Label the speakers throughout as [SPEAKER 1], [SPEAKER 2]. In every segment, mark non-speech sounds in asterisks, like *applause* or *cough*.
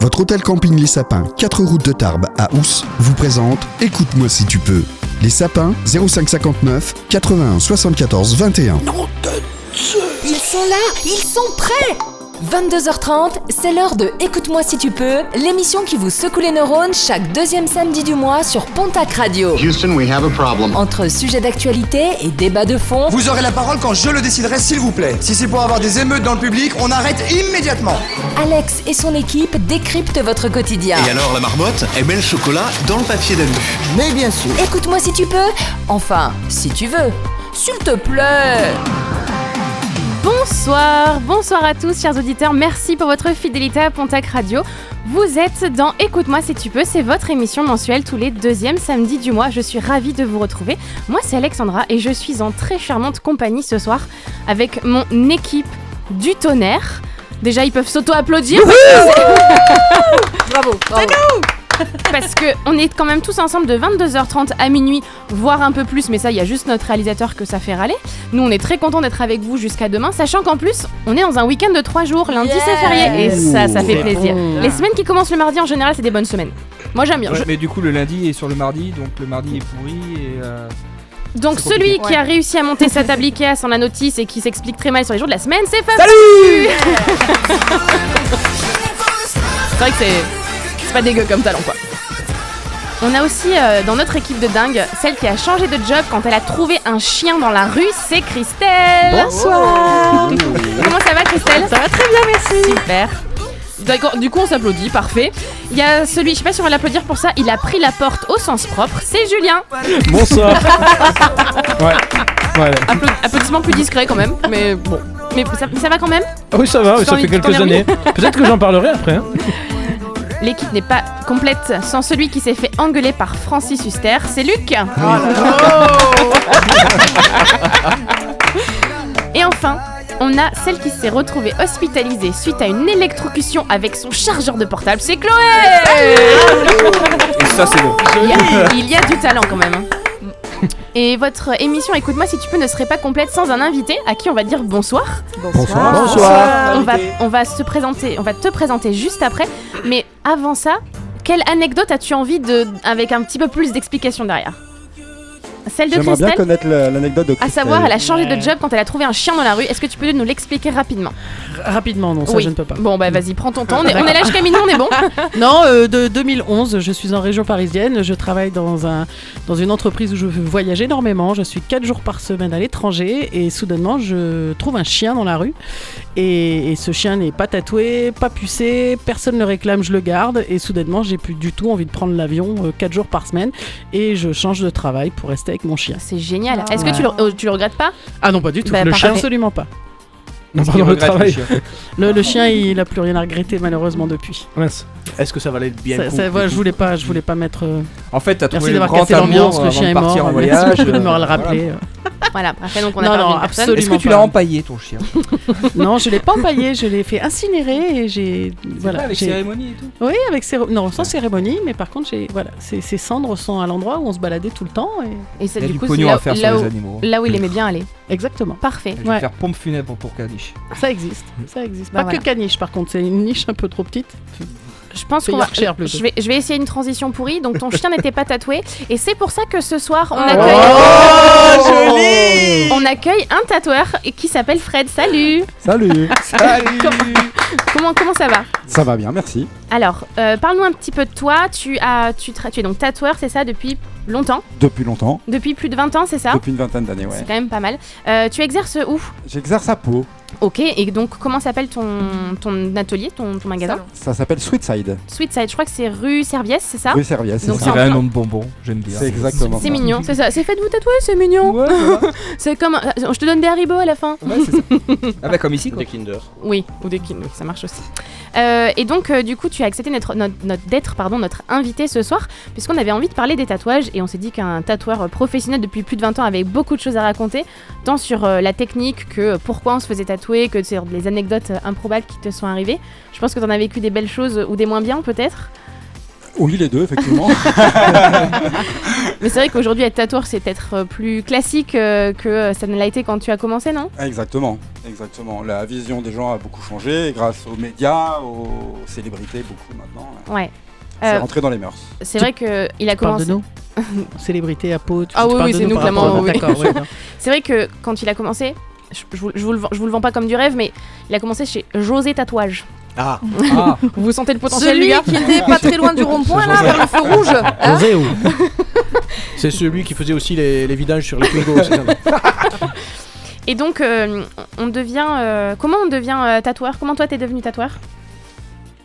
[SPEAKER 1] Votre hôtel camping Les Sapins, 4 routes de Tarbes à Ous, vous présente Écoute-moi si tu peux. Les Sapins, 0559 81 74 21.
[SPEAKER 2] Ils sont là, ils sont prêts 22h30, c'est l'heure de Écoute-moi si tu peux, l'émission qui vous secoue les neurones chaque deuxième samedi du mois sur Pontac Radio.
[SPEAKER 3] Houston, we have a problem.
[SPEAKER 2] Entre sujets d'actualité et débats de fond,
[SPEAKER 4] Vous aurez la parole quand je le déciderai, s'il vous plaît. Si c'est pour avoir des émeutes dans le public, on arrête immédiatement.
[SPEAKER 2] Alex et son équipe décryptent votre quotidien.
[SPEAKER 5] Et alors la marmotte, elle met le chocolat dans le papier d'alu.
[SPEAKER 6] Mais bien sûr.
[SPEAKER 2] Écoute-moi si tu peux, enfin, si tu veux. S'il te plaît
[SPEAKER 7] Bonsoir, bonsoir à tous chers auditeurs, merci pour votre fidélité à Pontac Radio. Vous êtes dans Écoute-moi si tu peux, c'est votre émission mensuelle tous les deuxièmes samedis du mois. Je suis ravie de vous retrouver. Moi c'est Alexandra et je suis en très charmante compagnie ce soir avec mon équipe du tonnerre. Déjà ils peuvent s'auto-applaudir
[SPEAKER 2] Bravo, bravo.
[SPEAKER 7] parce que on est quand même tous ensemble de 22h30 à minuit, voire un peu plus, mais ça, il y a juste notre réalisateur que ça fait râler. Nous, on est très contents d'être avec vous jusqu'à demain, sachant qu'en plus, on est dans un week-end de 3 jours. Lundi,
[SPEAKER 2] Yes.
[SPEAKER 7] c'est férié, et ça, ça fait
[SPEAKER 5] Ouh.
[SPEAKER 7] plaisir. Les semaines qui commencent le mardi, en général, c'est des bonnes semaines. Moi, j'aime bien.
[SPEAKER 8] Ouais,
[SPEAKER 7] Je-
[SPEAKER 8] Mais du coup, le lundi est sur le mardi, donc le mardi est pourri. Et, euh,
[SPEAKER 7] Donc,
[SPEAKER 8] c'est compliqué.
[SPEAKER 7] celui qui a réussi à monter sa table Ikea sans la notice et qui s'explique très mal sur les jours de la semaine, c'est Fab.
[SPEAKER 8] Salut
[SPEAKER 7] *laughs* C'est vrai que c'est c'est pas dégueu comme talent quoi. On a aussi euh, dans notre équipe de dingue celle qui a changé de job quand elle a trouvé un chien dans la rue, c'est Christelle.
[SPEAKER 6] Bonsoir.
[SPEAKER 7] Comment ça va Christelle Ça va très bien, merci. Super. D'accord, du coup on s'applaudit, parfait. Il y a celui, je sais pas si on va l'applaudir pour ça, il a pris la porte au sens propre, c'est Julien.
[SPEAKER 8] Bonsoir Ouais, ouais.
[SPEAKER 7] Appla- applaudissement plus discret quand même, mais bon. Mais ça, ça va quand même
[SPEAKER 9] Ah oui, ça va,
[SPEAKER 7] J'ai
[SPEAKER 9] ça
[SPEAKER 7] envie
[SPEAKER 9] fait
[SPEAKER 7] de t'en
[SPEAKER 9] quelques
[SPEAKER 7] *laughs*
[SPEAKER 9] années. Peut-être que j'en parlerai après. hein.
[SPEAKER 7] L'équipe n'est pas complète sans celui qui s'est fait engueuler par Francis Huster, c'est Luc. Oh Et enfin, on a celle qui s'est retrouvée hospitalisée suite à une électrocution avec son chargeur de portable, c'est Chloé
[SPEAKER 8] Et ça, c'est *laughs* bon.
[SPEAKER 7] il y, a, il y a du talent quand même. hein. *laughs* Et votre émission Écoute-moi si tu peux ne serait pas complète sans un invité à qui on va dire bonsoir.
[SPEAKER 6] Bonsoir.
[SPEAKER 7] On va, on va se présenter, on va te présenter juste après. Mais avant ça, quelle anecdote as-tu envie de, avec un petit peu plus d'explication derrière Celle de
[SPEAKER 10] J'aimerais bien
[SPEAKER 7] Christelle,
[SPEAKER 10] connaître la- l'anecdote de
[SPEAKER 7] à
[SPEAKER 10] Christelle.
[SPEAKER 7] savoir, elle a changé de job quand elle a trouvé un chien dans la rue. Est-ce que tu peux nous l'expliquer rapidement
[SPEAKER 6] Rapidement, non, ça je ne peux pas.
[SPEAKER 7] Bon bah vas-y, prends ton temps. On est, on est là jusqu'à minuit, on est bon.
[SPEAKER 6] Non, euh, de 2011, je suis en région parisienne. Je travaille dans, un, dans une entreprise où je voyage énormément. Je suis 4 jours par semaine à l'étranger. Et soudainement, je trouve un chien dans la rue. Et, et ce chien n'est pas tatoué, pas pucé. Personne ne le réclame, je le garde. Et soudainement, j'ai plus du tout envie de prendre l'avion 4 jours par semaine. Et je change de travail pour rester avec mon chien.
[SPEAKER 7] C'est génial.
[SPEAKER 2] Ah.
[SPEAKER 7] Est-ce que tu le, euh, tu le regrettes pas
[SPEAKER 6] Ah non, pas du tout.
[SPEAKER 7] Bah,
[SPEAKER 6] le
[SPEAKER 7] parfait.
[SPEAKER 6] chien, absolument pas.
[SPEAKER 9] Non,
[SPEAKER 8] Il
[SPEAKER 9] pardon, le
[SPEAKER 8] regrette, le
[SPEAKER 9] travail.
[SPEAKER 8] chien.
[SPEAKER 6] *laughs* Le, le chien, il n'a plus rien à regretter, malheureusement, depuis.
[SPEAKER 9] Mince.
[SPEAKER 5] Est-ce que ça valait bien
[SPEAKER 6] Ça-
[SPEAKER 5] le coup
[SPEAKER 6] ça- voilà,
[SPEAKER 5] du
[SPEAKER 6] je
[SPEAKER 5] coup
[SPEAKER 6] voulais pas, je voulais pas mettre. euh,
[SPEAKER 8] En fait, t'as
[SPEAKER 6] Merci
[SPEAKER 8] trouvé le
[SPEAKER 6] d'avoir
[SPEAKER 8] grand
[SPEAKER 6] cassé l'ambiance.
[SPEAKER 8] amour
[SPEAKER 6] Le
[SPEAKER 8] avant
[SPEAKER 6] chien
[SPEAKER 8] de
[SPEAKER 6] est
[SPEAKER 8] partir
[SPEAKER 6] mort.
[SPEAKER 8] en voyage.
[SPEAKER 6] *laughs* Merci de me le
[SPEAKER 8] euh, voilà.
[SPEAKER 6] rappeler.
[SPEAKER 7] Voilà. Après donc on a
[SPEAKER 6] Non,
[SPEAKER 7] perdu
[SPEAKER 6] non,
[SPEAKER 7] une personne.
[SPEAKER 6] absolument.
[SPEAKER 8] Est-ce que tu
[SPEAKER 6] pas.
[SPEAKER 8] l'as empaillé ton chien
[SPEAKER 6] Non, je l'ai pas empaillé, je l'ai fait incinérer et j'ai voilà.
[SPEAKER 8] Avec
[SPEAKER 6] j'ai-
[SPEAKER 8] cérémonie et tout.
[SPEAKER 6] Oui, avec cér- non sans cérémonie, mais par contre j'ai voilà, ces ces cendres sont à l'endroit où on se baladait tout le temps et
[SPEAKER 7] Et c'est
[SPEAKER 8] Il y a
[SPEAKER 7] du
[SPEAKER 8] du
[SPEAKER 7] coup
[SPEAKER 8] pognon
[SPEAKER 7] là,
[SPEAKER 8] à faire sur
[SPEAKER 7] là
[SPEAKER 8] les
[SPEAKER 7] où,
[SPEAKER 8] animaux. hein.
[SPEAKER 7] là où il aimait bien aller.
[SPEAKER 6] exactement.
[SPEAKER 7] Parfait.
[SPEAKER 8] Je vais
[SPEAKER 6] Ouais.
[SPEAKER 8] faire pompe funèbre pour Caniche.
[SPEAKER 6] Ça existe, ça existe.
[SPEAKER 7] Bah
[SPEAKER 6] pas
[SPEAKER 7] voilà.
[SPEAKER 6] que caniche par contre, c'est une niche un peu trop petite.
[SPEAKER 7] Je pense
[SPEAKER 6] Fais
[SPEAKER 7] qu'on va. Euh,
[SPEAKER 6] Yorkshire, plutôt.
[SPEAKER 7] Je vais, je vais essayer une transition pourrie. Donc ton chien n'était pas tatoué et c'est pour ça que ce soir on accueille. Oh, On accueille un tatoueur qui s'appelle Fred. Salut. *laughs*
[SPEAKER 10] Salut
[SPEAKER 8] Salut
[SPEAKER 7] Comment comment ça va
[SPEAKER 10] *laughs* Ça va bien, merci.
[SPEAKER 7] Alors euh, parle-nous un petit peu de toi. Tu as tu, tra- tu es donc tatoueur, c'est ça depuis longtemps
[SPEAKER 10] Depuis longtemps,
[SPEAKER 7] Depuis plus de 20 ans, c'est ça
[SPEAKER 10] depuis une vingtaine d'années,
[SPEAKER 7] C'est
[SPEAKER 10] ouais.
[SPEAKER 7] quand même pas mal. Euh, tu exerces où
[SPEAKER 10] J'exerce à Pau,
[SPEAKER 7] Ok, et donc comment s'appelle ton, ton atelier, ton, ton magasin
[SPEAKER 10] ça s'appelle Sweetside,
[SPEAKER 7] Sweet Side, je crois que c'est rue Serviès, c'est ça
[SPEAKER 10] rue Serviès, c'est
[SPEAKER 7] Donc
[SPEAKER 10] ça.
[SPEAKER 7] c'est-
[SPEAKER 8] dirait un nom de bonbon, j'aime bien.
[SPEAKER 10] C'est exactement
[SPEAKER 7] C'est
[SPEAKER 10] ça.
[SPEAKER 7] mignon, c'est ça. C'est faites-vous tatouer, c'est mignon.
[SPEAKER 8] bah, Ouais, voilà.
[SPEAKER 7] *laughs* C'est comme. un- Je te donne des haribots à la fin.
[SPEAKER 8] Ouais, c'est ça. Ah bah comme ici quoi.
[SPEAKER 5] Des Kinder.
[SPEAKER 7] *laughs* Oui, ou des kines, oui, ça marche aussi. Euh, et donc, euh, du coup, tu as accepté notre, notre, notre- d'être pardon, notre invité ce soir, puisqu'on avait envie de parler des tatouages, et on s'est dit qu'un tatoueur euh, professionnel depuis plus de 20 ans avait beaucoup de choses à raconter, tant sur euh, la technique que pourquoi on se faisait tatouer, que sur les anecdotes euh, improbables qui te sont arrivées. Je pense que tu en as vécu des belles choses euh, ou des moins bien, peut-être.
[SPEAKER 10] Oui, les deux,
[SPEAKER 7] *laughs*
[SPEAKER 10] effectivement.
[SPEAKER 7] Mais c'est vrai qu'aujourd'hui, être tatoueur, c'est peut-être euh, plus classique euh, que euh, ça ne l'a été quand tu as commencé, non
[SPEAKER 10] Ah, exactement, exactement. La vision des gens a beaucoup changé grâce aux médias, aux célébrités, beaucoup maintenant.
[SPEAKER 7] Ouais.
[SPEAKER 10] C'est
[SPEAKER 7] Euh,
[SPEAKER 10] rentré dans les mœurs.
[SPEAKER 7] c'est vrai que il a
[SPEAKER 6] Tu parles de
[SPEAKER 7] commencé.
[SPEAKER 6] nous *laughs* Célébrité à peau. tu-
[SPEAKER 7] Ah
[SPEAKER 6] tu
[SPEAKER 7] oui,
[SPEAKER 6] parles
[SPEAKER 7] oui,
[SPEAKER 6] de
[SPEAKER 7] c'est nous,
[SPEAKER 6] par rapport
[SPEAKER 7] clairement,
[SPEAKER 6] à-
[SPEAKER 7] oui.
[SPEAKER 6] D'accord, oui, non.
[SPEAKER 7] C'est vrai que quand il a commencé, je, je vous, je vous le, vends- je vous le vends pas comme du rêve, mais il a commencé chez José Tatouage.
[SPEAKER 5] Ah,
[SPEAKER 8] Ah,
[SPEAKER 7] *laughs* Vous sentez le potentiel,
[SPEAKER 3] Celui
[SPEAKER 7] du gars
[SPEAKER 3] qui était pas très
[SPEAKER 7] *laughs*
[SPEAKER 3] loin du rond-point, là, vers le feu rouge.
[SPEAKER 10] Ah.
[SPEAKER 3] hein
[SPEAKER 9] José ou
[SPEAKER 5] *laughs* c'est celui qui faisait aussi les, les vidanges sur les Twingo, c'est ça
[SPEAKER 7] Et donc, euh, on devient. euh, comment on devient euh, tatoueur Comment toi, t'es devenu tatoueur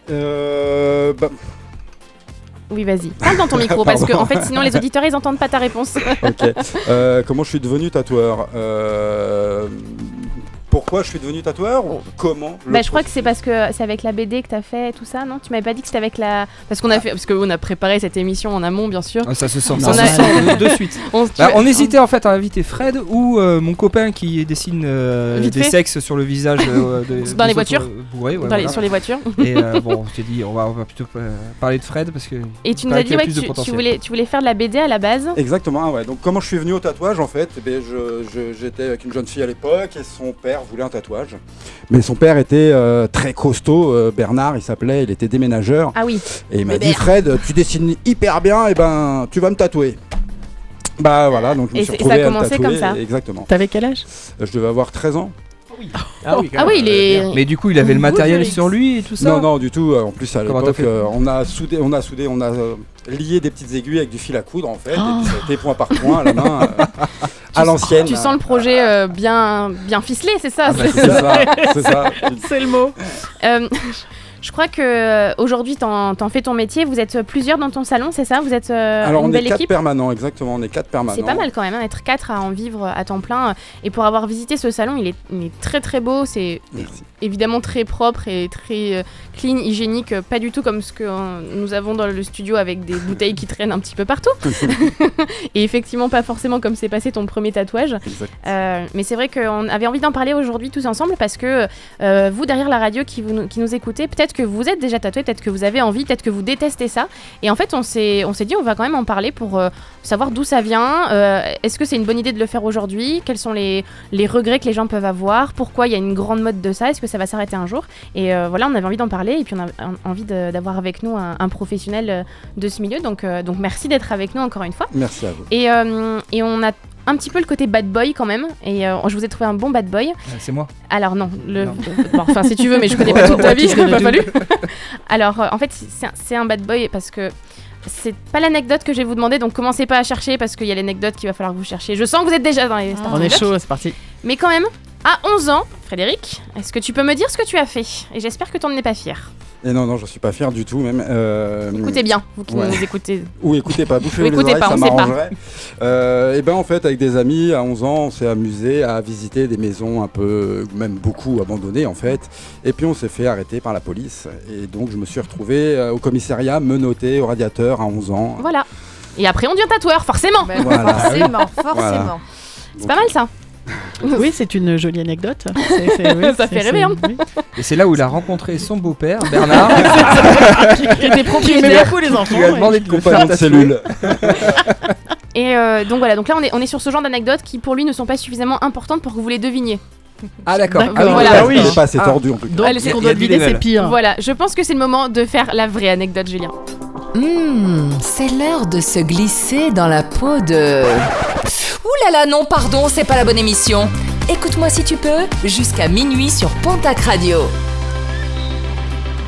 [SPEAKER 10] Euh, bah, *laughs*
[SPEAKER 7] Oui, vas-y.
[SPEAKER 3] Ah,
[SPEAKER 7] Parle dans ton micro, parce que
[SPEAKER 10] Pardon.
[SPEAKER 7] en fait, sinon, les auditeurs, ils entendent pas ta réponse.
[SPEAKER 10] *laughs* ok. Euh, comment je suis devenu tatoueur Euh, Pourquoi je suis devenu tatoueur ou comment le
[SPEAKER 7] Bah, je crois que
[SPEAKER 10] processus
[SPEAKER 7] c'est parce que c'est avec la BD que t'as fait tout ça, non Tu m'avais pas dit que c'était avec la. Parce qu'on a fait, parce qu'on a préparé cette émission en amont, bien sûr.
[SPEAKER 8] Ah, ça se sent, ça
[SPEAKER 7] On
[SPEAKER 8] se
[SPEAKER 7] a- *laughs*
[SPEAKER 8] sent de, de suite.
[SPEAKER 7] On, tu-
[SPEAKER 8] Bah, on hésitait en fait à inviter Fred ou euh, mon copain qui dessine euh,
[SPEAKER 7] Vite
[SPEAKER 8] des
[SPEAKER 7] fait.
[SPEAKER 8] sexes sur le visage
[SPEAKER 7] *laughs*
[SPEAKER 8] euh, des- des
[SPEAKER 7] Dans les
[SPEAKER 8] autres,
[SPEAKER 7] voitures.
[SPEAKER 8] euh, bourrés, ouais,
[SPEAKER 7] dans les-
[SPEAKER 8] voilà.
[SPEAKER 7] sur les voitures.
[SPEAKER 8] Et
[SPEAKER 7] *laughs*
[SPEAKER 8] euh, bon, je t'ai dit, on va, on va plutôt euh, parler de Fred parce que.
[SPEAKER 7] Et tu
[SPEAKER 8] Il
[SPEAKER 7] nous
[SPEAKER 8] paraît
[SPEAKER 7] as
[SPEAKER 8] Bah, qu'il y
[SPEAKER 7] dit
[SPEAKER 8] a plus de
[SPEAKER 7] ouais, que tu, tu
[SPEAKER 8] potentiel.
[SPEAKER 7] voulais, tu voulais faire de la BD à la base.
[SPEAKER 10] Exactement, ouais. Donc comment je suis venu au tatouage en fait eh ben, je- je- J'étais avec une jeune fille à l'époque et son père voulait un tatouage. Mais son père était euh, très costaud, euh, Bernard il s'appelait, il était déménageur.
[SPEAKER 7] *laughs* Ah oui.
[SPEAKER 10] Et il m'a dit
[SPEAKER 3] Bébert.
[SPEAKER 10] Fred, tu dessines hyper bien, et ben tu vas me tatouer. Bah voilà, donc je me
[SPEAKER 7] Et
[SPEAKER 10] suis
[SPEAKER 7] c'est-
[SPEAKER 10] retrouvé
[SPEAKER 7] ça a
[SPEAKER 10] à le
[SPEAKER 7] commencé
[SPEAKER 10] tatouer.
[SPEAKER 7] comme ça.
[SPEAKER 10] Exactement.
[SPEAKER 6] T'avais quel âge
[SPEAKER 10] Euh, Je devais avoir 13 ans.
[SPEAKER 5] Ah oui, quand
[SPEAKER 7] Ah
[SPEAKER 5] même,
[SPEAKER 7] oui, il
[SPEAKER 5] euh,
[SPEAKER 7] est.
[SPEAKER 5] bien.
[SPEAKER 8] Mais du coup, il avait le matériel sur lui et tout ça
[SPEAKER 10] Non, non, du tout. euh, En plus, à
[SPEAKER 8] Comment t'as
[SPEAKER 10] l'époque,
[SPEAKER 8] fait
[SPEAKER 10] euh, on a soudé, on a soudé, on a euh, lié des petites aiguilles avec du fil à coudre en fait. Et puis, ça a été point par point à la main, euh, à l'ancienne.
[SPEAKER 7] *laughs* Tu sens le projet euh, bien, bien ficelé, c'est ça.
[SPEAKER 10] Ah bah, c'est ça, c'est
[SPEAKER 7] *laughs*
[SPEAKER 10] ça.
[SPEAKER 6] C'est le mot.
[SPEAKER 7] Euh, je crois que euh, aujourd'hui, t'en, t'en fais ton métier. Vous êtes plusieurs dans ton salon, c'est ça Vous êtes euh,
[SPEAKER 10] Alors
[SPEAKER 7] une
[SPEAKER 10] on est
[SPEAKER 7] belle
[SPEAKER 10] quatre
[SPEAKER 7] équipe.
[SPEAKER 10] permanents, exactement, on est quatre permanents.
[SPEAKER 7] C'est pas mal quand même, hein, être quatre à en vivre à temps plein. Et pour avoir visité ce salon, il est, il est très très beau. C'est
[SPEAKER 10] Merci.
[SPEAKER 7] évidemment très propre et très euh, clean, hygiénique. euh, Pas du tout comme ce que euh, nous avons dans le studio avec des bouteilles qui traînent un petit peu partout. *laughs* et effectivement, pas forcément comme s'est passé ton premier tatouage.
[SPEAKER 10] Exact.
[SPEAKER 7] Euh, mais c'est vrai qu'on avait envie d'en parler aujourd'hui tous ensemble parce que euh, vous derrière la radio qui, vous, qui nous écoutez, peut-être que vous êtes déjà tatoué, peut-être que vous avez envie, peut-être que vous détestez ça. Et en fait, on s'est, on s'est dit on va quand même en parler pour euh, savoir d'où ça vient. euh, est-ce que c'est une bonne idée de le faire aujourd'hui Quels sont les, les regrets que les gens peuvent avoir Pourquoi il y a une grande mode de ça Est-ce que ça va s'arrêter un jour Et euh, voilà, on avait envie d'en parler et puis on a en- envie de- d'avoir avec nous un, un professionnel euh, de ce milieu. Donc, euh, donc merci d'être avec nous encore une fois.
[SPEAKER 10] Merci à vous.
[SPEAKER 7] Et, euh, et on a un petit peu le côté bad boy quand même. Et euh, je vous ai trouvé un bon bad boy.
[SPEAKER 8] Ah, C'est moi.
[SPEAKER 7] Alors non, le...
[SPEAKER 8] Non.
[SPEAKER 7] *laughs* bon, enfin si tu veux, mais je connais pas toute ta vie, *laughs* il n'a pas fallu. Alors euh, en fait, c'est un- c'est un bad boy parce que c'est pas l'anecdote que je vais vous demander, donc commencez pas à chercher parce qu'il y a l'anecdote qu'il va falloir que vous cherchiez. Je sens que vous êtes déjà dans les stars
[SPEAKER 6] On est
[SPEAKER 7] anecdotes.
[SPEAKER 6] chaud,
[SPEAKER 7] *laughs*
[SPEAKER 6] c'est parti.
[SPEAKER 7] Mais quand même, à 11 ans, Frédéric, est-ce que tu peux me dire ce que tu as fait Et j'espère que t'en es pas fier.
[SPEAKER 10] Et non, non, je suis pas fier du tout, même. euh,
[SPEAKER 7] Écoutez bien, vous qui
[SPEAKER 10] Ouais.
[SPEAKER 7] nous écoutez.
[SPEAKER 10] *laughs* Ou écoutez pas, bouffez
[SPEAKER 7] Ou
[SPEAKER 10] les
[SPEAKER 7] écoutez
[SPEAKER 10] oreilles,
[SPEAKER 7] pas,
[SPEAKER 10] ça
[SPEAKER 7] on sait pas.
[SPEAKER 10] m'arrangerait. Euh, et ben en fait, avec des amis, à 11 ans, on s'est amusé à visiter des maisons un peu, même beaucoup abandonnées en fait. Et puis on s'est fait arrêter par la police. Et donc je me suis retrouvé euh, au commissariat, menotté au radiateur à 11 ans.
[SPEAKER 7] Voilà. Et après on devient tatoueur, forcément.
[SPEAKER 3] Ben,
[SPEAKER 10] Voilà.
[SPEAKER 3] Forcément, forcément.
[SPEAKER 7] C'est pas mal ça.
[SPEAKER 6] Oui, c'est une jolie anecdote.
[SPEAKER 7] *laughs*
[SPEAKER 6] C'est- c'est- oui,
[SPEAKER 7] Ça
[SPEAKER 6] c'est-
[SPEAKER 7] fait rêver,
[SPEAKER 6] c'est-
[SPEAKER 7] hein.
[SPEAKER 6] oui.
[SPEAKER 8] Et c'est là où il a rencontré son
[SPEAKER 7] *laughs*
[SPEAKER 8] beau-père, Bernard,
[SPEAKER 6] Qui était propriétaire. beaucoup les enfants.
[SPEAKER 8] qui lui a
[SPEAKER 6] ouais.
[SPEAKER 8] demandé de le faire
[SPEAKER 10] Compagnon de
[SPEAKER 8] tatouer.
[SPEAKER 10] cellule.
[SPEAKER 7] Et euh, donc voilà, donc là on est, on est sur ce genre d'anecdotes qui pour lui ne sont pas suffisamment importantes pour que vous les deviniez.
[SPEAKER 8] Ah d'accord.
[SPEAKER 6] D'accord.
[SPEAKER 8] Ah, oui,
[SPEAKER 7] Voilà.
[SPEAKER 10] Ah,
[SPEAKER 8] d'accord.
[SPEAKER 10] oui, c'est pas assez
[SPEAKER 8] Ah.
[SPEAKER 10] tordu en plus.
[SPEAKER 6] Donc,
[SPEAKER 7] Allez,
[SPEAKER 6] ce qu'on
[SPEAKER 8] il y a
[SPEAKER 6] doit
[SPEAKER 8] du
[SPEAKER 6] deviner,
[SPEAKER 8] level.
[SPEAKER 6] c'est pire.
[SPEAKER 7] Voilà, je pense que c'est le moment de faire la vraie anecdote, Julien.
[SPEAKER 2] Hmm, c'est l'heure de se glisser dans la peau de. Ouh là là, non, pardon, c'est pas la bonne émission. Écoute-moi si tu peux, jusqu'à minuit sur Pontac Radio.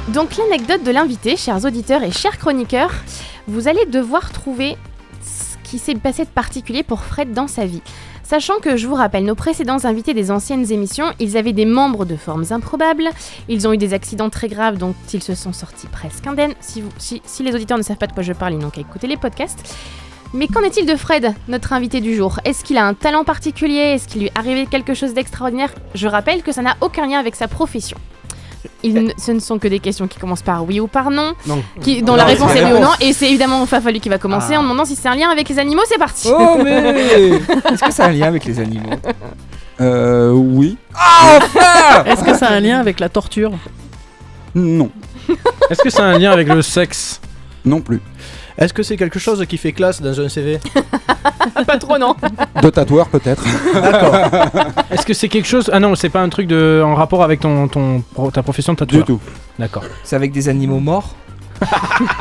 [SPEAKER 7] Donc l'anecdote de l'invité, chers auditeurs et chers chroniqueurs, vous allez devoir trouver ce qui s'est passé de particulier pour Fred dans sa vie. Sachant que, je vous rappelle, nos précédents invités des anciennes émissions, ils avaient des membres de formes improbables, ils ont eu des accidents très graves dont ils se sont sortis presque indemnes. Si, vous- si- si les auditeurs ne savent pas de quoi je parle, ils n'ont qu'à écouter les podcasts. Mais qu'en est-il de Fred, notre invité du jour Est-ce qu'il a un talent particulier Est-ce qu'il lui est arrivé quelque chose d'extraordinaire Je rappelle que ça n'a aucun lien avec sa profession. Il ne- ce ne sont que des questions qui commencent par oui ou par non,
[SPEAKER 5] Non.
[SPEAKER 7] qui, dont la réponse est oui ou non, et c'est évidemment Fafa lui qui va commencer en demandant si c'est un lien avec les animaux, c'est parti
[SPEAKER 8] Oh
[SPEAKER 7] *laughs*
[SPEAKER 8] mais est-ce que ça a un lien avec les animaux
[SPEAKER 10] Euh, oui.
[SPEAKER 6] Ah,
[SPEAKER 10] *laughs*
[SPEAKER 6] Est-ce que ça a un lien avec la torture
[SPEAKER 10] Non.
[SPEAKER 9] Est-ce que ça a un lien avec le sexe
[SPEAKER 10] *laughs* Non plus.
[SPEAKER 5] Est-ce que c'est quelque chose qui fait classe dans un CV
[SPEAKER 7] Pas trop, non.
[SPEAKER 10] De tatoueur peut-être. *laughs*
[SPEAKER 9] Est-ce que c'est quelque chose Ah non, c'est pas un truc de en rapport avec ton, ton pro- ta profession de tatoueur.
[SPEAKER 10] Du tout.
[SPEAKER 9] D'accord.
[SPEAKER 8] C'est avec des animaux morts
[SPEAKER 10] *laughs*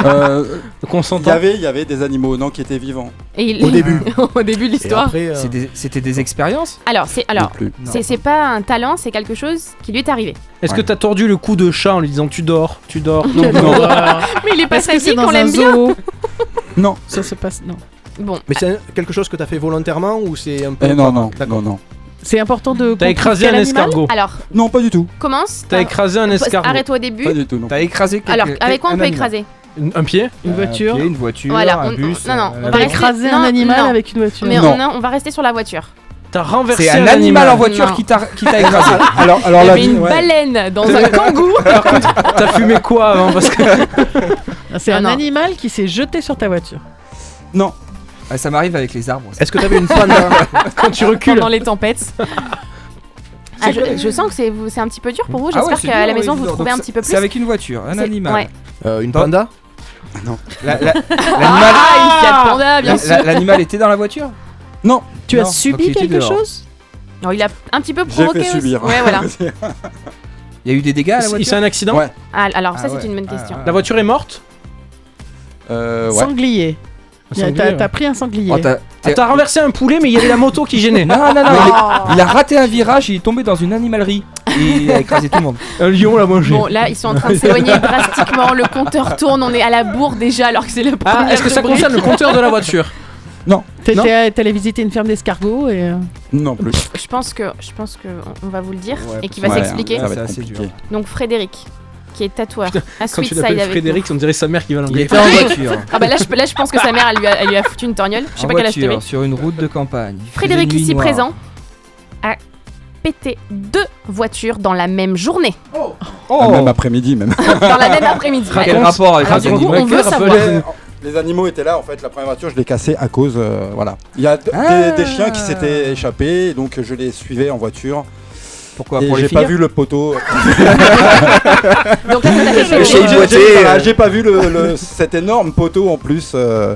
[SPEAKER 10] Euh,
[SPEAKER 9] Donc on
[SPEAKER 10] Il y
[SPEAKER 9] s'entend.
[SPEAKER 10] avait, il y avait des animaux non qui étaient vivants.
[SPEAKER 7] Et il-
[SPEAKER 5] Au début.
[SPEAKER 7] *laughs* Au début de
[SPEAKER 5] Et
[SPEAKER 7] l'histoire.
[SPEAKER 5] après, euh,
[SPEAKER 8] C'est des- C'était des expériences
[SPEAKER 7] Alors, c'est
[SPEAKER 10] Non
[SPEAKER 7] alors,
[SPEAKER 10] plus.
[SPEAKER 8] Non.
[SPEAKER 7] c'est c'est pas un talent, c'est quelque chose qui lui est arrivé.
[SPEAKER 9] Est-ce que
[SPEAKER 10] Ouais.
[SPEAKER 9] t'as tordu le cou de chat en lui disant tu dors, tu dors Non,
[SPEAKER 10] Non.
[SPEAKER 9] Ah.
[SPEAKER 7] Mais il est pas
[SPEAKER 6] Est-ce que c'est
[SPEAKER 7] sadique,
[SPEAKER 6] dans
[SPEAKER 7] on
[SPEAKER 6] un
[SPEAKER 7] l'aime bien.
[SPEAKER 6] zoo
[SPEAKER 10] *laughs* Non. Ah.
[SPEAKER 6] Ça se passe. Non.
[SPEAKER 7] Bon,
[SPEAKER 5] Mais c'est un- quelque chose que t'as fait volontairement ou c'est un peu.
[SPEAKER 10] Eh non, non,
[SPEAKER 5] D'accord.
[SPEAKER 10] non, non.
[SPEAKER 6] C'est important de.
[SPEAKER 9] T'as
[SPEAKER 6] comprendre
[SPEAKER 9] écrasé
[SPEAKER 6] quel
[SPEAKER 9] un
[SPEAKER 6] animal
[SPEAKER 9] escargot.
[SPEAKER 7] alors
[SPEAKER 10] Non, pas du tout.
[SPEAKER 7] commence.
[SPEAKER 9] T'as
[SPEAKER 7] par-
[SPEAKER 9] écrasé un escargot.
[SPEAKER 7] Arrête-toi au début.
[SPEAKER 10] Pas du tout, non. Euh,
[SPEAKER 8] T'as écrasé quelque
[SPEAKER 7] Alors, avec quoi on
[SPEAKER 8] un
[SPEAKER 7] peut
[SPEAKER 8] animal.
[SPEAKER 7] écraser
[SPEAKER 9] Un pied
[SPEAKER 6] Une
[SPEAKER 8] Un
[SPEAKER 6] voiture.
[SPEAKER 8] pied, Une voiture,
[SPEAKER 7] Voilà,
[SPEAKER 8] un
[SPEAKER 7] on-
[SPEAKER 8] bus. euh,
[SPEAKER 7] non, non,
[SPEAKER 8] un
[SPEAKER 7] on
[SPEAKER 8] avion.
[SPEAKER 7] va
[SPEAKER 6] T'as
[SPEAKER 7] rester-
[SPEAKER 6] écrasé
[SPEAKER 7] non,
[SPEAKER 6] un animal
[SPEAKER 7] non.
[SPEAKER 6] avec une voiture.
[SPEAKER 7] Mais
[SPEAKER 10] Non.
[SPEAKER 7] on, a- on va rester sur la voiture.
[SPEAKER 9] T'as renversé
[SPEAKER 8] C'est un animal en voiture
[SPEAKER 7] Non.
[SPEAKER 8] qui t'a qui t'a
[SPEAKER 7] *laughs*
[SPEAKER 8] écrasé.
[SPEAKER 9] *laughs*
[SPEAKER 10] Alors, alors
[SPEAKER 7] Il y
[SPEAKER 10] la
[SPEAKER 7] avait
[SPEAKER 10] vie-
[SPEAKER 7] une
[SPEAKER 10] ouais.
[SPEAKER 7] baleine dans un kangou.
[SPEAKER 9] T'as fumé quoi avant Parce que
[SPEAKER 6] C'est
[SPEAKER 7] Ah,
[SPEAKER 6] un
[SPEAKER 7] non.
[SPEAKER 6] animal qui s'est jeté sur ta voiture.
[SPEAKER 10] Non.
[SPEAKER 8] Ah, Ça m'arrive avec les arbres. ça.
[SPEAKER 5] Est-ce que t'avais une
[SPEAKER 8] *laughs*
[SPEAKER 5] panda
[SPEAKER 9] quand tu recules,
[SPEAKER 7] Ah, Pendant les tempêtes. Ah, je, je sens que c'est vous- c'est un petit peu dur pour vous.
[SPEAKER 8] Ah ouais,
[SPEAKER 7] J'espère
[SPEAKER 8] c'est
[SPEAKER 7] qu'à
[SPEAKER 8] dur,
[SPEAKER 7] la maison
[SPEAKER 8] oui,
[SPEAKER 7] vous
[SPEAKER 8] donc
[SPEAKER 7] trouvez un
[SPEAKER 8] c'est- *laughs*
[SPEAKER 7] petit peu plus.
[SPEAKER 8] C'est avec une voiture, un
[SPEAKER 7] C'est-
[SPEAKER 8] animal.
[SPEAKER 7] ouais.
[SPEAKER 5] Euh, Une panda
[SPEAKER 8] La- la-
[SPEAKER 7] Ah, une Fiat Panda, bien
[SPEAKER 8] la-
[SPEAKER 7] sûr.
[SPEAKER 8] la- L'animal était dans la voiture
[SPEAKER 10] Non.
[SPEAKER 6] Tu as
[SPEAKER 8] Non,
[SPEAKER 6] subi
[SPEAKER 8] donc il était
[SPEAKER 6] quelque
[SPEAKER 8] dehors.
[SPEAKER 6] chose
[SPEAKER 7] Non, il a un petit peu
[SPEAKER 10] J'ai
[SPEAKER 7] provoqué.
[SPEAKER 10] fait
[SPEAKER 7] aussi.
[SPEAKER 10] subir.
[SPEAKER 7] Ouais, voilà.
[SPEAKER 10] *laughs*
[SPEAKER 8] Il y a eu des dégâts à la
[SPEAKER 9] il c'est
[SPEAKER 8] voiture
[SPEAKER 9] un accident.
[SPEAKER 10] Ouais.
[SPEAKER 7] Ah, alors ça,
[SPEAKER 8] Ah
[SPEAKER 7] c'est
[SPEAKER 8] ouais.
[SPEAKER 7] une bonne
[SPEAKER 8] Ah,
[SPEAKER 7] question.
[SPEAKER 8] ah,
[SPEAKER 9] La voiture est morte.
[SPEAKER 10] Euh, ouais.
[SPEAKER 6] Sanglier.
[SPEAKER 9] Un
[SPEAKER 6] Il y a-
[SPEAKER 9] sanglier,
[SPEAKER 6] T'as
[SPEAKER 9] ouais.
[SPEAKER 6] t'as pris un sanglier.
[SPEAKER 8] Oh, t'as-
[SPEAKER 9] Ah, T'as renversé un poulet, mais il y avait la moto qui gênait.
[SPEAKER 8] Non, non, non,
[SPEAKER 7] Oh.
[SPEAKER 8] il, est- il a raté un virage, il est tombé dans une animalerie. Et il a écrasé tout le monde.
[SPEAKER 9] *laughs* Un lion l'a mangé.
[SPEAKER 7] Bon, là, ils sont
[SPEAKER 9] *laughs*
[SPEAKER 7] en train de s'éloigner drastiquement. Le compteur tourne. On est à la bourre déjà, alors que c'est le premier.
[SPEAKER 9] Ah, est-ce que ça concerne le compteur de la voiture
[SPEAKER 6] T'étais à- T'allais visiter une ferme d'escargots et. euh,
[SPEAKER 10] Non plus.
[SPEAKER 7] *laughs* Je pense que, je pense que on- on va vous le dire
[SPEAKER 8] Ouais,
[SPEAKER 7] et qu'il va
[SPEAKER 10] Ouais,
[SPEAKER 7] s'expliquer.
[SPEAKER 10] Ça va
[SPEAKER 8] C'est
[SPEAKER 10] être
[SPEAKER 8] assez
[SPEAKER 10] compliqué.
[SPEAKER 8] dur.
[SPEAKER 7] Donc Frédéric, qui est tatoueur à
[SPEAKER 9] Quand tu
[SPEAKER 7] Sweet Side
[SPEAKER 9] l'appelles
[SPEAKER 7] avec nous.
[SPEAKER 9] Frédéric, on dirait sa mère qui va
[SPEAKER 8] Il
[SPEAKER 9] l'engueuler.
[SPEAKER 8] était en voiture.
[SPEAKER 7] Ah bah là, je, peux- là, je pense que sa mère, elle lui a, elle lui a foutu une torgnole. Je sais
[SPEAKER 8] en
[SPEAKER 7] pas quel âge
[SPEAKER 8] voiture,
[SPEAKER 7] t'avais.
[SPEAKER 8] sur une route de campagne. Il faisait
[SPEAKER 7] Frédéric,
[SPEAKER 8] nuit
[SPEAKER 7] ici
[SPEAKER 8] noire. *laughs*
[SPEAKER 7] présent, a pété deux voitures dans la même journée,
[SPEAKER 10] Ah,
[SPEAKER 8] Oh
[SPEAKER 10] Même après-midi, même.
[SPEAKER 7] *laughs* dans la même après-midi.
[SPEAKER 8] Quel
[SPEAKER 7] Ouais.
[SPEAKER 8] rapport avec
[SPEAKER 7] Alors,
[SPEAKER 8] un
[SPEAKER 7] du coup,
[SPEAKER 8] animal
[SPEAKER 7] on veut savoir.
[SPEAKER 10] Les- Les animaux étaient là en fait. La première voiture, je l'ai cassée à cause. euh, voilà. Il y a d-
[SPEAKER 8] Ah.
[SPEAKER 10] des, des chiens qui s'étaient échappés, donc je les suivais en voiture.
[SPEAKER 8] Pourquoi
[SPEAKER 10] et
[SPEAKER 8] Pour les
[SPEAKER 10] j'ai pas
[SPEAKER 8] finir
[SPEAKER 10] vu le
[SPEAKER 8] *laughs*
[SPEAKER 10] poteau.
[SPEAKER 7] Donc là, ça t'a fait
[SPEAKER 10] J'ai-
[SPEAKER 7] péter-
[SPEAKER 10] j'ai- j'ai- voilà, J'ai pas vu le, le- cet énorme poteau en plus. euh,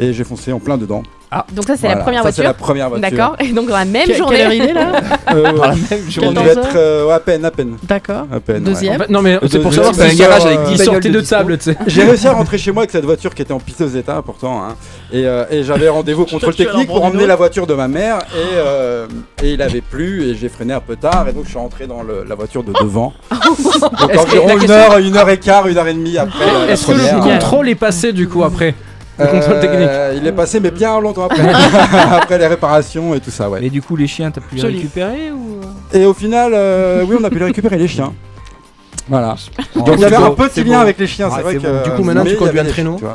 [SPEAKER 10] et j'ai foncé en plein dedans.
[SPEAKER 7] Ah, Donc ça, c'est
[SPEAKER 10] Voilà.
[SPEAKER 7] la première
[SPEAKER 10] Ça, c'est la
[SPEAKER 7] voiture.
[SPEAKER 10] première voiture.
[SPEAKER 7] D'accord. Et donc dans la même
[SPEAKER 6] que- Quelle heure
[SPEAKER 7] journée.
[SPEAKER 6] il est là
[SPEAKER 10] Euh,
[SPEAKER 8] Dans la même
[SPEAKER 10] on
[SPEAKER 8] journée.
[SPEAKER 10] devait
[SPEAKER 6] 14 heures.
[SPEAKER 10] être euh, ouais, à peine, à peine.
[SPEAKER 6] D'accord.
[SPEAKER 10] À peine ouais.
[SPEAKER 9] En
[SPEAKER 6] Deuxième.
[SPEAKER 9] fait, non, mais c'est pour
[SPEAKER 10] Deuxième,
[SPEAKER 9] savoir
[SPEAKER 8] c'est un
[SPEAKER 9] s'il
[SPEAKER 8] garage
[SPEAKER 9] sort-
[SPEAKER 8] avec dix
[SPEAKER 9] il
[SPEAKER 8] bagnoles
[SPEAKER 9] sortait
[SPEAKER 8] de
[SPEAKER 9] de
[SPEAKER 8] dispo.
[SPEAKER 9] table, tu sais.
[SPEAKER 10] *laughs* J'ai réussi à rentrer chez moi avec cette voiture qui était en piteux état pourtant. hein. Et, euh, et j'avais rendez-vous au contrôle
[SPEAKER 6] *laughs* Tu vas leur
[SPEAKER 10] technique pour
[SPEAKER 6] prendre une
[SPEAKER 10] emmener
[SPEAKER 6] autre
[SPEAKER 10] la voiture de ma mère. Et, euh, et il avait plu et j'ai freiné un peu tard. Et donc je suis rentré dans le- la voiture de devant. donc environ une heure, une heure et quart, une heure et demie après. la- la
[SPEAKER 9] Est-ce que le
[SPEAKER 10] première, euh,
[SPEAKER 9] contrôle est passé du coup après Le contrôle technique.
[SPEAKER 10] euh, Il est passé mais bien longtemps
[SPEAKER 9] *laughs*
[SPEAKER 10] après. après les réparations et tout ça, ouais.
[SPEAKER 8] Mais du coup, les chiens, t'as pu les
[SPEAKER 6] Joli.
[SPEAKER 8] récupérer ou
[SPEAKER 10] Et au final, euh, oui, on a pu les récupérer les chiens. Voilà.
[SPEAKER 8] Oh,
[SPEAKER 10] Donc il y
[SPEAKER 8] c'est
[SPEAKER 10] avait un
[SPEAKER 8] beau, c'est
[SPEAKER 10] petit
[SPEAKER 8] beau.
[SPEAKER 10] lien avec les chiens,
[SPEAKER 8] Ah,
[SPEAKER 10] c'est vrai
[SPEAKER 8] c'est
[SPEAKER 10] que.
[SPEAKER 8] bon.
[SPEAKER 5] Du coup, maintenant,
[SPEAKER 10] mais
[SPEAKER 5] tu
[SPEAKER 10] il y avait
[SPEAKER 5] conduis un
[SPEAKER 10] les-
[SPEAKER 5] traîneau.
[SPEAKER 10] tu vois.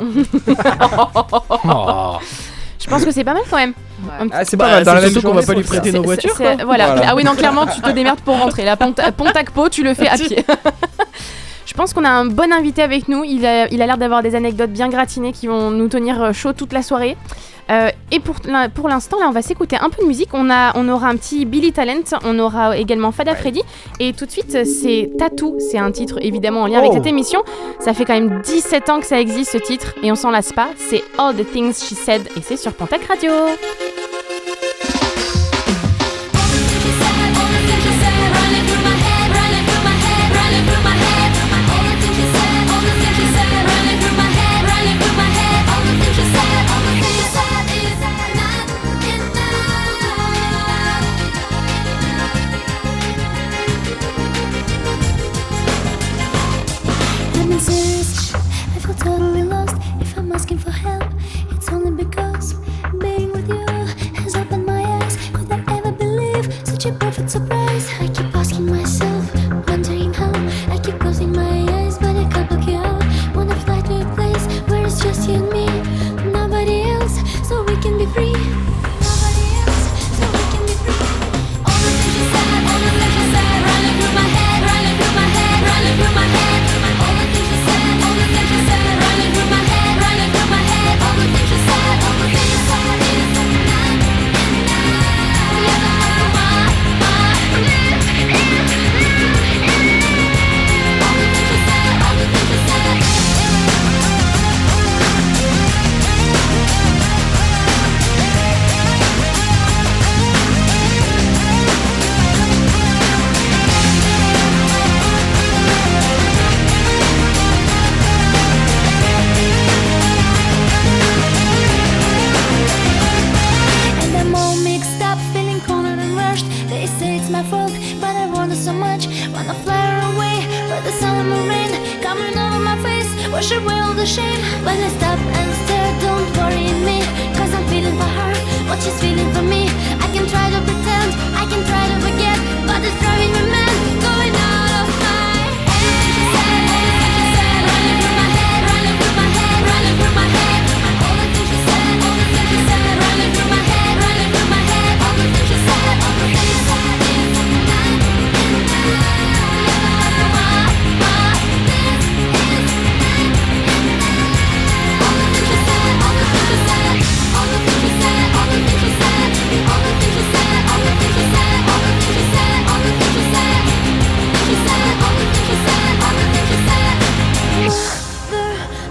[SPEAKER 10] *laughs*
[SPEAKER 9] Oh.
[SPEAKER 7] *laughs* Je pense que c'est pas mal quand même.
[SPEAKER 8] Ah, c'est
[SPEAKER 6] Bah,
[SPEAKER 8] pas mal, dans la
[SPEAKER 6] c'est
[SPEAKER 8] même
[SPEAKER 6] surtout qu'on va
[SPEAKER 8] journée,
[SPEAKER 6] pas lui
[SPEAKER 8] c'est-
[SPEAKER 6] prêter
[SPEAKER 7] C'est-
[SPEAKER 6] nos
[SPEAKER 7] c'est-
[SPEAKER 6] voitures.
[SPEAKER 7] c'est-
[SPEAKER 6] quoi.
[SPEAKER 7] Voilà.
[SPEAKER 10] Voilà.
[SPEAKER 7] Ah oui, non, clairement, tu te démerdes pour rentrer. La Pont- Pontacpo, tu le fais à pied. Je pense qu'on a un bon invité avec nous. Il a il a l'air d'avoir des anecdotes bien gratinées qui vont nous tenir euh, chaud toute la soirée. Euh, et pour, l'in- pour l'instant, là, on va s'écouter un peu de musique. On, a, on aura un petit Billy Talent, on aura également Fada Freddy. Et tout de suite, c'est Tattoo. C'est un titre évidemment en lien avec
[SPEAKER 9] Oh.
[SPEAKER 7] cette émission. Ça fait quand même 17 ans que ça existe ce titre et on s'en lasse pas. C'est All the Things She Said et c'est sur Pontac Radio.
[SPEAKER 11] I feel Totally lost if I'm asking for help. It's only because being with you has opened my eyes. Could I ever believe such a perfect surprise? I keep asking myself, wondering how. I keep closing my eyes, but I can't look you out. Wanna fly to a place where it's just you and me, nobody else, so we can be free. Nobody else, so we can be free. All the things you said, all the things you said, running through my head, running through my head, running through my head. All the things you said, all the things you said, running through my head, running through my head. Wash away all the shame When I stop and stare Don't worry me Cause I'm feeling for her What she's feeling for me I can try to pretend I can try to forget But it's driving me mad Going out of my They're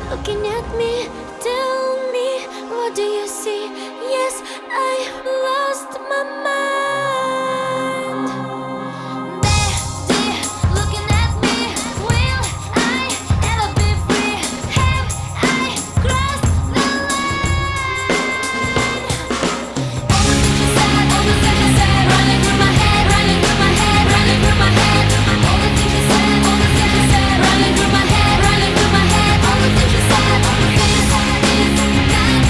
[SPEAKER 11] looking at me. Tell me, what do you see? Yes, I lost my mind. They're looking at me. Will I ever be free? Have I crossed the line? All the things you said, all the things you said, running through my head, running through my head, running through my head. All the things you said, all the things you said, running through my head, running through my head. All the things you said, all the things you said.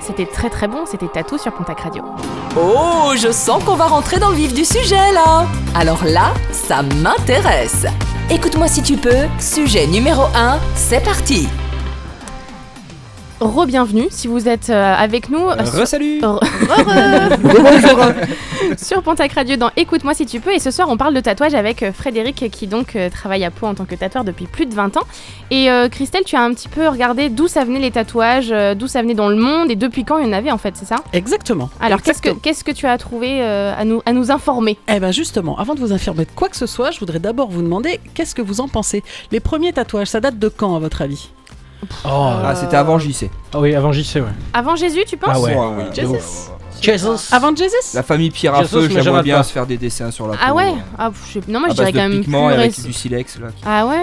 [SPEAKER 7] C'était très très bon, c'était Tatou sur Pontac Radio.
[SPEAKER 2] Oh, je sens qu'on va rentrer dans le vif du sujet là. Alors là, ça m'intéresse. Écoute-moi si tu peux, sujet numéro 1, c'est parti.
[SPEAKER 7] Re-bienvenue si vous êtes euh, avec nous. euh, sur- *laughs*
[SPEAKER 8] Re-salut.
[SPEAKER 7] Re- Sur Pontac Radio dans Écoute-moi si tu peux. Et ce soir, on parle de tatouage avec euh, Frédéric qui donc euh, travaille à Pau en tant que tatoueur depuis plus de 20 ans. Et euh, Christelle, tu as un petit peu regardé d'où ça venait les tatouages, euh, d'où ça venait dans le monde et depuis quand il y en avait en fait, c'est ça
[SPEAKER 6] Exactement.
[SPEAKER 7] Alors qu'est-ce que, qu'est-ce que tu as trouvé euh, à, nous, à nous informer
[SPEAKER 6] Eh bien justement, avant de vous informer de quoi que ce soit, je voudrais d'abord vous demander qu'est-ce que vous en pensez. Les premiers tatouages, ça date de quand à votre avis Oh, euh,
[SPEAKER 8] Ah, c'était avant JC.
[SPEAKER 9] Ah oui, avant JC, ouais.
[SPEAKER 7] Avant Jésus, tu penses
[SPEAKER 8] Ah ouais, ouais, de
[SPEAKER 7] Jesus
[SPEAKER 8] ouf.
[SPEAKER 9] Jesus.
[SPEAKER 7] Avant Jesus
[SPEAKER 8] La famille Pierre à
[SPEAKER 9] Jesus,
[SPEAKER 8] feu,
[SPEAKER 9] mais je
[SPEAKER 8] j'aimerais
[SPEAKER 9] rate
[SPEAKER 8] bien
[SPEAKER 9] pas.
[SPEAKER 8] se faire des dessins sur la peau.
[SPEAKER 7] Ah ouais ah, pff, je sais- Non, moi je
[SPEAKER 8] à base
[SPEAKER 7] dirais
[SPEAKER 8] de
[SPEAKER 7] quand même.
[SPEAKER 8] pigments
[SPEAKER 7] plus
[SPEAKER 8] et avec
[SPEAKER 7] réc-
[SPEAKER 8] du silex là. qui-
[SPEAKER 7] Ah
[SPEAKER 8] *laughs*
[SPEAKER 7] ouais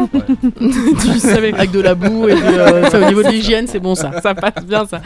[SPEAKER 6] Tu savais, avec de la boue et puis,
[SPEAKER 7] *laughs*
[SPEAKER 6] *laughs* euh, ça, au niveau de l'hygiène, c'est bon ça, ça passe bien ça.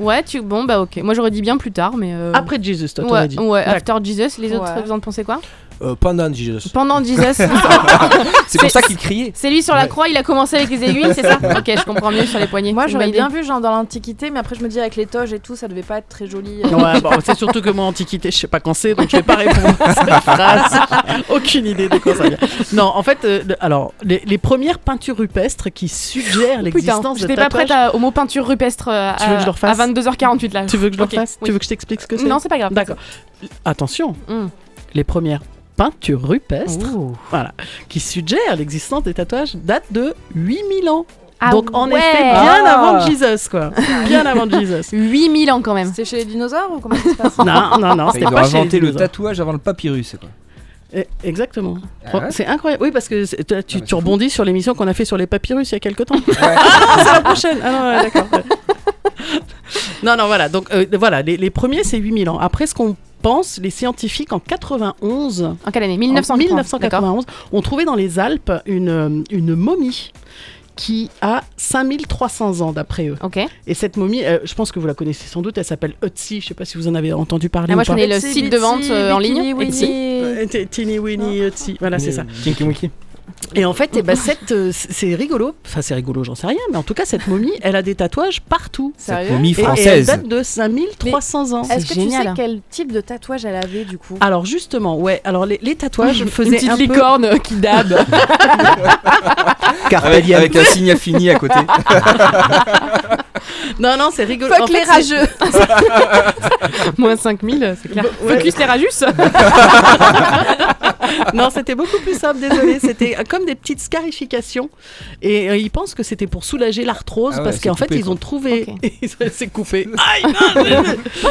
[SPEAKER 7] Ouais, tu... bon bah ok. Moi j'aurais dit bien plus tard, mais. euh,
[SPEAKER 6] Après Jesus, toi,
[SPEAKER 7] ouais,
[SPEAKER 6] t'aurais dit.
[SPEAKER 7] ouais,
[SPEAKER 6] D'accord.
[SPEAKER 7] After Jesus, les autres,
[SPEAKER 3] Ouais.
[SPEAKER 7] vous en pensez quoi
[SPEAKER 5] Euh, pendant Jesus.
[SPEAKER 7] Pendant Jesus.
[SPEAKER 6] Ah,
[SPEAKER 7] *laughs*
[SPEAKER 8] C'est pour ça qu'il criait.
[SPEAKER 7] C'est lui sur la croix, il a commencé avec les aiguilles, c'est ça Ok, je comprends mieux sur les poignets. Bah,
[SPEAKER 3] Moi
[SPEAKER 7] C'est une
[SPEAKER 3] j'aurais
[SPEAKER 7] bonne
[SPEAKER 3] bien
[SPEAKER 7] idée.
[SPEAKER 3] vu genre dans l'antiquité, mais après je me dis avec les toges et tout, ça devait pas être très joli. euh.
[SPEAKER 6] Ouais, bon, c'est surtout que moi, Antiquité, je sais pas quand c'est, donc je vais pas répondre
[SPEAKER 7] *laughs*
[SPEAKER 6] à cette phrase. J'ai Aucune idée de quand ça vient. Non, en fait, euh, le- alors, les, les premières peintures rupestres qui suggèrent
[SPEAKER 7] Oh, Putain,
[SPEAKER 6] l'existence de
[SPEAKER 7] j'étais pas prête
[SPEAKER 6] tatouages...
[SPEAKER 7] à- au mot peinture rupestre euh, à,
[SPEAKER 6] Tu veux que je le refasse
[SPEAKER 7] à 22h48 là.
[SPEAKER 6] Tu veux que je le
[SPEAKER 7] Ok,
[SPEAKER 6] refasse
[SPEAKER 7] oui.
[SPEAKER 6] Tu veux que je t'explique ce que c'est
[SPEAKER 7] Non, c'est pas grave.
[SPEAKER 6] D'accord. Attention,
[SPEAKER 7] Mm.
[SPEAKER 6] les premières peintures rupestres voilà, qui suggèrent l'existence des tatouages datent de 8000 ans.
[SPEAKER 7] Ah
[SPEAKER 6] Donc, en
[SPEAKER 7] ouais.
[SPEAKER 6] effet, bien
[SPEAKER 7] Ah.
[SPEAKER 6] avant Jesus, quoi. Bien
[SPEAKER 7] *laughs*
[SPEAKER 6] avant Jesus.
[SPEAKER 7] 8000 ans quand même.
[SPEAKER 3] C'était chez les dinosaures ou comment ça se
[SPEAKER 8] *laughs*
[SPEAKER 3] passe
[SPEAKER 6] Non, non, non,
[SPEAKER 8] Ils
[SPEAKER 6] c'était
[SPEAKER 8] ont
[SPEAKER 6] pas chez les
[SPEAKER 8] inventé le
[SPEAKER 6] dinosaures.
[SPEAKER 8] tatouage avant le papyrus.
[SPEAKER 6] *laughs*
[SPEAKER 8] c'est quoi.
[SPEAKER 6] Eh, Exactement.
[SPEAKER 8] Ah ouais
[SPEAKER 6] C'est incroyable. Oui, parce que c'est- tu- tu,
[SPEAKER 8] mais
[SPEAKER 6] tu
[SPEAKER 8] c'est
[SPEAKER 6] rebondis sur l'émission qu'on a fait sur les papyrus il y a quelques temps. *laughs* ah, c'est la prochaine. Ah non, ouais, d'accord. Ouais. non, non, voilà. Donc, euh, voilà, les, les premiers, c'est 8000 ans. Après, ce qu'on pense, les scientifiques en 91,
[SPEAKER 7] En quelle année
[SPEAKER 6] en
[SPEAKER 7] 1991. D'accord.
[SPEAKER 6] 1991, ont trouvé dans les Alpes une, euh, une momie qui a 5300 ans d'après eux.
[SPEAKER 7] Ok. Ah,
[SPEAKER 6] Et cette momie, euh, je pense que vous la connaissez sans doute, elle s'appelle Ötzi, je sais pas si vous en avez entendu parler ou
[SPEAKER 7] Ah, moi je
[SPEAKER 6] pas.
[SPEAKER 7] connais le
[SPEAKER 3] Etsy,
[SPEAKER 7] site de vente
[SPEAKER 3] Bitsy,
[SPEAKER 7] euh, en
[SPEAKER 3] Bikini,
[SPEAKER 7] ligne.
[SPEAKER 3] Winnie.
[SPEAKER 6] Euh, t- Teeny Weeny Ötzi,
[SPEAKER 9] Ah,
[SPEAKER 6] voilà c'est ça.
[SPEAKER 8] *laughs*
[SPEAKER 9] Tinky Winky.
[SPEAKER 6] Et en fait, eh ben, cette, euh, c- c'est rigolo. Enfin, c'est rigolo, j'en sais rien. Mais en tout cas, cette momie, elle a des tatouages partout.
[SPEAKER 3] Sérieux
[SPEAKER 8] Momie
[SPEAKER 6] Et- Et, elle
[SPEAKER 8] française.
[SPEAKER 6] date de 5300 ans.
[SPEAKER 3] Est-ce que tu
[SPEAKER 7] génial.
[SPEAKER 3] sais quel type de tatouage elle avait du coup
[SPEAKER 6] Alors justement, ouais. Alors les, les
[SPEAKER 7] *laughs*
[SPEAKER 6] tatouages
[SPEAKER 7] Une
[SPEAKER 6] faisaient
[SPEAKER 7] petite
[SPEAKER 6] un peu...
[SPEAKER 7] licorne euh, qui
[SPEAKER 6] *laughs*
[SPEAKER 7] dab.
[SPEAKER 8] Avec, avec un signe infini à côté.
[SPEAKER 6] Non, non, c'est rigolo. En
[SPEAKER 3] Fuck
[SPEAKER 6] fait,
[SPEAKER 3] les
[SPEAKER 6] c'est- *laughs*
[SPEAKER 3] rageux
[SPEAKER 7] Moins 5000, c'est clair.
[SPEAKER 6] Ouais.
[SPEAKER 7] Focus les rajus.
[SPEAKER 6] *laughs* Non, c'était beaucoup plus simple, désolé. C'était comme des petites scarifications. Et euh, ils pensent que c'était pour soulager l'arthrose
[SPEAKER 8] Ah ouais,
[SPEAKER 6] parce
[SPEAKER 8] c'est
[SPEAKER 6] qu'en fait,
[SPEAKER 8] coupé,
[SPEAKER 6] ils
[SPEAKER 8] quoi.
[SPEAKER 6] ont trouvé. *laughs* c'est
[SPEAKER 8] *laughs*
[SPEAKER 6] coupé. Aïe
[SPEAKER 7] Ah,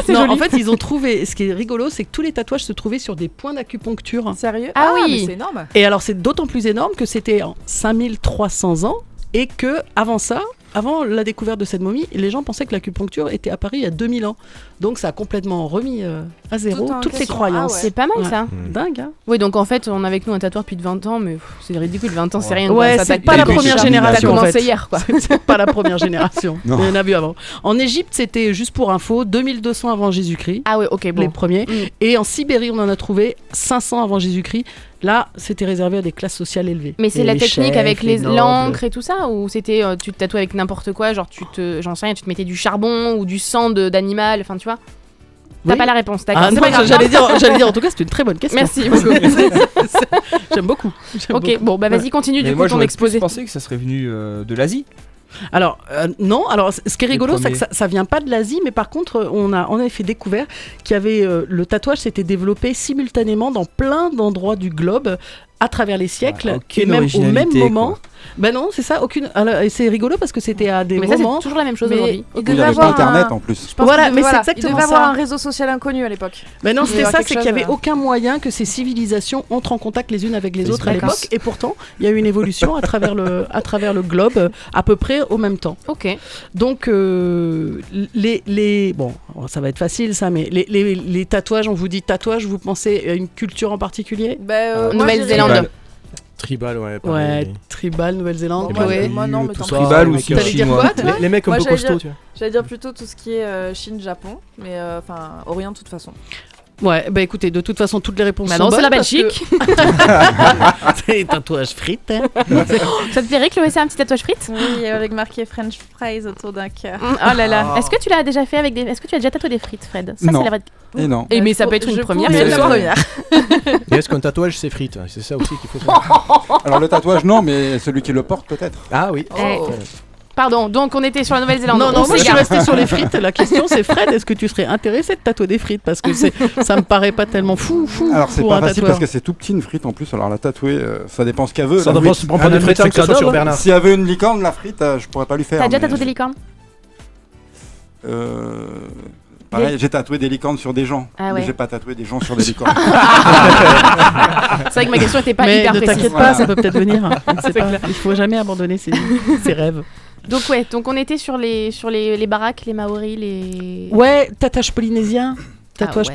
[SPEAKER 7] c'est
[SPEAKER 6] Non,
[SPEAKER 7] joli.
[SPEAKER 6] en fait, ils ont trouvé. Ce qui est rigolo, c'est que tous les tatouages se trouvaient sur des points d'acupuncture.
[SPEAKER 3] Sérieux
[SPEAKER 7] Ah oui.
[SPEAKER 3] mais C'est énorme
[SPEAKER 6] Et alors, c'est d'autant plus énorme que c'était en 5300 ans et que avant ça, avant la découverte de cette momie, les gens pensaient que l'acupuncture était à Paris il y a 2000 ans. Donc ça a complètement remis euh, à zéro
[SPEAKER 7] Tout en
[SPEAKER 6] toutes les
[SPEAKER 7] question.
[SPEAKER 6] croyances.
[SPEAKER 7] Ah ouais. C'est pas mal, ça.
[SPEAKER 6] Ouais.
[SPEAKER 7] Mm.
[SPEAKER 6] Dingue. hein.
[SPEAKER 7] Oui, donc en fait, on a avec nous un tatoueur depuis 20 ans, mais pff, c'est ridicule, 20 ans, c'est rien.
[SPEAKER 6] Ouais,
[SPEAKER 7] quoi, ça
[SPEAKER 6] c'est
[SPEAKER 7] date
[SPEAKER 6] pas
[SPEAKER 7] de-
[SPEAKER 6] la
[SPEAKER 7] de-
[SPEAKER 6] première génération.
[SPEAKER 7] Ça a
[SPEAKER 6] en
[SPEAKER 7] commencé
[SPEAKER 6] fait.
[SPEAKER 7] hier, quoi.
[SPEAKER 6] *laughs* C'est c'est pas la première génération.
[SPEAKER 7] Non.
[SPEAKER 6] Il y en a vu avant. En Égypte, c'était juste pour info 2200 avant Jésus-Christ.
[SPEAKER 7] Ah ouais, ok, Mm.
[SPEAKER 6] Les premiers. Et en Sibérie, on en a trouvé 500 avant Jésus-Christ. Là, c'était réservé à des classes sociales élevées.
[SPEAKER 7] Mais c'est
[SPEAKER 6] Et
[SPEAKER 7] la
[SPEAKER 6] les
[SPEAKER 7] technique
[SPEAKER 6] chefs,
[SPEAKER 7] avec les
[SPEAKER 6] nobles.
[SPEAKER 7] l'encre et tout ça ou c'était euh, tu te tatouais avec n'importe quoi genre tu te j'en sais rien tu te mettais du charbon ou du sang de- d'animal enfin tu vois T'as
[SPEAKER 6] Oui.
[SPEAKER 7] pas la réponse d'accord
[SPEAKER 6] Ah
[SPEAKER 7] c'est
[SPEAKER 6] non,
[SPEAKER 7] pas grave.
[SPEAKER 6] j'allais dire, j'allais dire, en tout cas, c'est une très bonne question.
[SPEAKER 7] Merci
[SPEAKER 6] *laughs*
[SPEAKER 7] beaucoup.
[SPEAKER 6] J'aime beaucoup. J'aime
[SPEAKER 7] Ok,
[SPEAKER 6] beaucoup.
[SPEAKER 7] bon, bah, vas-y,
[SPEAKER 6] Ouais.
[SPEAKER 7] continue,
[SPEAKER 8] Mais moi, j'aurais plus pensé que ça serait venu euh, de l'Asie.
[SPEAKER 6] Alors, euh, non, alors c- ce qui est
[SPEAKER 8] Les
[SPEAKER 6] rigolo, c'est que
[SPEAKER 8] premiers.
[SPEAKER 6] ça, ça vient pas de l'Asie, mais par contre, euh, on a en effet découvert qu'il y avait euh, le tatouage s'était développé simultanément dans plein d'endroits du globe à travers les siècles
[SPEAKER 8] aucune
[SPEAKER 6] et même au même
[SPEAKER 8] originalité,
[SPEAKER 6] moment.
[SPEAKER 8] quoi.
[SPEAKER 6] Ben non, c'est ça, aucune. alors, et c'est rigolo parce que c'était à des
[SPEAKER 7] Mais ça, c'est
[SPEAKER 6] moments.
[SPEAKER 7] toujours la même chose Mais aujourd'hui.
[SPEAKER 3] il
[SPEAKER 6] Il
[SPEAKER 3] devait Il y avait avoir pas Internet, un- en
[SPEAKER 10] plus.
[SPEAKER 3] Je pense
[SPEAKER 6] Voilà,
[SPEAKER 3] qu'il
[SPEAKER 6] mais
[SPEAKER 3] devait-
[SPEAKER 6] c'est
[SPEAKER 3] Il
[SPEAKER 6] exactement
[SPEAKER 3] devait avoir
[SPEAKER 6] ça.
[SPEAKER 3] un réseau social inconnu à l'époque.
[SPEAKER 6] Mais non,
[SPEAKER 3] Il devait
[SPEAKER 6] c'était
[SPEAKER 3] avoir
[SPEAKER 6] ça,
[SPEAKER 3] quelque
[SPEAKER 6] c'est qu'il n'y
[SPEAKER 3] chose,
[SPEAKER 6] avait
[SPEAKER 3] euh,
[SPEAKER 6] aucun moyen que ces civilisations entrent en contact les unes avec les
[SPEAKER 8] C'est
[SPEAKER 6] autres à
[SPEAKER 8] d'accord.
[SPEAKER 6] l'époque, et pourtant, il y a eu une évolution à travers le, à travers le globe, euh, à peu près au même temps.
[SPEAKER 7] Ok.
[SPEAKER 6] Donc, euh, les, les. Bon, ça va être facile ça, mais les, les- les tatouages, on vous dit tatouage, vous pensez à une culture en particulier
[SPEAKER 3] euh, moi, Nouvelle-Zélande.
[SPEAKER 5] Tribal. *laughs* Tribal, ouais.
[SPEAKER 6] *laughs* Ouais, tribal,
[SPEAKER 3] euh,
[SPEAKER 6] Nouvelle-Zélande.
[SPEAKER 5] Tribal,
[SPEAKER 6] ouais.
[SPEAKER 5] moi, non, mais tant pis.
[SPEAKER 6] Tribal
[SPEAKER 5] Tribal ou
[SPEAKER 6] T'allais dire
[SPEAKER 5] chinois.
[SPEAKER 6] quoi, toi
[SPEAKER 5] Les- les mecs un
[SPEAKER 3] Moi,
[SPEAKER 5] peu
[SPEAKER 3] j'allais
[SPEAKER 5] costauds,
[SPEAKER 3] dire-
[SPEAKER 5] tu vois.
[SPEAKER 3] J'allais dire plutôt tout ce qui est euh, Chine, Japon, mais euh, enfin Orient de toute façon.
[SPEAKER 6] Ouais, bah écoutez, de toute façon, toutes les réponses
[SPEAKER 3] Bah
[SPEAKER 6] sont
[SPEAKER 3] non, c'est
[SPEAKER 6] bonnes
[SPEAKER 3] la
[SPEAKER 6] parce que-
[SPEAKER 3] Belgique. *laughs*
[SPEAKER 6] c'est tatouage frites. hein.
[SPEAKER 7] *laughs* ça te ferait Chloé c'est un petit tatouage frite
[SPEAKER 3] Oui, avec marqué French fries autour d'un cœur.
[SPEAKER 7] *laughs* oh là
[SPEAKER 6] Ah.
[SPEAKER 7] là est-ce que tu l'as déjà fait avec des est-ce que tu as déjà tatoué des frites Fred ça
[SPEAKER 10] Non.
[SPEAKER 7] c'est la vraie
[SPEAKER 10] Et non.
[SPEAKER 7] Eh, mais ça
[SPEAKER 3] Je
[SPEAKER 7] peut être une
[SPEAKER 3] pourrais
[SPEAKER 7] première
[SPEAKER 3] être la
[SPEAKER 7] peut-être.
[SPEAKER 6] *laughs*
[SPEAKER 3] première.
[SPEAKER 5] Et est-ce qu'un tatouage c'est frites C'est ça aussi qu'il faut
[SPEAKER 10] *laughs* Alors le tatouage, non, mais celui qui le porte peut-être. Oh.
[SPEAKER 5] Ah oui.
[SPEAKER 7] Eh, pardon donc on était sur la Nouvelle-Zélande
[SPEAKER 6] Oh. Non,
[SPEAKER 7] On
[SPEAKER 6] non, moi je suis
[SPEAKER 7] s'égare.
[SPEAKER 6] restée sur les frites. La
[SPEAKER 7] *laughs*
[SPEAKER 6] question c'est Fred, est-ce que tu serais intéressé de tatouer des frites Parce que c'est- ça me paraît pas tellement fou, fou
[SPEAKER 10] Alors c'est
[SPEAKER 6] pour
[SPEAKER 10] pas
[SPEAKER 6] un
[SPEAKER 10] facile
[SPEAKER 6] tatoueur.
[SPEAKER 10] parce que c'est tout petit une frite en plus. Alors la tatouer, euh, ça dépend ce qu'elle veut.
[SPEAKER 5] Ça
[SPEAKER 10] La
[SPEAKER 5] dépend
[SPEAKER 10] frite-
[SPEAKER 5] si on prend pas
[SPEAKER 10] un
[SPEAKER 5] des frites
[SPEAKER 10] américain
[SPEAKER 5] avec
[SPEAKER 10] que ce
[SPEAKER 5] Cador,
[SPEAKER 10] soit sur
[SPEAKER 5] hein.
[SPEAKER 10] Bernard. Si elle veut une licorne, la frite, euh, je pourrais pas lui faire.
[SPEAKER 7] t'as déjà
[SPEAKER 10] mais-
[SPEAKER 7] tatoué des licornes
[SPEAKER 10] Euh, Pareil,
[SPEAKER 7] Des-
[SPEAKER 10] j'ai tatoué des licornes sur des gens.
[SPEAKER 7] Ah ouais.
[SPEAKER 10] Mais j'ai pas tatoué des gens sur
[SPEAKER 7] *laughs*
[SPEAKER 10] des licornes.
[SPEAKER 7] Ah, c'est vrai que ma question était pas
[SPEAKER 6] Mais
[SPEAKER 7] hyper
[SPEAKER 6] ne
[SPEAKER 7] précise
[SPEAKER 6] t'inquiète pas, ça peut
[SPEAKER 7] *laughs*
[SPEAKER 6] peut-être venir. C'est pas- Il faut jamais abandonner ses, ses rêves.
[SPEAKER 7] donc ouais donc on était sur les sur les, les baraques les maoris les
[SPEAKER 6] Ouais, tatouage polynésien. Tatouage
[SPEAKER 7] Ah ouais.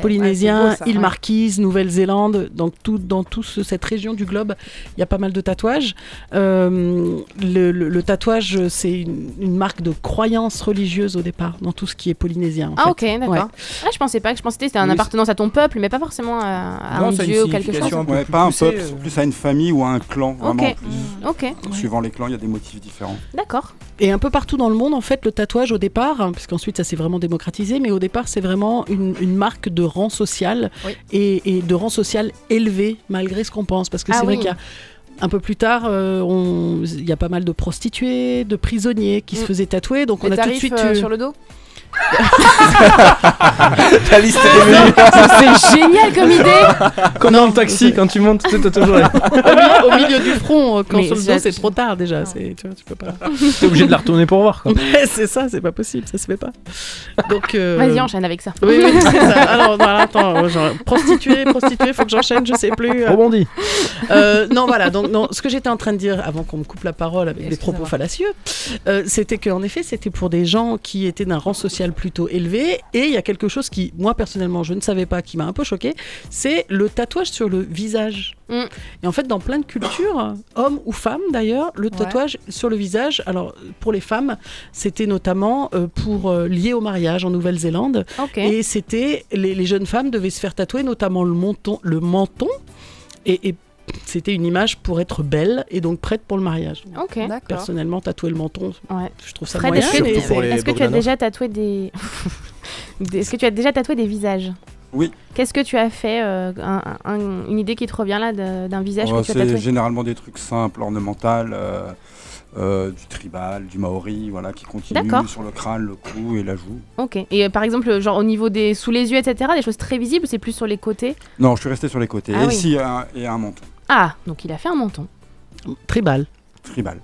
[SPEAKER 7] Ouais,
[SPEAKER 6] polynésien,
[SPEAKER 7] c'est beau, ça.
[SPEAKER 6] île
[SPEAKER 7] Ouais.
[SPEAKER 6] Marquise, Nouvelle-Zélande, dans tout, dans tout ce- cette région du globe, il y a pas mal de tatouages. Euh, le, le- le tatouage, euh, c'est une, une marque de croyance religieuse au départ, dans tout ce qui est polynésien. en
[SPEAKER 7] ah
[SPEAKER 6] fait.
[SPEAKER 7] ok d'accord
[SPEAKER 6] Ouais.
[SPEAKER 7] ah, je pensais pas que je pensais que c'était un
[SPEAKER 6] Oui,
[SPEAKER 7] appartenance à ton peuple mais pas forcément à, à un
[SPEAKER 10] ça a une
[SPEAKER 7] Ah, dieu ou quelque chose
[SPEAKER 10] signification ouais, pas un peuple, c'est plus euh. à une famille ou à un clan, vraiment.
[SPEAKER 7] Ok.
[SPEAKER 10] en plus.
[SPEAKER 7] Ok,
[SPEAKER 10] Suivant les clans, il y a des motifs différents.
[SPEAKER 7] d'accord.
[SPEAKER 6] Et un peu partout dans le monde, en fait, le tatouage au départ, hein, parce qu'ensuite ça s'est vraiment démocratisé, mais au départ c'est vraiment une, une marque de rang social
[SPEAKER 7] Oui.
[SPEAKER 6] et, et de rang social élevé malgré ce qu'on pense. Parce que
[SPEAKER 7] Ah
[SPEAKER 6] c'est vrai
[SPEAKER 7] oui.
[SPEAKER 6] qu'il y a un peu plus tard, euh, on- il y a pas mal de prostituées, de prisonniers qui se
[SPEAKER 3] Mm.
[SPEAKER 6] faisaient tatouer, donc
[SPEAKER 3] Les
[SPEAKER 6] on a tout de
[SPEAKER 3] tarifs,
[SPEAKER 6] suite.
[SPEAKER 3] euh,
[SPEAKER 6] eu-
[SPEAKER 3] sur
[SPEAKER 6] *laughs*
[SPEAKER 3] le dos.
[SPEAKER 9] La liste est venue.
[SPEAKER 7] C'est génial comme idée.
[SPEAKER 9] *laughs* Comme dans le taxi, quand tu montes, t'es toujours
[SPEAKER 7] *laughs*
[SPEAKER 9] là.
[SPEAKER 6] au, milieu, au milieu du front, euh, quand
[SPEAKER 7] Mais
[SPEAKER 6] sur le
[SPEAKER 7] c'est-
[SPEAKER 6] dos c'est trop tard déjà. c'est- Tu vois, tu peux pas.
[SPEAKER 9] T'es obligé de la retourner pour voir.
[SPEAKER 6] *laughs*
[SPEAKER 9] Quoi.
[SPEAKER 6] c'est ça, c'est pas possible, ça se fait pas. Donc. euh,
[SPEAKER 7] Vas-y, enchaîne avec ça.
[SPEAKER 6] Oui, oui,
[SPEAKER 7] *laughs*
[SPEAKER 6] c'est ça. Alors, voilà, attends, euh, genre, prostituée, prostituée, faut que j'enchaîne, je sais plus.
[SPEAKER 9] Rebondis.
[SPEAKER 6] Euh, non, voilà. Donc, non, ce que j'étais en train de dire avant qu'on me coupe la parole avec des propos fallacieux, euh, c'était qu'en effet, c'était pour des gens qui étaient d'un rang social plutôt élevé. Et il y a quelque chose qui, moi personnellement, je ne savais pas, qui m'a un peu choqué, c'est le tatouage sur le visage.
[SPEAKER 7] Mm.
[SPEAKER 6] Et en fait, dans plein de cultures, hommes ou femmes d'ailleurs, le tatouage sur le visage. Alors, pour les femmes, c'était notamment euh, pour euh, lier au mariage en Nouvelle-Zélande.
[SPEAKER 7] Ok.
[SPEAKER 6] Et c'était les, les jeunes femmes devaient se faire tatouer notamment le menton, le menton, et, et c'était une image pour être belle et donc prête pour le mariage.
[SPEAKER 7] Ok.
[SPEAKER 3] D'accord.
[SPEAKER 6] Personnellement, tatouer le menton,
[SPEAKER 7] Ouais.
[SPEAKER 6] je trouve ça
[SPEAKER 7] Fred,
[SPEAKER 6] moyen.
[SPEAKER 7] est-ce que,
[SPEAKER 6] mais
[SPEAKER 5] Surtout pour les
[SPEAKER 7] est-ce que tu as
[SPEAKER 5] Bogdanov.
[SPEAKER 7] déjà tatoué des. *laughs* des- est-ce que tu as déjà tatoué des visages
[SPEAKER 10] Oui.
[SPEAKER 7] Qu'est-ce que tu as fait euh, un- un- Une idée qui te revient là de- d'un visage
[SPEAKER 10] Oh,
[SPEAKER 7] que tu as
[SPEAKER 10] c'est
[SPEAKER 7] tatoué
[SPEAKER 10] généralement des trucs simples, ornementales, euh, euh, du tribal, du maori, voilà, qui continuent
[SPEAKER 7] D'accord.
[SPEAKER 10] sur le crâne, le cou et la joue.
[SPEAKER 7] Ok. Et euh, par exemple, genre au niveau des. sous les yeux, etc., des choses très visibles, c'est plus sur les côtés
[SPEAKER 10] Non, je suis resté sur les côtés.
[SPEAKER 7] Ah
[SPEAKER 10] et
[SPEAKER 7] oui.
[SPEAKER 10] si, un, et un menton,
[SPEAKER 7] Ah, donc il a fait un menton.
[SPEAKER 6] Tribal.
[SPEAKER 10] tribal.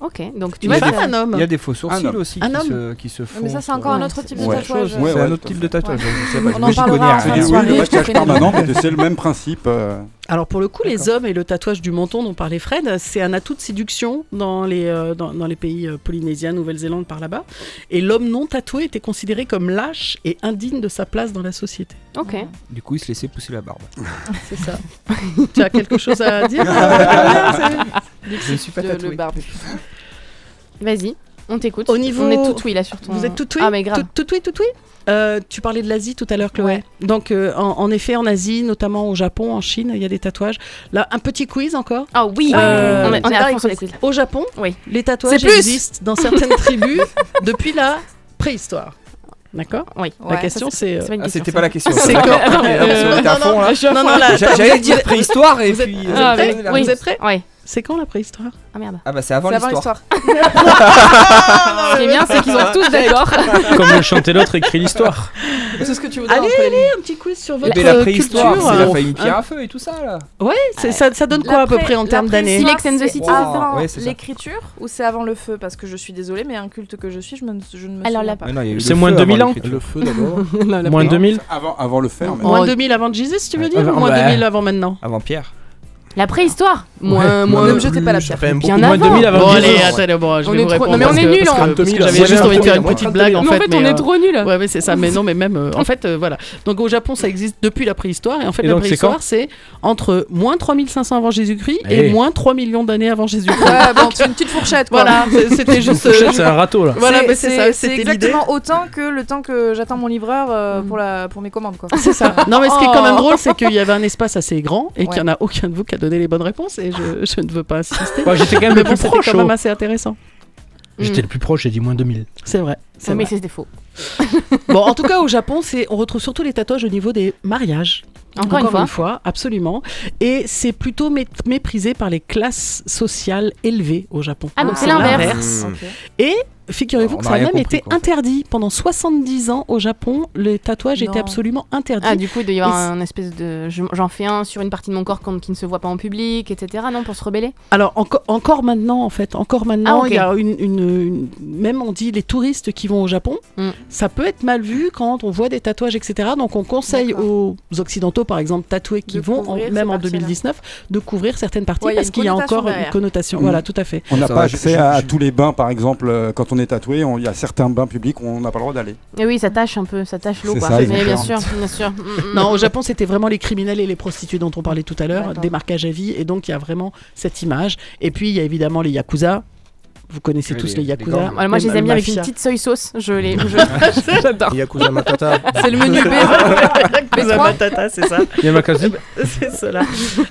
[SPEAKER 7] Ok. Donc tu
[SPEAKER 8] Il
[SPEAKER 7] vois.
[SPEAKER 8] y a
[SPEAKER 7] ça-
[SPEAKER 8] des-
[SPEAKER 6] Un homme.
[SPEAKER 8] Il y a des faux sourcils
[SPEAKER 10] Un homme.
[SPEAKER 8] aussi
[SPEAKER 6] Un
[SPEAKER 8] qui
[SPEAKER 6] homme.
[SPEAKER 8] se, qui se font.
[SPEAKER 3] Ah, mais ça, c'est encore un
[SPEAKER 6] Ouais,
[SPEAKER 3] autre type
[SPEAKER 10] ouais.
[SPEAKER 3] de tatouage.
[SPEAKER 10] Ouais,
[SPEAKER 8] C'est
[SPEAKER 10] ouais,
[SPEAKER 8] un autre
[SPEAKER 10] tout à
[SPEAKER 8] type de tatouage. je sais
[SPEAKER 3] On en
[SPEAKER 8] pas, je- je
[SPEAKER 3] parlera
[SPEAKER 8] connais
[SPEAKER 3] en fin de
[SPEAKER 8] rien.
[SPEAKER 3] soirée.
[SPEAKER 10] Oui, le
[SPEAKER 3] je te
[SPEAKER 10] maquillage
[SPEAKER 3] fais
[SPEAKER 10] permanent,
[SPEAKER 3] une-
[SPEAKER 10] mais c'est le même principe. euh,
[SPEAKER 6] Alors pour le coup, les hommes et le tatouage du menton dont parlait Fred, c'est un atout de séduction dans les, euh, dans, dans les pays euh, polynésiens, Nouvelle-Zélande, par là-bas. Et l'homme non tatoué était considéré comme lâche et indigne de sa place dans la société.
[SPEAKER 7] Ok.
[SPEAKER 8] Du coup, il se laissait pousser la barbe.
[SPEAKER 6] C'est ça. tu as quelque chose
[SPEAKER 8] *laughs*
[SPEAKER 6] à dire Ah, bah,
[SPEAKER 8] Je ne suis pas
[SPEAKER 6] Le-
[SPEAKER 8] tatoué.
[SPEAKER 6] le
[SPEAKER 7] Vas-y, on t'écoute.
[SPEAKER 6] Au niveau...
[SPEAKER 7] On est tout oui là sur ton.
[SPEAKER 6] Vous êtes tout oui
[SPEAKER 7] Ah mais grave.
[SPEAKER 6] Tout, tout oui, tout oui Euh, tu parlais de l'Asie tout à l'heure, Chloé. Donc, euh, en, en effet, en Asie, notamment au Japon, en Chine, il y a des tatouages. Là, un petit quiz encore. Euh,
[SPEAKER 7] Ah oui, on est- on est à fond sur les quiz, là.
[SPEAKER 6] Au Japon, les tatouages
[SPEAKER 7] C'est plus
[SPEAKER 6] existent
[SPEAKER 7] *laughs*
[SPEAKER 6] dans certaines tribus depuis la préhistoire. D'accord
[SPEAKER 7] Oui.
[SPEAKER 6] La question, c'est. euh,
[SPEAKER 8] c'est pas une Ah, question, c'était ça. pas la
[SPEAKER 7] *laughs*
[SPEAKER 8] question.
[SPEAKER 6] C'est euh,
[SPEAKER 8] Ah, d'accord, ok,
[SPEAKER 6] quand
[SPEAKER 8] parce qu'on
[SPEAKER 7] Euh,
[SPEAKER 8] était à fond, là.
[SPEAKER 6] non, non, non, là,
[SPEAKER 8] J'a- j'allais
[SPEAKER 6] vous êtes-
[SPEAKER 8] dire préhistoire et
[SPEAKER 6] vous êtes-
[SPEAKER 8] puis,
[SPEAKER 6] Vous
[SPEAKER 8] euh,
[SPEAKER 6] êtes prêts
[SPEAKER 8] Ah, mais-
[SPEAKER 6] Vous êtes prêts
[SPEAKER 7] Oui.
[SPEAKER 6] C'est quand la préhistoire
[SPEAKER 7] Ah merde.
[SPEAKER 8] Ah bah c'est avant l'histoire. *laughs*
[SPEAKER 7] Ce qui est bien, c'est qu'ils sont tous d'accord.
[SPEAKER 9] Comme le chantait l'autre écrit l'histoire.
[SPEAKER 6] C'est ce que tu voudrais. Allez, allez, Eh, un petit quiz sur votre
[SPEAKER 8] Mais la
[SPEAKER 6] euh,
[SPEAKER 8] préhistoire,
[SPEAKER 6] culture.
[SPEAKER 8] c'est la famille
[SPEAKER 7] hein.
[SPEAKER 8] Pierre à
[SPEAKER 6] feu et tout ça là. Ouais, c'est- ça, ça donne
[SPEAKER 3] La
[SPEAKER 6] quoi à peu
[SPEAKER 3] pré-
[SPEAKER 6] près en
[SPEAKER 3] la
[SPEAKER 6] termes d'années
[SPEAKER 3] préhistoire, c'est avant
[SPEAKER 8] Ouais, c'est ça.
[SPEAKER 3] l'écriture ou c'est avant le feu Parce que je suis désolée, mais un culte que je suis, je, me, je ne me
[SPEAKER 7] Alors,
[SPEAKER 3] souviens
[SPEAKER 7] la-
[SPEAKER 3] pas.
[SPEAKER 8] Mais non, il y a eu
[SPEAKER 9] C'est
[SPEAKER 8] le
[SPEAKER 9] moins de
[SPEAKER 8] feu avant
[SPEAKER 9] 2000 ans.
[SPEAKER 8] l'écriture.
[SPEAKER 9] Le feu
[SPEAKER 3] *laughs*
[SPEAKER 9] d'abord.
[SPEAKER 6] Non, la
[SPEAKER 9] Moins de
[SPEAKER 6] préhistoire.
[SPEAKER 9] 2000
[SPEAKER 10] Avant, avant le fer, mais-
[SPEAKER 6] Moins 2000 avant Jésus, tu veux dire ou Moins
[SPEAKER 8] Ouais.
[SPEAKER 6] 2000 avant maintenant
[SPEAKER 8] Avant Pierre.
[SPEAKER 7] La préhistoire.
[SPEAKER 8] Moins-
[SPEAKER 7] moins-
[SPEAKER 3] Ne me jetez pas la pierre.
[SPEAKER 9] Enfin,
[SPEAKER 7] Bien
[SPEAKER 9] beaucoup moins de
[SPEAKER 7] avant.
[SPEAKER 9] 2000 avant
[SPEAKER 6] Bon,
[SPEAKER 9] Jésus.
[SPEAKER 6] allez, attendez, bon, je
[SPEAKER 7] On
[SPEAKER 6] vais
[SPEAKER 7] est
[SPEAKER 6] vous
[SPEAKER 7] trop-
[SPEAKER 6] répondre.
[SPEAKER 7] non, mais on est
[SPEAKER 6] parce
[SPEAKER 7] hein.
[SPEAKER 6] que-
[SPEAKER 7] nuls,
[SPEAKER 6] parce
[SPEAKER 7] en
[SPEAKER 6] que-
[SPEAKER 7] fait.
[SPEAKER 6] parce que
[SPEAKER 9] Trente
[SPEAKER 6] J'avais juste
[SPEAKER 9] mille
[SPEAKER 6] envie de faire une
[SPEAKER 9] ans.
[SPEAKER 6] petite blague en
[SPEAKER 7] Mais
[SPEAKER 6] fait.
[SPEAKER 7] en fait, on
[SPEAKER 6] mais,
[SPEAKER 7] est
[SPEAKER 6] euh,
[SPEAKER 7] trop nuls.
[SPEAKER 6] Ouais, mais c'est ça. Mais non, mais même euh, en fait, euh, voilà. Donc au Japon, ça existe depuis la préhistoire. Et en fait,
[SPEAKER 9] Et
[SPEAKER 6] la
[SPEAKER 9] donc, c'est
[SPEAKER 6] préhistoire, c'est entre moins 3500 avant Jésus-Christ et
[SPEAKER 9] Eh.
[SPEAKER 6] moins 3 millions d'années avant Jésus-Christ.
[SPEAKER 3] Ouais, bon, c'est une petite fourchette. Quoi.
[SPEAKER 6] Voilà, c'est- c'était juste. euh,
[SPEAKER 9] Fourchette, C'est un râteau là.
[SPEAKER 6] Voilà, mais c'est ça,
[SPEAKER 3] *laughs* c'est c'est
[SPEAKER 6] c'était l'idée.
[SPEAKER 3] exactement autant que le temps que j'attends mon livreur euh,
[SPEAKER 7] Mm.
[SPEAKER 3] pour, la, pour mes commandes. Quoi.
[SPEAKER 6] C'est ça. Non, mais ce qui est quand même
[SPEAKER 3] Oh.
[SPEAKER 6] drôle, c'est qu'il y avait un espace assez grand et qu'il n'y en
[SPEAKER 3] Ouais.
[SPEAKER 6] a aucun de vous qui a donné les bonnes réponses. Et je, je ne veux pas assister.
[SPEAKER 9] Bah, J'étais quand même
[SPEAKER 6] mais
[SPEAKER 9] le
[SPEAKER 6] bon,
[SPEAKER 9] plus
[SPEAKER 6] c'était
[SPEAKER 9] proche.
[SPEAKER 6] quand même
[SPEAKER 9] oh.
[SPEAKER 6] assez intéressant.
[SPEAKER 7] Mm.
[SPEAKER 9] J'étais le plus proche, j'ai dit moins 2000.
[SPEAKER 6] C'est vrai. c'est
[SPEAKER 7] Non, mais
[SPEAKER 6] vrai.
[SPEAKER 7] c'était faux.
[SPEAKER 6] *laughs* Bon, en tout cas, au Japon, c'est on retrouve surtout les tatouages au niveau des mariages.
[SPEAKER 7] Encore une fois.
[SPEAKER 6] absolument. Et c'est plutôt mé- méprisé par les classes sociales élevées au Japon.
[SPEAKER 7] Ah, donc c'est l'inverse.
[SPEAKER 8] Mmh.
[SPEAKER 6] Et figurez-vous
[SPEAKER 8] On
[SPEAKER 6] que
[SPEAKER 8] a
[SPEAKER 6] ça a
[SPEAKER 8] rien
[SPEAKER 6] même
[SPEAKER 8] compris,
[SPEAKER 6] été
[SPEAKER 8] quoi, en fait.
[SPEAKER 6] interdit. Pendant 70 ans au Japon, les tatouages étaient
[SPEAKER 3] Non.
[SPEAKER 6] absolument interdits.
[SPEAKER 7] Ah, du coup, il doit y avoir
[SPEAKER 6] Et c'est-
[SPEAKER 7] un espèce de. je- J'en fais un sur une partie de mon corps qu'on- qui ne se voit pas en public, etc. Non, pour se rebeller
[SPEAKER 6] Alors enco- encore maintenant en fait, encore maintenant,
[SPEAKER 7] Ah, ok.
[SPEAKER 6] il y a une, une- une- même on dit les touristes qui vont au Japon,
[SPEAKER 7] Mm.
[SPEAKER 6] ça peut être mal vu quand on voit des tatouages etc. Donc on conseille aux occidentaux par exemple tatoués qui
[SPEAKER 3] De
[SPEAKER 6] vont en-
[SPEAKER 3] couvrir
[SPEAKER 6] même
[SPEAKER 3] ces
[SPEAKER 6] en
[SPEAKER 3] parties-là.
[SPEAKER 6] 2019 de couvrir certaines parties
[SPEAKER 3] Ouais, il y a
[SPEAKER 6] parce
[SPEAKER 3] une
[SPEAKER 6] qu'il y a
[SPEAKER 3] connotation
[SPEAKER 6] encore une
[SPEAKER 3] derrière.
[SPEAKER 6] connotation.
[SPEAKER 10] Mm.
[SPEAKER 6] Voilà, tout à fait.
[SPEAKER 10] On n'a
[SPEAKER 8] Ça
[SPEAKER 10] pas
[SPEAKER 8] va,
[SPEAKER 10] accès
[SPEAKER 8] je- je-
[SPEAKER 10] à,
[SPEAKER 8] je-
[SPEAKER 10] tous les bains, par exemple, euh, quand on est tatoué, on- il y a certains bains publics où on n'a pas le droit d'aller.
[SPEAKER 7] Et oui, ça tâche un peu, ça tâche l'eau,
[SPEAKER 10] C'est
[SPEAKER 7] quoi.
[SPEAKER 10] ça,
[SPEAKER 7] Mais bien
[SPEAKER 10] exactement.
[SPEAKER 7] sûr, bien sûr. Mm, mm.
[SPEAKER 6] Non, au Japon, c'était vraiment les criminels et les prostituées dont on parlait tout à l'heure,
[SPEAKER 3] D'accord.
[SPEAKER 6] des marquages à vie, et donc il y a vraiment cette image. Et puis il y a évidemment les yakuza. Vous connaissez
[SPEAKER 8] Oui,
[SPEAKER 6] tous
[SPEAKER 8] les-
[SPEAKER 6] les
[SPEAKER 8] les
[SPEAKER 6] yakuza.
[SPEAKER 8] gangs.
[SPEAKER 7] Alors, moi, je les aime bien avec une
[SPEAKER 6] Mafia.
[SPEAKER 7] petite soy sauce. Je les. je-
[SPEAKER 6] J'adore.
[SPEAKER 5] Yakuza Matata.
[SPEAKER 3] C'est le menu
[SPEAKER 6] *laughs*
[SPEAKER 3] B.
[SPEAKER 6] Yakuza
[SPEAKER 3] trois.
[SPEAKER 6] Matata, c'est ça.
[SPEAKER 9] Il y a ma case-
[SPEAKER 6] C'est cela.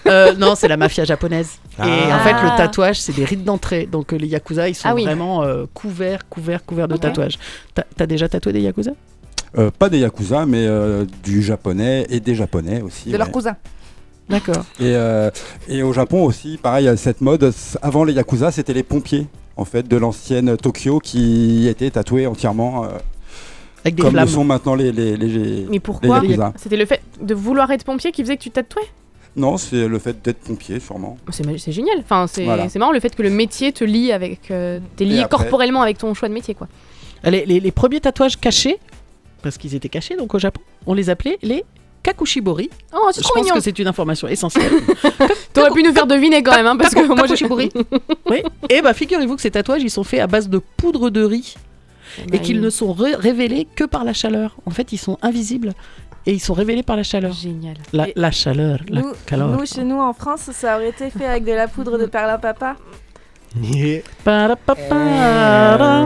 [SPEAKER 6] Euh, non, c'est la mafia japonaise. Et en
[SPEAKER 7] Ah.
[SPEAKER 6] fait, le tatouage, c'est des rites d'entrée. Donc euh, les yakuza, ils sont
[SPEAKER 7] Ah oui.
[SPEAKER 6] vraiment euh, couverts, couverts, couverts de
[SPEAKER 7] Ok.
[SPEAKER 6] tatouages. T'as- T'as déjà tatoué des yakuza
[SPEAKER 10] Euh, pas des yakuza, mais euh, du japonais et des japonais aussi.
[SPEAKER 3] De
[SPEAKER 10] ouais.
[SPEAKER 3] leur cousin.
[SPEAKER 6] D'accord.
[SPEAKER 10] Et, euh, et au Japon aussi, pareil, il y a cette mode, c- avant les Yakuza, c'était les pompiers, en fait, de l'ancienne Tokyo qui étaient tatoués entièrement, euh,
[SPEAKER 6] Avec des
[SPEAKER 10] comme le
[SPEAKER 6] flammes.
[SPEAKER 10] sont maintenant les, les, les- les-
[SPEAKER 7] Mais
[SPEAKER 10] les
[SPEAKER 7] pourquoi
[SPEAKER 10] Yakuza.
[SPEAKER 7] C'était le fait de vouloir être pompier qui faisait que tu te tatouais
[SPEAKER 10] Non, c'est le fait d'être pompier, sûrement.
[SPEAKER 7] C'est ma- c'est génial. Enfin, c'est
[SPEAKER 10] Voilà.
[SPEAKER 7] c'est marrant le fait que le métier te lie avec. euh, T'es lié
[SPEAKER 10] Et après-
[SPEAKER 7] corporellement avec ton choix de métier, quoi.
[SPEAKER 6] Les, les- les premiers tatouages cachés, parce qu'ils étaient cachés donc au Japon, on les appelait les kakushibori.
[SPEAKER 7] Oh,
[SPEAKER 6] Je
[SPEAKER 7] c'est trop
[SPEAKER 6] pense
[SPEAKER 7] mignon.
[SPEAKER 6] que c'est une information essentielle.
[SPEAKER 7] T'aurais pu nous faire deviner quand même, hein, parce que moi, j'ai
[SPEAKER 6] Kakushibori. oui. *laughs* Et bah figurez-vous que ces tatouages, ils sont faits à base de poudre de riz. et qu'ils ne sont ré- révélés que par la chaleur. En fait, ils sont invisibles et ils sont révélés par la chaleur. *laughs*
[SPEAKER 7] Génial.
[SPEAKER 6] La,
[SPEAKER 3] Et
[SPEAKER 6] la chaleur, la
[SPEAKER 3] Nous,
[SPEAKER 6] calor.
[SPEAKER 3] nous, chez nous, en France, ça aurait été fait avec de la poudre de perlimpapa.
[SPEAKER 6] Parapapara.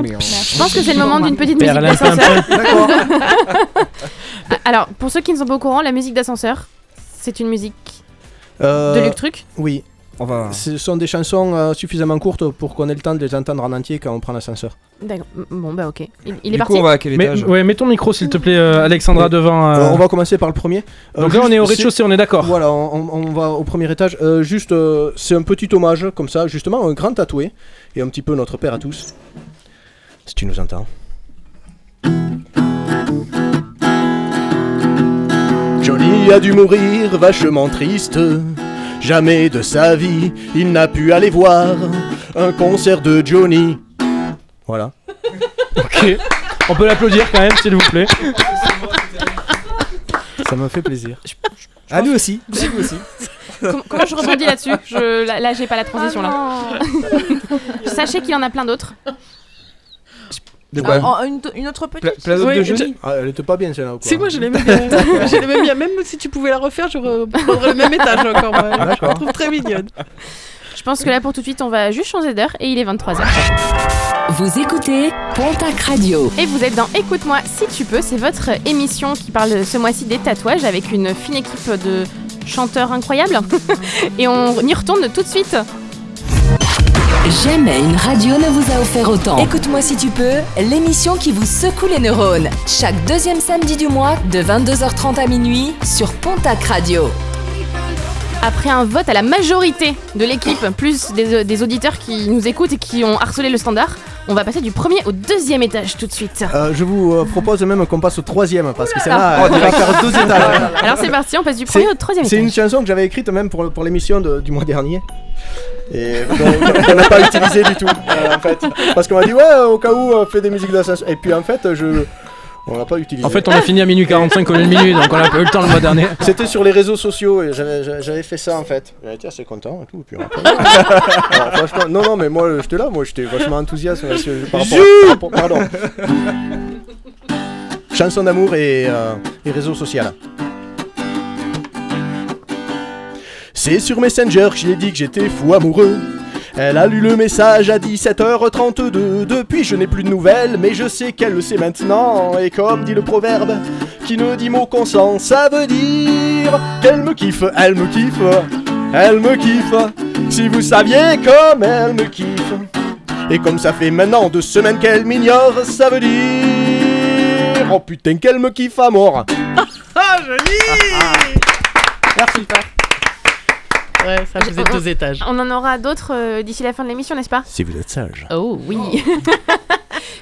[SPEAKER 7] Je pense que c'est le moment d'une petite musique
[SPEAKER 9] Perlin,
[SPEAKER 7] d'ascenseur. Ah,
[SPEAKER 9] pimpin.
[SPEAKER 7] *laughs* Alors, pour ceux qui ne sont pas au courant, la musique d'ascenseur, c'est une musique de
[SPEAKER 5] Euh,
[SPEAKER 7] Luc Truc.
[SPEAKER 5] oui,
[SPEAKER 8] On va.
[SPEAKER 5] ce sont des chansons euh, suffisamment courtes pour qu'on ait le temps de les entendre en entier quand on prend l'ascenseur.
[SPEAKER 7] D'accord. M- Bon, bah, ok. Il, il est
[SPEAKER 8] du
[SPEAKER 7] parti.
[SPEAKER 8] coup, on va à quel
[SPEAKER 9] Mais-
[SPEAKER 8] étage
[SPEAKER 9] ouais, mets ton micro s'il te plaît, euh, Alexandra,
[SPEAKER 5] Ouais.
[SPEAKER 9] devant. euh,
[SPEAKER 5] Alors, on va commencer par le premier. Euh,
[SPEAKER 9] Donc là, on est au
[SPEAKER 5] juste-
[SPEAKER 9] rez-de-chaussée, on est d'accord.
[SPEAKER 5] Voilà, on, on- on va au premier étage. Euh, juste, euh, c'est un petit hommage, comme ça, justement, un grand tatoué et un petit peu notre père à tous. Si tu nous entends. Johnny a dû mourir vachement triste. Jamais de sa vie, il n'a pu aller voir un concert de Johnny. Voilà.
[SPEAKER 9] *laughs* Ok. On peut l'applaudir quand même, s'il vous plaît.
[SPEAKER 5] Ça m'a fait plaisir. *laughs*
[SPEAKER 8] Ah, *laughs* nous aussi.
[SPEAKER 7] Com- comment je rebondis là-dessus Je- Là, là, j'ai pas la transition. là. *laughs* Sachez qu'il y en a plein d'autres.
[SPEAKER 5] De quoi
[SPEAKER 3] Ah, en- une, une autre
[SPEAKER 5] Pla-
[SPEAKER 3] petite.
[SPEAKER 5] Place
[SPEAKER 6] Oui,
[SPEAKER 5] de
[SPEAKER 6] je-
[SPEAKER 5] Johnny Ah, Elle était pas bien celle-là ou quoi
[SPEAKER 6] Si, moi je l'aimais bien. je l'aimais bien. Même si tu pouvais la refaire, je reprendrais le même étage encore. moi. Je la trouve très mignonne.
[SPEAKER 7] Je pense que là, pour tout de suite, on va juste changer d'heure et il est 23h.
[SPEAKER 2] Vous écoutez Pontac Radio.
[SPEAKER 7] Et vous êtes dans Écoute-moi si tu peux. C'est votre émission qui parle ce mois-ci des tatouages avec une fine équipe de chanteurs incroyables. *laughs* et on y retourne tout de suite.
[SPEAKER 2] Jamais une radio ne vous a offert autant. Écoute-moi si tu peux, l'émission qui vous secoue les neurones. Chaque deuxième samedi du mois, de 22h30 à minuit, sur Pontac Radio.
[SPEAKER 7] Après un vote à la majorité de l'équipe, plus des, euh, des auditeurs qui nous écoutent et qui ont harcelé le standard, on va passer du premier au deuxième étage tout de suite.
[SPEAKER 5] *laughs* Euh, je vous euh, propose même qu'on passe au troisième parce que
[SPEAKER 7] Oh là.
[SPEAKER 5] celle-là, elle va faire deux étages.
[SPEAKER 7] Alors c'est parti, on passe du premier au troisième
[SPEAKER 5] C'est
[SPEAKER 7] étage.
[SPEAKER 5] une chanson que j'avais écrite même pour, pour l'émission de- du mois dernier. Et donc, on n'a pas utilisé du tout, euh, en fait. Parce qu'on m'a dit, ouais, au cas où, on fait des musiques d'ascension. Et puis, en fait, je. On l'a pas utilisé.
[SPEAKER 9] En fait, on a fini à minuit 45 au lieu de minuit, donc on a pas eu le temps le mois dernier.
[SPEAKER 5] C'était sur les réseaux sociaux et j'avais- j'avais j'avais fait ça en fait. J'avais été assez content et tout. et puis après-
[SPEAKER 9] *laughs*
[SPEAKER 5] Alors, franchement, non, non, mais moi j'étais là, moi j'étais vachement enthousiaste. parce que par rapport- par rapport- pardon. Chanson d'amour et, euh, et réseaux sociaux. C'est sur Messenger que je lui ai dit que j'étais fou amoureux. Elle a lu le message à 17h32. Depuis, je n'ai plus de nouvelles, mais je sais qu'elle le sait maintenant. Et comme dit le proverbe, qui ne dit mot consent, ça veut dire qu'elle me kiffe, elle me kiffe, elle me kiffe. Si vous saviez comme elle me kiffe. Et comme ça fait maintenant deux semaines qu'elle m'ignore, ça veut dire. Oh putain, qu'elle me kiffe à mort!
[SPEAKER 6] Ah, joli
[SPEAKER 5] Merci.
[SPEAKER 6] Ouais, ça faisait deux étages.
[SPEAKER 7] On en aura d'autres euh, d'ici la fin de l'émission, n'est-ce pas
[SPEAKER 5] Si vous êtes sage.
[SPEAKER 7] Oh oui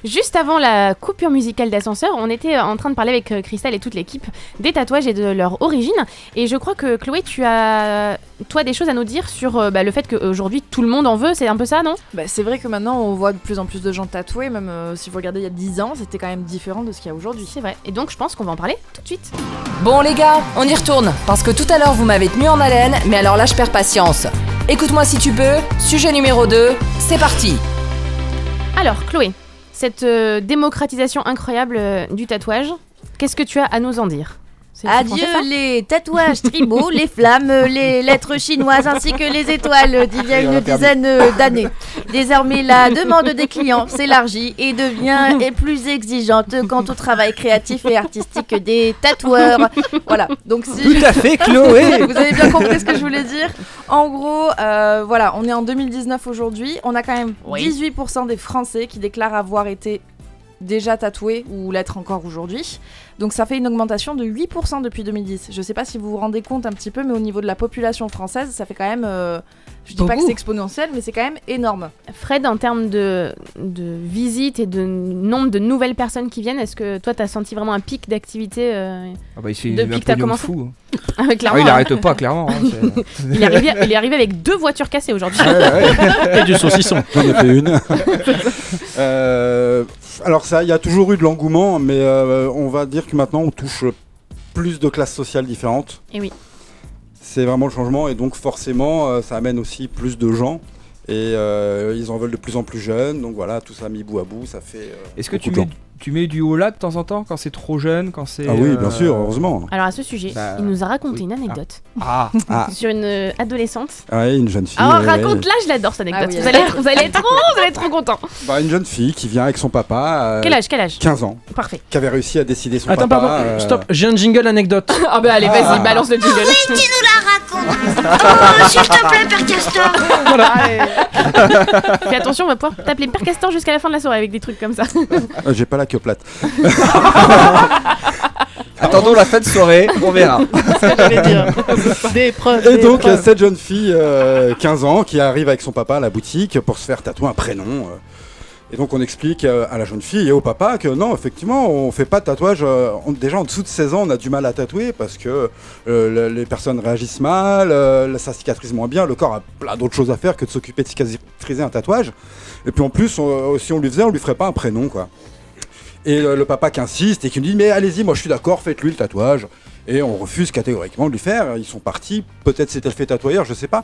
[SPEAKER 7] Juste avant la coupure musicale d'ascenseur, on était en train de parler avec euh, Christelle et toute l'équipe des tatouages et de leur origine. Et je crois que Chloé, tu as toi des choses à nous dire sur euh, bah, le fait qu'aujourd'hui tout le monde en veut, c'est un peu ça, non
[SPEAKER 3] Bah, c'est vrai que maintenant on voit de plus en plus de gens tatoués, même euh, si vous regardez il y a 10 ans, c'était quand même différent de ce qu'il y a aujourd'hui.
[SPEAKER 7] C'est vrai, et donc je pense qu'on va en parler tout de suite.
[SPEAKER 2] Bon les gars, on y retourne, parce que tout à l'heure vous m'avez tenu en haleine, mais alors là je perds patience. Écoute-moi si tu peux, sujet numéro 2, c'est parti
[SPEAKER 7] Alors Chloé, cette euh, démocratisation incroyable euh, du tatouage, qu'est-ce que tu as à nous en dire C'est- c'est
[SPEAKER 12] Adieu
[SPEAKER 7] français, ça
[SPEAKER 12] les tatouages
[SPEAKER 7] *laughs*
[SPEAKER 12] tribaux, les flammes, les lettres chinoises ainsi que les étoiles d'il y a
[SPEAKER 7] Il en
[SPEAKER 12] une
[SPEAKER 7] a perdu.
[SPEAKER 12] dizaine euh, d'années. Désormais, la demande des clients s'élargit et devient
[SPEAKER 7] *laughs*
[SPEAKER 12] et plus exigeante quant au travail créatif et artistique des tatoueurs. Voilà. Donc si
[SPEAKER 3] Tout à *laughs* fait, Chloé.
[SPEAKER 12] Vous avez bien compris ce que je voulais dire.
[SPEAKER 3] En gros, euh, voilà, on est en 2019 aujourd'hui, on a quand même 18% des Français qui déclarent avoir été déjà tatoués ou l'être encore aujourd'hui. Donc ça fait une augmentation de 8% depuis 2010. Je sais pas si vous vous rendez compte un petit peu, mais au niveau de la population française, ça fait quand même, euh, je dis pas que
[SPEAKER 7] Beaucoup.
[SPEAKER 3] c'est exponentiel, mais c'est quand même énorme.
[SPEAKER 7] Fred, en termes de, de visites et de nombre de nouvelles personnes qui viennent, est-ce que toi, t'as senti vraiment un pic d'activité euh,
[SPEAKER 8] Ah bah, il se fait
[SPEAKER 7] depuis
[SPEAKER 8] un
[SPEAKER 7] que t'as
[SPEAKER 8] podium
[SPEAKER 7] commencé
[SPEAKER 8] fou,
[SPEAKER 7] Ah, ouais, clairement,
[SPEAKER 8] Ah, il
[SPEAKER 7] hein.
[SPEAKER 8] arrête pas, clairement, hein, c'est-
[SPEAKER 7] *laughs* il, est arrivé, il est arrivé avec deux voitures cassées aujourd'hui.
[SPEAKER 10] ouais.
[SPEAKER 9] Et du saucisson.
[SPEAKER 10] *laughs* J'en ai fait
[SPEAKER 9] *laughs*
[SPEAKER 10] une. Euh, alors ça, il y a toujours eu de l'engouement, mais euh, on va dire que maintenant on touche plus de classes sociales différentes.
[SPEAKER 7] Et Eh oui.
[SPEAKER 10] C'est vraiment le changement et donc forcément euh, ça amène aussi plus de gens. Et euh, ils en veulent de plus en plus jeunes, donc voilà, tout ça mis bout à bout, ça fait. euh,
[SPEAKER 8] Est-ce que
[SPEAKER 10] beaucoup
[SPEAKER 8] tu
[SPEAKER 10] de
[SPEAKER 8] mets,
[SPEAKER 10] gens.
[SPEAKER 8] tu mets du haut là de temps en temps quand c'est trop jeune, quand c'est.
[SPEAKER 10] Ah oui, bien
[SPEAKER 8] euh,
[SPEAKER 10] sûr, heureusement.
[SPEAKER 7] Alors à ce sujet,
[SPEAKER 8] Bah,
[SPEAKER 7] il nous a raconté
[SPEAKER 8] oui.
[SPEAKER 7] une anecdote
[SPEAKER 10] Ah. Ah.
[SPEAKER 7] sur une euh, adolescente.
[SPEAKER 10] Ouais, une jeune fille. euh,
[SPEAKER 7] Alors
[SPEAKER 10] ouais, ouais.
[SPEAKER 7] Oh, raconte-la, je l'adore cette anecdote.
[SPEAKER 12] Ah oui.
[SPEAKER 7] vous, allez, vous allez être trop, vous allez être trop content.
[SPEAKER 10] Bah, une jeune fille qui vient avec son papa. euh,
[SPEAKER 7] Quel âge, quel âge
[SPEAKER 10] 15 ans.
[SPEAKER 7] Parfait.
[SPEAKER 10] Qui avait réussi à décider son
[SPEAKER 9] Attends,
[SPEAKER 10] papa.
[SPEAKER 9] pardon,
[SPEAKER 10] euh,
[SPEAKER 9] stop, j'ai un jingle anecdote.
[SPEAKER 7] *laughs* Ah bah allez, vas-y, balance le jingle.
[SPEAKER 11] Oh, s'il te plaît, Père Castor
[SPEAKER 7] Fais attention, on va pouvoir t'appeler Père Castor jusqu'à la fin de la soirée avec des trucs
[SPEAKER 12] *laughs*
[SPEAKER 7] comme ça.
[SPEAKER 10] euh, J'ai pas la queue plate.
[SPEAKER 8] *laughs* Attendons la fin de soirée, on verra.
[SPEAKER 6] Des preuves.
[SPEAKER 10] Et
[SPEAKER 6] des
[SPEAKER 10] donc,
[SPEAKER 6] preuves.
[SPEAKER 10] cette jeune fille, euh, 15 ans, qui arrive avec son papa à la boutique pour se faire tatouer un prénom. euh. Et donc, on explique euh, à la jeune fille et au papa que non, effectivement, on fait pas de tatouage. euh, on- déjà, en dessous de 16 ans, on a du mal à tatouer parce que euh, le- les personnes réagissent mal, euh, ça cicatrise moins bien, le corps a plein d'autres choses à faire que de s'occuper de cicatriser un tatouage. Et puis, en plus, on- euh, si on lui faisait, on lui ferait pas un prénom, quoi. Et le, le papa qui insiste et qui me dit Mais allez-y, moi je suis d'accord, faites-lui le tatouage. Et on refuse catégoriquement de lui faire. Ils sont partis. Peut-être c'était fait tatoueur, je sais pas.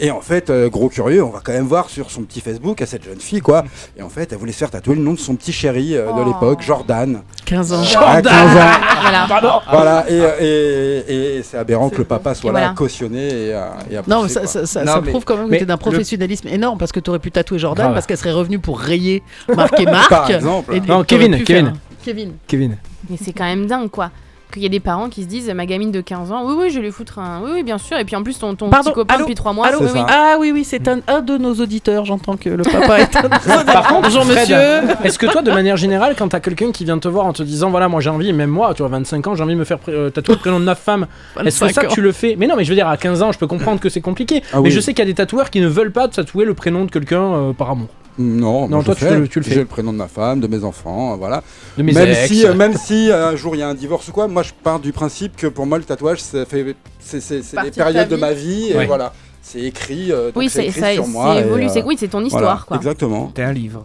[SPEAKER 10] Et en fait, euh, gros curieux, on va quand même voir sur son petit Facebook à cette jeune fille, quoi. Et en fait, elle voulait se faire tatouer le nom de son petit chéri euh,
[SPEAKER 6] Oh.
[SPEAKER 10] de l'époque, Jordan.
[SPEAKER 6] 15 ans.
[SPEAKER 10] À 15 ans.
[SPEAKER 6] Voilà.
[SPEAKER 10] Voilà, et, euh, et- et c'est aberrant que le papa soit
[SPEAKER 6] Et
[SPEAKER 10] là
[SPEAKER 6] voilà.
[SPEAKER 10] à cautionner et à, et à
[SPEAKER 6] Non, mais
[SPEAKER 10] pousser,
[SPEAKER 6] ça,
[SPEAKER 10] quoi.
[SPEAKER 6] ça, ça- ça prouve quand même que t'es d'un professionnalisme énorme parce que t'aurais pu tatouer Jordan
[SPEAKER 10] Grave.
[SPEAKER 6] parce qu'elle serait revenue pour rayer Marc et Marc.
[SPEAKER 10] Par exemple.
[SPEAKER 6] Et- et
[SPEAKER 9] Non,
[SPEAKER 6] t'aurais
[SPEAKER 9] Kevin,
[SPEAKER 6] pu
[SPEAKER 9] Kevin.
[SPEAKER 6] faire-
[SPEAKER 7] Kevin.
[SPEAKER 9] Kevin.
[SPEAKER 7] Mais c'est quand même dingue, quoi. Qu'il y a des parents qui se disent, ma gamine de 15 ans, oui, oui, je vais lui foutre un. Oui, oui, bien sûr. Et puis en plus, ton, ton
[SPEAKER 6] Pardon,
[SPEAKER 7] petit copain
[SPEAKER 6] allô
[SPEAKER 7] depuis 3 mois.
[SPEAKER 6] allô,
[SPEAKER 7] oui,
[SPEAKER 6] oui.
[SPEAKER 7] oui.
[SPEAKER 6] Ah oui, oui, c'est un, un de nos auditeurs. J'entends que le papa
[SPEAKER 8] *laughs*
[SPEAKER 6] est un de nos
[SPEAKER 9] Par contre,
[SPEAKER 6] Bonjour
[SPEAKER 9] Fred,
[SPEAKER 6] monsieur.
[SPEAKER 9] Est-ce que toi, de manière générale, quand t'as quelqu'un qui vient te voir en te disant, voilà, moi j'ai envie, même moi, tu vois, 25 ans, j'ai envie de me faire pré- euh, tatouer le prénom de 9 femmes, est-ce que
[SPEAKER 6] 25
[SPEAKER 9] ça,
[SPEAKER 6] ans.
[SPEAKER 9] tu le fais Mais non, mais je veux dire, à 15 ans, je peux comprendre que c'est compliqué.
[SPEAKER 10] Ah
[SPEAKER 9] mais
[SPEAKER 10] oui.
[SPEAKER 9] je sais qu'il y a des tatoueurs qui ne veulent pas tatouer le prénom de quelqu'un euh, par amour.
[SPEAKER 10] Non,
[SPEAKER 9] Non,
[SPEAKER 10] moi,
[SPEAKER 9] toi,
[SPEAKER 10] je
[SPEAKER 9] tu
[SPEAKER 10] fais.
[SPEAKER 9] le- tu le fais.
[SPEAKER 10] J'ai le prénom de ma femme, de mes enfants, euh, voilà.
[SPEAKER 9] De mes
[SPEAKER 10] même
[SPEAKER 9] ex.
[SPEAKER 10] si, euh, même si euh, un jour il y a un divorce ou quoi, moi je pars du principe que pour moi le tatouage, ça fait- c'est c'est- c'est
[SPEAKER 7] Partie
[SPEAKER 10] des
[SPEAKER 7] de ta
[SPEAKER 10] périodes de,
[SPEAKER 7] vie.
[SPEAKER 10] ma vie et
[SPEAKER 7] Ouais.
[SPEAKER 10] voilà. C'est écrit, euh, donc
[SPEAKER 7] Oui,
[SPEAKER 10] c'est
[SPEAKER 7] c'est-
[SPEAKER 10] écrit
[SPEAKER 7] ça-
[SPEAKER 10] sur
[SPEAKER 7] c'est
[SPEAKER 10] moi. et, euh,
[SPEAKER 7] évolué, c'est- oui, c'est ton histoire,
[SPEAKER 10] voilà,
[SPEAKER 7] quoi.
[SPEAKER 10] Exactement.
[SPEAKER 8] T'es un livre.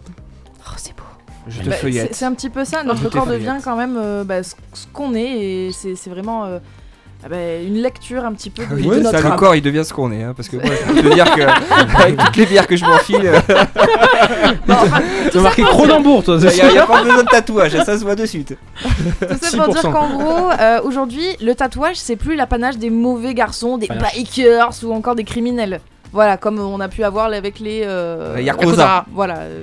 [SPEAKER 7] Oh, c'est beau.
[SPEAKER 8] Je te
[SPEAKER 3] Bah, c'est
[SPEAKER 8] feuillette.
[SPEAKER 3] c'est un petit peu ça,
[SPEAKER 8] Je te
[SPEAKER 3] notre corps
[SPEAKER 8] feuillette.
[SPEAKER 3] devient quand même euh, bah, ce ce qu'on est et c'est c'est vraiment euh, ah bah, une lecture un petit peu de,
[SPEAKER 8] Ah Oui,
[SPEAKER 3] de
[SPEAKER 8] c'est
[SPEAKER 3] notre
[SPEAKER 8] ça, le
[SPEAKER 3] âme.
[SPEAKER 8] corps il devient ce qu'on est, hein, parce que moi je peux te dire que *laughs* avec toutes les bières que je m'enfile,
[SPEAKER 3] *laughs*
[SPEAKER 8] euh, *laughs*
[SPEAKER 9] Tu as marqué Cronenbourg, toi.
[SPEAKER 8] il y a, il y a pas besoin de tatouage, ça se voit de suite.
[SPEAKER 3] Tout ça pour dire
[SPEAKER 8] 6%.
[SPEAKER 3] qu'en gros, euh, aujourd'hui, le tatouage, c'est plus l'apanage des mauvais garçons, des
[SPEAKER 8] Voilà.
[SPEAKER 3] bikers ou encore des criminels. Voilà, comme on a pu avoir avec les. euh,
[SPEAKER 8] Les Yakuza.
[SPEAKER 3] Voilà. euh,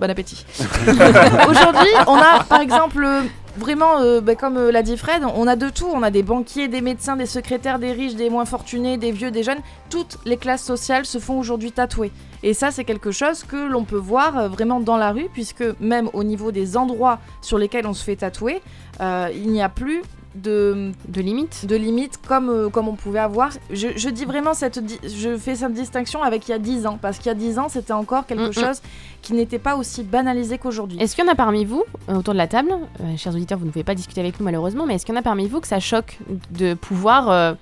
[SPEAKER 3] bon appétit.
[SPEAKER 6] Euh,
[SPEAKER 3] aujourd'hui, on a par exemple. euh, Vraiment, euh, bah, comme euh, l'a dit Fred, on a de tout. On a des banquiers, des médecins, des secrétaires, des riches, des moins fortunés, des vieux, des jeunes. Toutes les classes sociales se font aujourd'hui tatouer. Et ça, c'est quelque chose que l'on peut voir euh, vraiment dans la rue, puisque même au niveau des endroits sur lesquels on se fait tatouer, euh, il n'y a plus de,
[SPEAKER 7] de limites
[SPEAKER 3] de limites comme, euh, comme on pouvait avoir je, je dis vraiment cette di- je fais cette distinction avec il y a 10 ans parce qu'il y a 10 ans c'était encore quelque
[SPEAKER 7] Mm, mm.
[SPEAKER 3] chose qui n'était pas aussi banalisé qu'aujourd'hui
[SPEAKER 7] Est-ce qu'il y en a parmi vous, euh, autour de la table, euh, chers auditeurs, vous ne pouvez pas discuter avec nous malheureusement, mais est-ce qu'il y en a parmi vous que ça choque de pouvoir euh,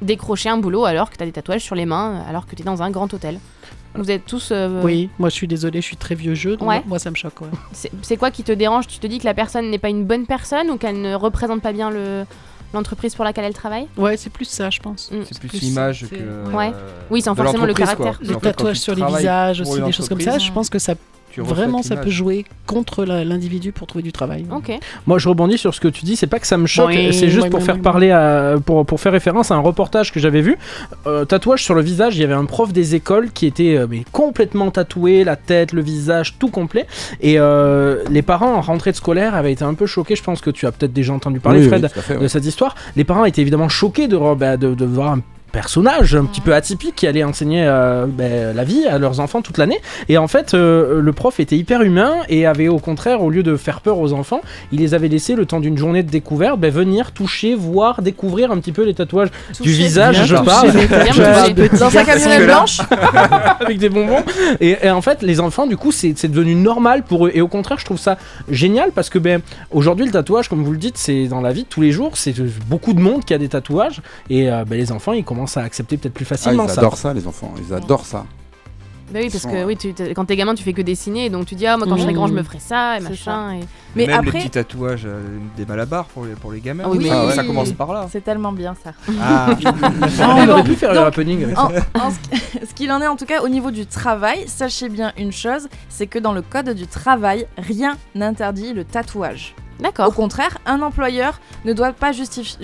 [SPEAKER 7] décrocher un boulot alors que tu as des tatouages sur les mains, alors que tu es dans un grand hôtel Vous êtes tous. euh,
[SPEAKER 6] Oui, moi je suis désolé, je suis très vieux jeu. donc
[SPEAKER 7] Ouais.
[SPEAKER 6] Moi ça me choque. ouais.
[SPEAKER 7] C'est c'est quoi qui te dérange Tu te dis que la personne n'est pas une bonne personne ou qu'elle ne représente pas bien le- l'entreprise pour laquelle elle travaille
[SPEAKER 6] Ouais, c'est plus ça, je pense.
[SPEAKER 8] C'est plus l'image que. euh,
[SPEAKER 7] Ouais. Oui, sans
[SPEAKER 8] de
[SPEAKER 7] forcément le
[SPEAKER 8] l'entreprise, quoi.
[SPEAKER 7] caractère.
[SPEAKER 8] Parce
[SPEAKER 6] Les
[SPEAKER 8] qu'en fait, quand
[SPEAKER 6] tatouages
[SPEAKER 8] tu
[SPEAKER 6] sur les
[SPEAKER 8] travailles
[SPEAKER 6] visages
[SPEAKER 8] pour
[SPEAKER 6] aussi,
[SPEAKER 8] une
[SPEAKER 6] des choses comme ça,
[SPEAKER 8] entreprise,
[SPEAKER 6] je pense que ça
[SPEAKER 8] tu reflètes
[SPEAKER 6] vraiment ça
[SPEAKER 8] l'image.
[SPEAKER 6] peut jouer contre la- l'individu pour trouver du travail.
[SPEAKER 7] Ok.
[SPEAKER 9] Moi, je rebondis sur ce que tu dis. C'est pas que ça me choque,
[SPEAKER 6] Oui,
[SPEAKER 9] c'est juste
[SPEAKER 6] oui,
[SPEAKER 9] pour
[SPEAKER 6] oui,
[SPEAKER 9] faire
[SPEAKER 6] oui.
[SPEAKER 9] parler, à- pour, pour faire référence à un reportage que j'avais vu. Euh, tatouage sur le visage. Il y avait un prof des écoles qui était euh, mais complètement tatoué, la tête, le visage, tout complet. Et euh, les parents en rentrée de scolaire avaient été un peu choqués. Je pense que tu as peut-être déjà entendu parler,
[SPEAKER 10] Oui, oui,
[SPEAKER 9] Fred,
[SPEAKER 10] tout à fait, ouais.
[SPEAKER 9] de cette histoire. Les parents étaient évidemment choqués de, re- bah, de, de voir un personnage un petit peu atypique qui allait enseigner euh, ben, la vie à leurs enfants toute l'année et en fait euh, le prof était hyper humain et avait au contraire au lieu de faire peur aux enfants il les avait laissés le temps d'une journée de découverte ben, venir toucher voir découvrir un petit peu les tatouages du visage
[SPEAKER 6] Bien
[SPEAKER 9] je
[SPEAKER 6] touché,
[SPEAKER 9] parle
[SPEAKER 6] bien touché.
[SPEAKER 9] *laughs* Je parle de
[SPEAKER 3] Dans
[SPEAKER 9] petits
[SPEAKER 3] sa camionnette blanche.
[SPEAKER 9] *laughs* avec des bonbons. Et, et en fait, les enfants, du coup, c'est c'est devenu normal pour eux. Et au contraire, je trouve ça génial parce que ben, aujourd'hui, le tatouage, comme vous le dites, c'est dans la vie de tous les jours. C'est euh, beaucoup de monde qui a des tatouages. Et euh, ben, les enfants, ils commencent à accepter peut-être plus
[SPEAKER 10] Ah, ils
[SPEAKER 9] facilement ça.
[SPEAKER 10] adorent ça, les enfants. Ils adorent ça.
[SPEAKER 7] Bah oui, parce
[SPEAKER 10] sont,
[SPEAKER 7] que oui, tu, t'es- quand t'es gamin, tu fais que dessiner, et donc tu dis ah moi quand je serai
[SPEAKER 8] Mmh.
[SPEAKER 7] grand,
[SPEAKER 6] Mm.
[SPEAKER 7] je me ferai ça et
[SPEAKER 3] C'est
[SPEAKER 7] machin. Et...
[SPEAKER 8] Mais Même les petits tatouages euh, des malabars pour les, pour les gamins.
[SPEAKER 7] Ah oui,
[SPEAKER 8] ça, ça commence par là.
[SPEAKER 3] C'est tellement bien ça. *laughs*
[SPEAKER 8] Ah.
[SPEAKER 9] on
[SPEAKER 3] Mais
[SPEAKER 9] aurait
[SPEAKER 3] bon,
[SPEAKER 9] pu faire le
[SPEAKER 3] donc,
[SPEAKER 9] happening avec
[SPEAKER 3] en-
[SPEAKER 9] ça.
[SPEAKER 3] en ce qui- *laughs* ce qu'il en est en tout cas au niveau du travail, sachez bien une chose, c'est que dans le code du travail, rien n'interdit le tatouage.
[SPEAKER 7] D'accord.
[SPEAKER 3] Au contraire, un employeur ne doit pas justifier,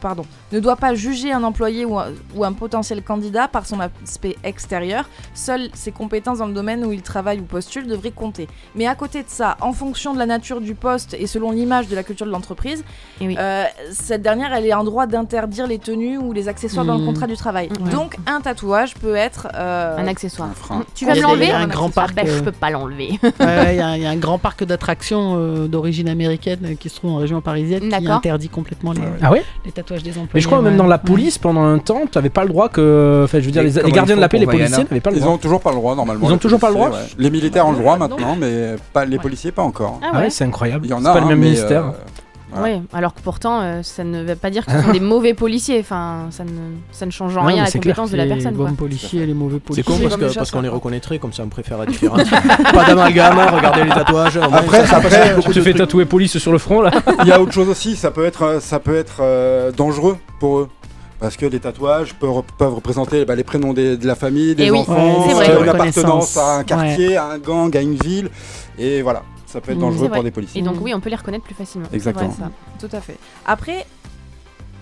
[SPEAKER 3] pardon, ne doit pas juger un employé ou un, ou un potentiel candidat par son aspect extérieur. Seules ses compétences dans le domaine où il travaille ou postule devraient compter. Mais à côté de ça, en fonction de la nature du poste et selon l'image de la culture de l'entreprise, euh, cette dernière, elle est en droit d'interdire les tenues ou les accessoires dans le
[SPEAKER 6] Mmh.
[SPEAKER 3] contrat du travail.
[SPEAKER 7] Ouais.
[SPEAKER 3] Donc un tatouage peut être euh,
[SPEAKER 7] Mm-hmm. Un accessoire. Tu
[SPEAKER 3] Il
[SPEAKER 7] vas
[SPEAKER 3] y
[SPEAKER 7] me
[SPEAKER 3] a
[SPEAKER 7] l'enlever
[SPEAKER 3] des- il y a un
[SPEAKER 7] Ah,
[SPEAKER 6] grand
[SPEAKER 7] accessoire.
[SPEAKER 6] parc,
[SPEAKER 7] Bah,
[SPEAKER 6] euh,
[SPEAKER 7] je peux pas l'enlever.
[SPEAKER 6] Ouais,
[SPEAKER 7] *laughs*
[SPEAKER 6] ouais, Il y, a- il y a un grand parc d'attractions euh, d'origine américaine euh, qui se trouve en région parisienne qui
[SPEAKER 7] D'accord.
[SPEAKER 6] interdit complètement les,
[SPEAKER 9] Ah ouais
[SPEAKER 6] les tatouages des employés.
[SPEAKER 9] Mais je crois même
[SPEAKER 6] ouais.
[SPEAKER 9] dans la police, pendant un temps, tu n'avais pas le droit que. Enfin, je veux dire,
[SPEAKER 10] Et
[SPEAKER 9] les, les
[SPEAKER 10] comment
[SPEAKER 9] gardiens
[SPEAKER 10] ils
[SPEAKER 9] de la
[SPEAKER 10] font
[SPEAKER 9] paix, les
[SPEAKER 10] pour
[SPEAKER 9] policiers
[SPEAKER 10] Vaiana
[SPEAKER 9] n'avaient pas le
[SPEAKER 10] Ils
[SPEAKER 9] droit.
[SPEAKER 10] ont toujours pas le droit normalement.
[SPEAKER 9] Ils ont
[SPEAKER 10] les
[SPEAKER 9] toujours pas le
[SPEAKER 10] policiers,
[SPEAKER 9] droit
[SPEAKER 10] ouais. Les militaires ont le droit maintenant, mais pas les policiers pas encore.
[SPEAKER 9] Ah ouais, c'est incroyable.
[SPEAKER 10] Il y en
[SPEAKER 9] C'est
[SPEAKER 10] a.
[SPEAKER 9] pas le
[SPEAKER 10] hein,
[SPEAKER 9] même
[SPEAKER 10] mais,
[SPEAKER 9] ministère.
[SPEAKER 10] euh, Voilà.
[SPEAKER 7] Oui, alors que pourtant, euh, ça ne veut pas dire que ce
[SPEAKER 6] *laughs*
[SPEAKER 7] sont des mauvais policiers. Enfin, ça ne, ça ne change en rien à la compétence de la personne. quoi.
[SPEAKER 6] policiers et les mauvais
[SPEAKER 5] C'est
[SPEAKER 6] policiers.
[SPEAKER 5] con parce
[SPEAKER 6] Comme les
[SPEAKER 5] que- parce qu'on
[SPEAKER 6] chasseurs.
[SPEAKER 5] les reconnaîtrait comme ça, on préfère la
[SPEAKER 7] *laughs*
[SPEAKER 5] différence. Pas d'amalgame, regardez les tatouages. au moins,
[SPEAKER 10] Après,
[SPEAKER 5] ça-
[SPEAKER 10] après,
[SPEAKER 5] ça-
[SPEAKER 10] beaucoup
[SPEAKER 9] Tu te
[SPEAKER 10] de
[SPEAKER 9] fais
[SPEAKER 10] trucs.
[SPEAKER 9] tatouer police sur le front là.
[SPEAKER 10] Il y a autre chose aussi, ça peut être, euh, ça peut être euh, dangereux pour eux. Parce que les tatouages peuvent, rep- peuvent représenter bah, les prénoms des- de la famille, des
[SPEAKER 7] Eh oui,
[SPEAKER 10] enfants,
[SPEAKER 7] c'est vrai.
[SPEAKER 10] euh, une
[SPEAKER 7] Reconnaissance.
[SPEAKER 10] appartenance à un quartier,
[SPEAKER 7] Ouais.
[SPEAKER 10] à un gang, à une ville. Et voilà, ça peut être
[SPEAKER 7] Mm.
[SPEAKER 10] dangereux
[SPEAKER 7] C'est
[SPEAKER 10] pour
[SPEAKER 7] vrai.
[SPEAKER 10] des policiers.
[SPEAKER 7] Et donc, oui, on peut les reconnaître plus facilement. C'est
[SPEAKER 10] Exactement.
[SPEAKER 7] vrai, ça.
[SPEAKER 3] Ah, bah, Tout à fait. Après,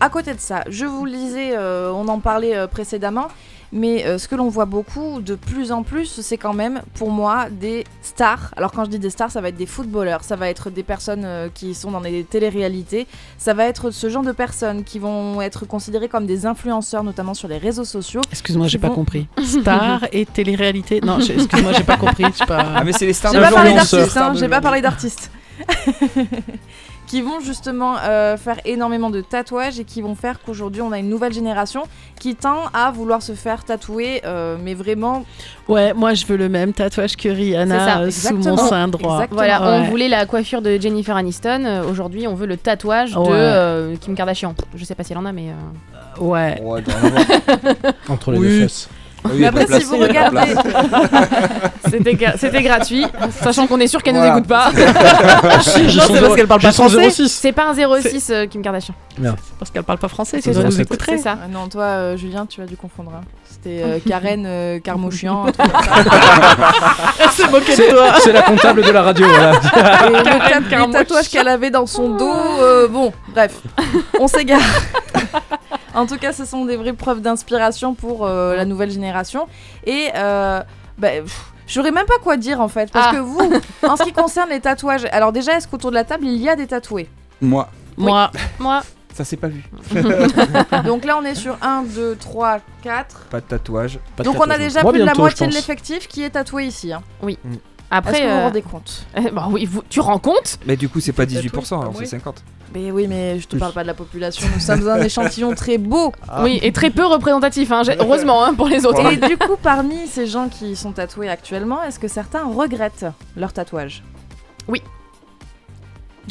[SPEAKER 3] à côté de ça, je vous le disais, euh, on en parlait euh, précédemment, mais euh, ce que l'on voit beaucoup, de plus en plus, c'est quand même, pour moi, des stars. Alors quand je dis des stars, ça va être des footballeurs, ça va être des personnes euh, qui sont dans des téléréalités, ça va être ce genre de personnes qui vont être considérées comme des influenceurs, notamment sur les réseaux sociaux.
[SPEAKER 6] Excuse-moi, j'ai
[SPEAKER 3] qui
[SPEAKER 6] pas
[SPEAKER 3] vont-
[SPEAKER 6] compris.
[SPEAKER 3] *laughs*
[SPEAKER 6] Star et télé-réalité. Non, j'ai- excuse-moi, j'ai pas compris. je sais Pas...
[SPEAKER 8] Ah, mais c'est les stars
[SPEAKER 3] J'ai pas parlé
[SPEAKER 8] d'influenceurs.
[SPEAKER 3] d'artistes, hein,
[SPEAKER 8] Stars
[SPEAKER 3] j'ai pas
[SPEAKER 8] d'aujourd'hui.
[SPEAKER 3] parlé d'artistes. *laughs* qui vont justement euh, faire énormément de tatouages et qui vont faire qu'aujourd'hui on a une nouvelle génération qui tend à vouloir se faire tatouer, euh, mais vraiment.
[SPEAKER 6] Ouais, moi je veux le même tatouage que Rihanna
[SPEAKER 7] C'est ça,
[SPEAKER 6] euh, sous mon
[SPEAKER 7] exactement.
[SPEAKER 6] sein droit.
[SPEAKER 7] Voilà, on
[SPEAKER 6] Ouais.
[SPEAKER 7] voulait la coiffure de Jennifer Aniston. euh, Aujourd'hui, on veut le tatouage
[SPEAKER 6] Ouais.
[SPEAKER 7] de euh, Kim Kardashian. Je sais pas si elle en a, mais. euh,
[SPEAKER 6] Ouais.
[SPEAKER 5] Ah,
[SPEAKER 8] *laughs*
[SPEAKER 7] *laughs*
[SPEAKER 5] Entre les
[SPEAKER 6] Oui.
[SPEAKER 5] deux fesses.
[SPEAKER 7] Ah
[SPEAKER 6] Oui, Mais après,
[SPEAKER 7] si vous regardez- *laughs* C'était gra- c'était gratuit, sachant qu'on est sûr qu'elle
[SPEAKER 5] Voilà.
[SPEAKER 7] nous
[SPEAKER 8] *laughs*
[SPEAKER 7] écoute pas.
[SPEAKER 6] Je
[SPEAKER 7] Non,
[SPEAKER 6] sens
[SPEAKER 7] c'est
[SPEAKER 6] zéro-
[SPEAKER 7] parce qu'elle parle
[SPEAKER 6] je
[SPEAKER 7] pas
[SPEAKER 6] sens
[SPEAKER 7] français.
[SPEAKER 6] 06.
[SPEAKER 7] C'est pas un 06 euh, Kim Kardashian.
[SPEAKER 6] Parce qu'elle parle pas français,
[SPEAKER 7] C'est
[SPEAKER 6] sinon elle
[SPEAKER 7] ça,
[SPEAKER 6] nous
[SPEAKER 7] c'est-
[SPEAKER 6] écouterait.
[SPEAKER 7] c'est ça.
[SPEAKER 3] Ah non, toi, euh, Julien, tu as dû confondre. hein. C'était
[SPEAKER 7] *laughs*
[SPEAKER 3] euh, Karen euh, Carmochian.
[SPEAKER 9] *laughs*
[SPEAKER 3] un truc comme ça.
[SPEAKER 6] Elle s'est moquée
[SPEAKER 9] C'est c'est la comptable de la radio.
[SPEAKER 10] *laughs*
[SPEAKER 9] Voilà.
[SPEAKER 3] Et le tat- les tatouages qu'elle avait dans son dos. euh, bon, bref, on s'égare. *laughs* en tout cas, ce sont des vraies preuves d'inspiration pour euh, la nouvelle génération. Et euh, bah, pff, j'aurais même pas quoi dire en fait. Parce
[SPEAKER 7] Ah.
[SPEAKER 3] que vous, en ce qui concerne les tatouages, alors déjà, est-ce qu'autour de la table, il y a des tatoués
[SPEAKER 10] Moi,
[SPEAKER 6] Moi.
[SPEAKER 7] Moi.
[SPEAKER 8] Ça s'est pas vu.
[SPEAKER 3] *laughs* Donc là, on est sur 1, 2, 3, 4.
[SPEAKER 8] Pas de tatouage. Mm.
[SPEAKER 3] Donc on a déjà
[SPEAKER 8] Moi,
[SPEAKER 3] plus de la
[SPEAKER 8] bientôt, je
[SPEAKER 3] moitié de
[SPEAKER 8] pense.
[SPEAKER 3] l'effectif qui est tatoué ici. hein.
[SPEAKER 7] Oui.
[SPEAKER 3] Est-ce
[SPEAKER 7] Après,
[SPEAKER 3] que vous vous
[SPEAKER 7] euh,
[SPEAKER 3] rendez compte
[SPEAKER 7] bah oui, vous- tu rends compte
[SPEAKER 8] Mais du coup, c'est pas
[SPEAKER 7] Tatoué,
[SPEAKER 8] 18%, alors
[SPEAKER 7] comme
[SPEAKER 8] c'est
[SPEAKER 7] oui.
[SPEAKER 8] 50.
[SPEAKER 3] Mais oui, mais je te parle pas de la population. Nous sommes
[SPEAKER 10] *laughs*
[SPEAKER 3] un échantillon très beau.
[SPEAKER 10] Ah.
[SPEAKER 7] Oui, et très peu représentatif, hein, j'ai- heureusement, hein, pour les autres.
[SPEAKER 3] Et du coup, parmi ces gens qui sont tatoués actuellement, est-ce que certains regrettent leur tatouage
[SPEAKER 7] Oui.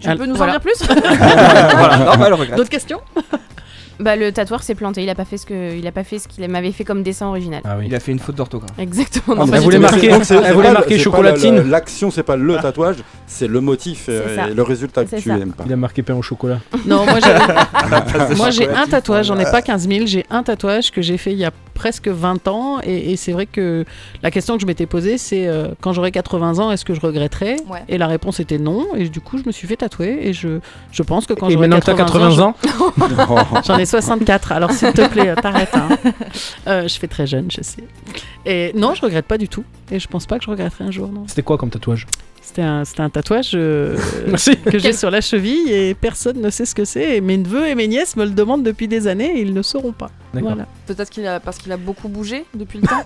[SPEAKER 3] Tu
[SPEAKER 7] Al-
[SPEAKER 3] peux nous
[SPEAKER 7] voilà. *laughs*
[SPEAKER 3] en dire plus
[SPEAKER 8] *laughs* Voilà, non, bah, elle regrette.
[SPEAKER 6] D'autres questions
[SPEAKER 7] Bah, le tatoueur s'est planté, il a pas fait ce que, il a pas fait ce qu'il m'avait fait comme dessin original.
[SPEAKER 8] Il a fait une faute d'orthographe.
[SPEAKER 7] Exactement. non,
[SPEAKER 10] Ah, mais
[SPEAKER 7] pas
[SPEAKER 10] c'est-
[SPEAKER 7] du
[SPEAKER 10] c'est-
[SPEAKER 7] tout.
[SPEAKER 10] c'est- donc, c'est-
[SPEAKER 9] elle
[SPEAKER 10] c'est
[SPEAKER 9] voulait
[SPEAKER 10] pas
[SPEAKER 9] marquer
[SPEAKER 10] le- c'est pas
[SPEAKER 9] chocolatine.
[SPEAKER 10] le- L'action, c'est pas le tatouage, c'est le motif euh,
[SPEAKER 7] Ah. C'est ça.
[SPEAKER 10] et le résultat que
[SPEAKER 7] C'est
[SPEAKER 10] tu
[SPEAKER 7] ça.
[SPEAKER 10] aimes pas.
[SPEAKER 9] Il a marqué pain au chocolat.
[SPEAKER 6] Non,
[SPEAKER 10] *laughs*
[SPEAKER 9] *laughs*
[SPEAKER 6] moi j'ai.
[SPEAKER 10] Place de
[SPEAKER 6] Moi j'ai un
[SPEAKER 10] chocolatine.
[SPEAKER 6] tatouage, j'en ai pas 15 000, j'ai un tatouage que j'ai fait il y a presque 20 ans et, et c'est vrai que la question que je m'étais posée c'est euh, quand j'aurai 80 ans est-ce que je regretterai
[SPEAKER 3] Ouais.
[SPEAKER 6] Et la réponse était non et du coup je me suis fait tatouer et je, je pense que quand
[SPEAKER 9] Et
[SPEAKER 6] j'aurai
[SPEAKER 9] maintenant que t'as
[SPEAKER 6] 80,
[SPEAKER 9] 80 ans, *laughs*
[SPEAKER 6] je- *laughs* J'en ai 64 alors s'il te plaît t'arrêtes. hein. Euh, je fais très jeune je sais. Et non je regrette pas du tout et je pense pas que je regretterai un jour non.
[SPEAKER 9] c'était quoi comme tatouage
[SPEAKER 6] C'était un, c'était un tatouage
[SPEAKER 9] *laughs*
[SPEAKER 6] euh, que j'ai sur la cheville et personne ne sait ce que c'est. Et mes neveux et mes nièces me le demandent depuis des années et ils ne sauront pas.
[SPEAKER 9] D'accord.
[SPEAKER 6] Voilà.
[SPEAKER 3] Peut-être qu'il a parce qu'il a beaucoup bougé depuis
[SPEAKER 10] *laughs*
[SPEAKER 3] le temps.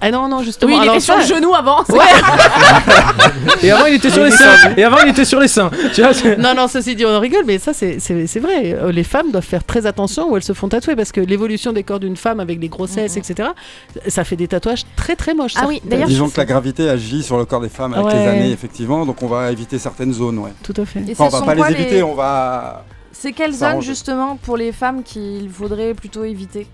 [SPEAKER 6] Ah non, non, justement.
[SPEAKER 7] Oui, il
[SPEAKER 6] alors
[SPEAKER 7] était sur
[SPEAKER 6] ça-
[SPEAKER 7] le genou avant. c'est-
[SPEAKER 9] Et avant, il était sur les seins. Et avant, il était sur les seins. *laughs* Tu vois, c'est-
[SPEAKER 6] Non, non, ceci dit, on en rigole, mais ça, c'est- c'est c'est vrai. Euh, Les femmes doivent faire très attention où elles se font tatouer parce que l'évolution des corps d'une femme avec les grossesses, etc., ça fait des tatouages très très moches.
[SPEAKER 7] Ah
[SPEAKER 6] ça.
[SPEAKER 7] oui, d'ailleurs,
[SPEAKER 10] Disons que la gravité agit sur le corps des femmes avec les
[SPEAKER 6] Ouais.
[SPEAKER 10] années, effectivement, donc on va éviter certaines zones. Ouais.
[SPEAKER 6] Tout à fait.
[SPEAKER 3] Et
[SPEAKER 10] Enfin, on
[SPEAKER 3] ce
[SPEAKER 10] va
[SPEAKER 3] sont
[SPEAKER 10] pas
[SPEAKER 3] quoi
[SPEAKER 10] les éviter, on va.
[SPEAKER 3] C'est quelle zone
[SPEAKER 10] S'arranger.
[SPEAKER 3] justement pour les femmes qu'il faudrait plutôt éviter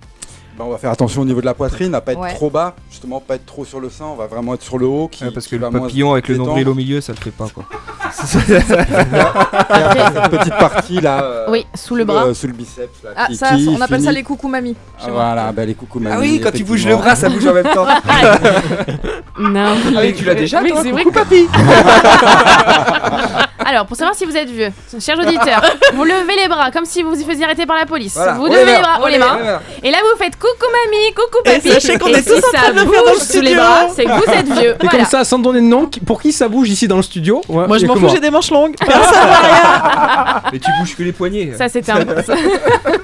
[SPEAKER 10] Bah, on va faire attention au niveau de la poitrine, à pas être
[SPEAKER 3] Ouais.
[SPEAKER 10] trop bas, justement, pas être trop sur le sein, on va vraiment être sur le haut. Qui,
[SPEAKER 8] Ouais, parce
[SPEAKER 10] qui
[SPEAKER 8] que le
[SPEAKER 10] va moins
[SPEAKER 8] papillon avec le
[SPEAKER 10] détendre. *laughs*
[SPEAKER 8] nombril au milieu, ça le fait pas *laughs* quoi.
[SPEAKER 10] Et après, cette petite partie là. euh,
[SPEAKER 7] Oui, sous le bras.
[SPEAKER 10] sous le biceps. Là,
[SPEAKER 3] Ah,
[SPEAKER 10] qui-
[SPEAKER 3] ça,
[SPEAKER 10] qui
[SPEAKER 3] on appelle ça
[SPEAKER 10] finit-
[SPEAKER 3] les coucou mamies.
[SPEAKER 10] Ah, Voilà, bah, les coucou
[SPEAKER 8] Ah oui, quand tu bouges le
[SPEAKER 10] effectivement.
[SPEAKER 8] bras, ça bouge en même
[SPEAKER 10] *laughs*
[SPEAKER 8] temps.
[SPEAKER 7] Non.
[SPEAKER 8] Ah oui, tu l'as déjà,
[SPEAKER 7] Mais
[SPEAKER 8] toi,
[SPEAKER 7] c'est
[SPEAKER 8] coucou,
[SPEAKER 7] vrai que- Alors, pour savoir si vous êtes vieux, chers auditeurs, vous levez les bras comme si vous vous faisiez arrêter par la police.
[SPEAKER 8] Voilà.
[SPEAKER 7] Vous
[SPEAKER 8] On
[SPEAKER 7] levez
[SPEAKER 8] les
[SPEAKER 7] les
[SPEAKER 8] mains,
[SPEAKER 7] bras,
[SPEAKER 8] on
[SPEAKER 7] on les
[SPEAKER 8] les
[SPEAKER 7] mains.
[SPEAKER 8] mains.
[SPEAKER 7] Et là, vous faites coucou mamie, coucou
[SPEAKER 6] Et
[SPEAKER 7] papi.
[SPEAKER 6] sachez qu'on est
[SPEAKER 7] si
[SPEAKER 6] tous en train
[SPEAKER 7] ça
[SPEAKER 6] de le faire dans le
[SPEAKER 7] bouge sous les
[SPEAKER 6] studio.
[SPEAKER 7] bras, c'est
[SPEAKER 6] *laughs*
[SPEAKER 7] que vous êtes vieux.
[SPEAKER 9] Et
[SPEAKER 7] Voilà.
[SPEAKER 9] comme ça, sans donner de nom, qui- pour qui ça bouge ici dans le studio Ouais,
[SPEAKER 6] Moi, je
[SPEAKER 9] et
[SPEAKER 6] m'en fous,
[SPEAKER 9] comment
[SPEAKER 6] j'ai des manches longues.
[SPEAKER 7] Ah.
[SPEAKER 8] Mais tu bouges que les poignets.
[SPEAKER 7] Ça,
[SPEAKER 8] *laughs*
[SPEAKER 7] c'était un.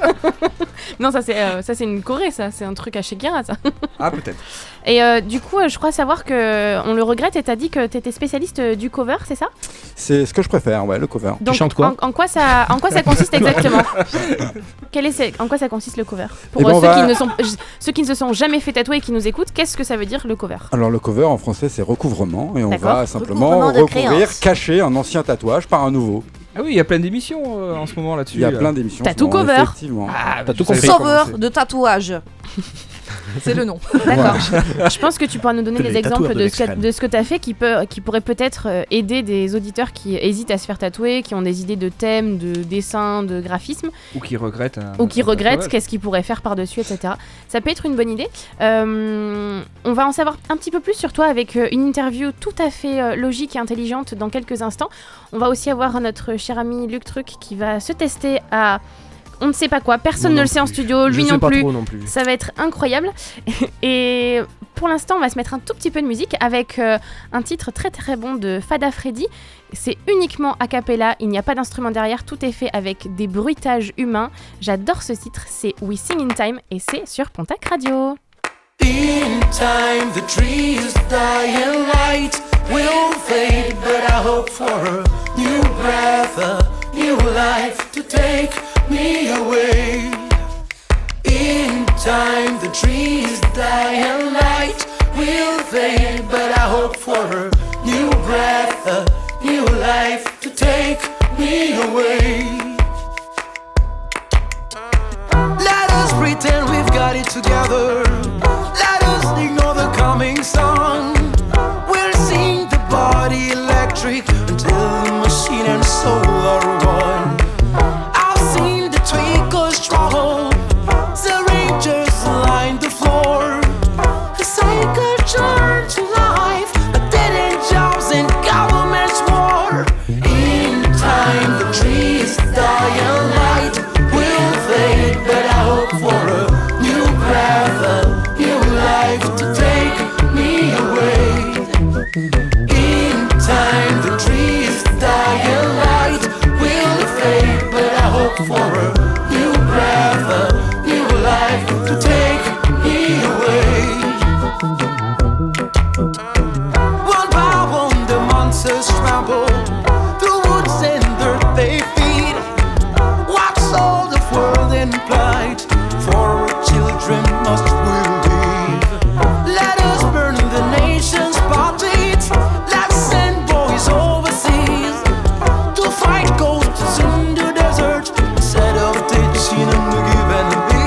[SPEAKER 7] *laughs* non, ça, c'est euh, ça, c'est une Corée, ça. C'est un truc à Shekira, ça. *laughs*
[SPEAKER 8] Ah peut-être.
[SPEAKER 7] Et euh, du coup, euh, je crois savoir que on le regrette et t'as dit que t'étais spécialiste euh, du cover, c'est ça
[SPEAKER 10] *laughs* C'est ce que je préfère, ouais, le cover.
[SPEAKER 7] Donc,
[SPEAKER 9] chantes quoi
[SPEAKER 7] en, en quoi ça, en quoi
[SPEAKER 10] *laughs*
[SPEAKER 7] ça consiste exactement Quel est, ce- en quoi ça consiste le cover Pour
[SPEAKER 10] Eh ben,
[SPEAKER 7] euh,
[SPEAKER 10] on
[SPEAKER 7] ceux,
[SPEAKER 10] va-
[SPEAKER 7] qui ne sont, j- ceux qui ne se sont jamais fait tatouer et qui nous écoutent, qu'est-ce que ça veut dire le cover
[SPEAKER 10] Alors le cover en français c'est recouvrement et on
[SPEAKER 7] D'accord.
[SPEAKER 10] va simplement
[SPEAKER 12] Recouvrement de
[SPEAKER 10] recouvrir,
[SPEAKER 12] créance.
[SPEAKER 10] cacher un ancien tatouage par un nouveau.
[SPEAKER 8] Ah oui, il y a plein d'émissions euh, en ce moment là-dessus.
[SPEAKER 10] Il y a plein d'émissions
[SPEAKER 3] en ce Tattoo moment, Cover. effectivement.
[SPEAKER 8] Ah,
[SPEAKER 10] Tattoo
[SPEAKER 8] vous savez
[SPEAKER 3] Sauveur
[SPEAKER 8] comment
[SPEAKER 3] de tatouage. C'est le nom.
[SPEAKER 7] *laughs* D'accord.
[SPEAKER 10] Voilà.
[SPEAKER 7] Je pense que tu pourras nous donner
[SPEAKER 10] T'es
[SPEAKER 7] des
[SPEAKER 10] les tatoueurs
[SPEAKER 7] exemples
[SPEAKER 10] de
[SPEAKER 7] de, ce que,
[SPEAKER 10] l'extrême.
[SPEAKER 7] de ce que tu as fait qui, peut, qui pourrait peut-être euh, aider des auditeurs qui hésitent à se faire tatouer, qui ont des idées de thèmes, de dessins, de graphismes,
[SPEAKER 8] c'est. Ou qui regrette. un-
[SPEAKER 7] ou qui
[SPEAKER 8] un
[SPEAKER 7] regrettent
[SPEAKER 8] tatouage.
[SPEAKER 7] qu'est-ce qu'ils pourraient faire par-dessus, etc. Ça peut être une bonne idée. Euh, on va en savoir un petit peu plus sur toi avec euh, une interview tout à fait euh, logique et intelligente dans quelques instants. On va aussi avoir notre cher ami Luc Truc qui va se tester à... On ne sait pas quoi,
[SPEAKER 9] Moi
[SPEAKER 7] personne ne
[SPEAKER 9] non
[SPEAKER 7] le sait en
[SPEAKER 9] plus.
[SPEAKER 7] studio,
[SPEAKER 9] Je
[SPEAKER 7] lui
[SPEAKER 9] sais
[SPEAKER 7] non
[SPEAKER 9] pas
[SPEAKER 7] plus.
[SPEAKER 9] trop non plus.
[SPEAKER 7] Ça va être incroyable. *laughs* Et pour l'instant, on va se mettre un tout petit peu de musique avec euh, un titre très très bon de Fada Freddy. C'est uniquement a cappella, il n'y a pas d'instrument derrière, tout est fait avec des bruitages humains. J'adore ce titre, c'est We Sing in Time et c'est sur Pontac Radio.
[SPEAKER 13] In time, the trees dying light will fade, but I hope for a new breath, a new life to take me away. In time, the trees dying light will fade, but I hope for a new breath, a new life to take me away. Let us pretend we've got it together. Let us ignore the coming sun. We'll sing the body electric until the machine and soul are one. I've seen the twinkle struggle. The rangers line the floor. A sacred turn to life. A dead end jobs in government's war. In time, the trees die and light will fade. But I hope for a new breath, a new life to take me away. In time, the trees die and light will fade. But I hope for a new breath, a new life to take me away. One by one the monsters trample through woods and dirt they feed. Watch all the world in plight, for our children must we leave. Let us burn the nation's bodies. Let's send boys overseas to fight ghosts in the desert instead of teaching them to give and bleed.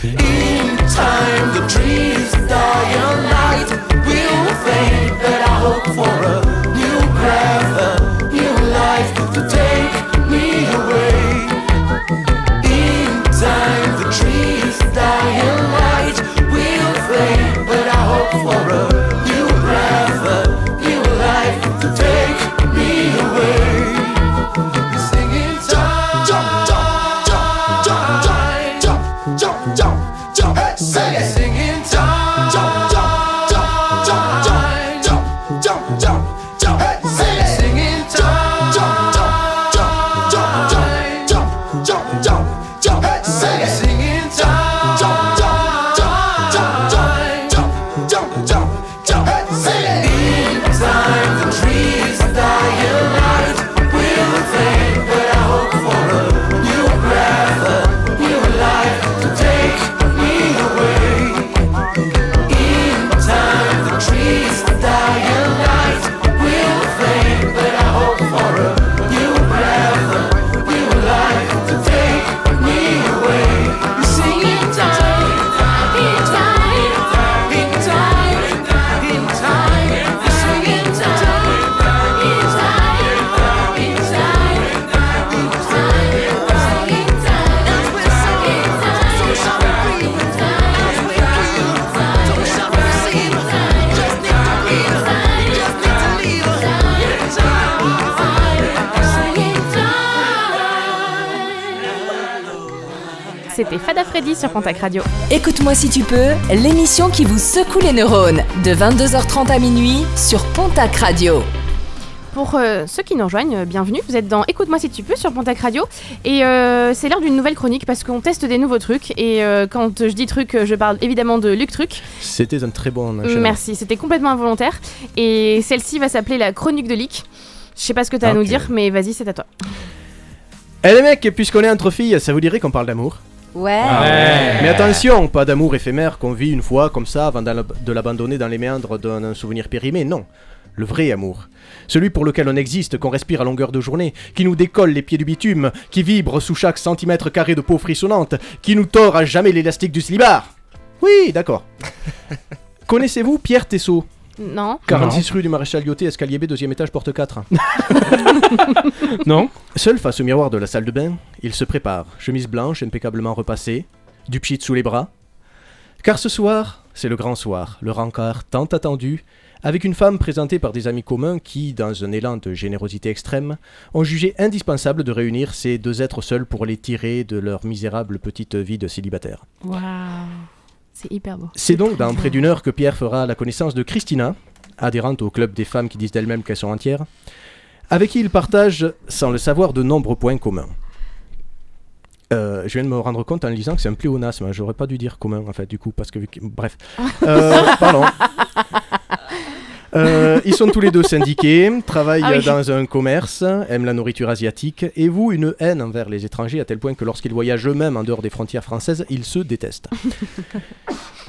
[SPEAKER 13] In time, the trees die and light will fade, but I hope for a new breath, a new life to take me away. In time, the trees die and light will fade, but I hope for a new breath, a new life to take me away. Singing time. Singing Time the trees die alive will fade, but I hope for a new breath, a new life to take me away. In time, the trees die and light will fade, but I hope for a new breath, a new life to take me away. You sing in time, in time, in time, in time. You sing in time, in time, in time.
[SPEAKER 7] Ah, C'était Fada Freddy sur Pontac Radio.
[SPEAKER 2] Écoute-moi si tu peux, l'émission qui vous secoue les neurones, de 22h30 à minuit sur Pontac Radio.
[SPEAKER 7] Pour euh, ceux qui nous rejoignent, euh, bienvenue. Vous êtes dans Écoute-moi si tu peux sur Pontac Radio. Et euh, c'est l'heure d'une nouvelle chronique parce qu'on teste des nouveaux trucs. Et euh, quand je dis truc, euh, je parle évidemment de Luc Truc.
[SPEAKER 5] C'était un très bon. enchaînement.
[SPEAKER 7] Merci, c'était complètement involontaire. Et celle-ci va s'appeler la chronique de Lick. Je sais pas ce que t'as à nous
[SPEAKER 5] Ah, Ok.
[SPEAKER 7] dire, mais vas-y, c'est à toi.
[SPEAKER 5] Eh les mecs, puisqu'on est entre filles, ça vous dirait qu'on parle d'amour
[SPEAKER 12] Ouais.
[SPEAKER 5] Mais attention, pas d'amour éphémère qu'on vit une fois comme ça avant d'al- de l'abandonner dans les méandres d'un souvenir périmé, non. le vrai amour. Celui pour lequel on existe, qu'on respire à longueur de journée, qui nous décolle les pieds du bitume, qui vibre sous chaque centimètre carré de peau frissonnante, qui nous tord à jamais l'élastique du slibard. Oui, d'accord. Connaissez-vous Pierre Tessot
[SPEAKER 7] Non.
[SPEAKER 5] 46 rue du Maréchal Lyoté, escalier B, deuxième étage, porte
[SPEAKER 9] *laughs*
[SPEAKER 5] 4.
[SPEAKER 9] non
[SPEAKER 5] Seul face au miroir de la salle de bain, il se prépare, chemise blanche impeccablement repassée, du pchit sous les bras. Car ce soir, c'est le grand soir, le rencard tant attendu, avec une femme présentée par des amis communs qui, dans un élan de générosité extrême, ont jugé indispensable de réunir ces deux êtres seuls pour les tirer de leur misérable petite vie de célibataire.
[SPEAKER 7] Waouh. C'est hyper beau.
[SPEAKER 5] C'est donc dans près d'une heure que Pierre fera la connaissance de Christina, adhérente au club des femmes qui disent d'elles-mêmes qu'elles sont entières, avec qui il partage, sans le savoir, de nombreux points communs. Euh, je viens de me rendre compte en lisant que c'est un pléonasme. hein. J'aurais pas dû dire commun en fait, du coup, parce que vu que- bref, Euh, pardon. Euh, ils sont tous les deux syndiqués, travaillent
[SPEAKER 14] Ah oui.
[SPEAKER 5] euh, dans un commerce, aiment la nourriture asiatique et vouent une haine envers les étrangers à tel point que lorsqu'ils voyagent eux-mêmes en dehors des frontières françaises, ils
[SPEAKER 14] *laughs*
[SPEAKER 5] se détestent.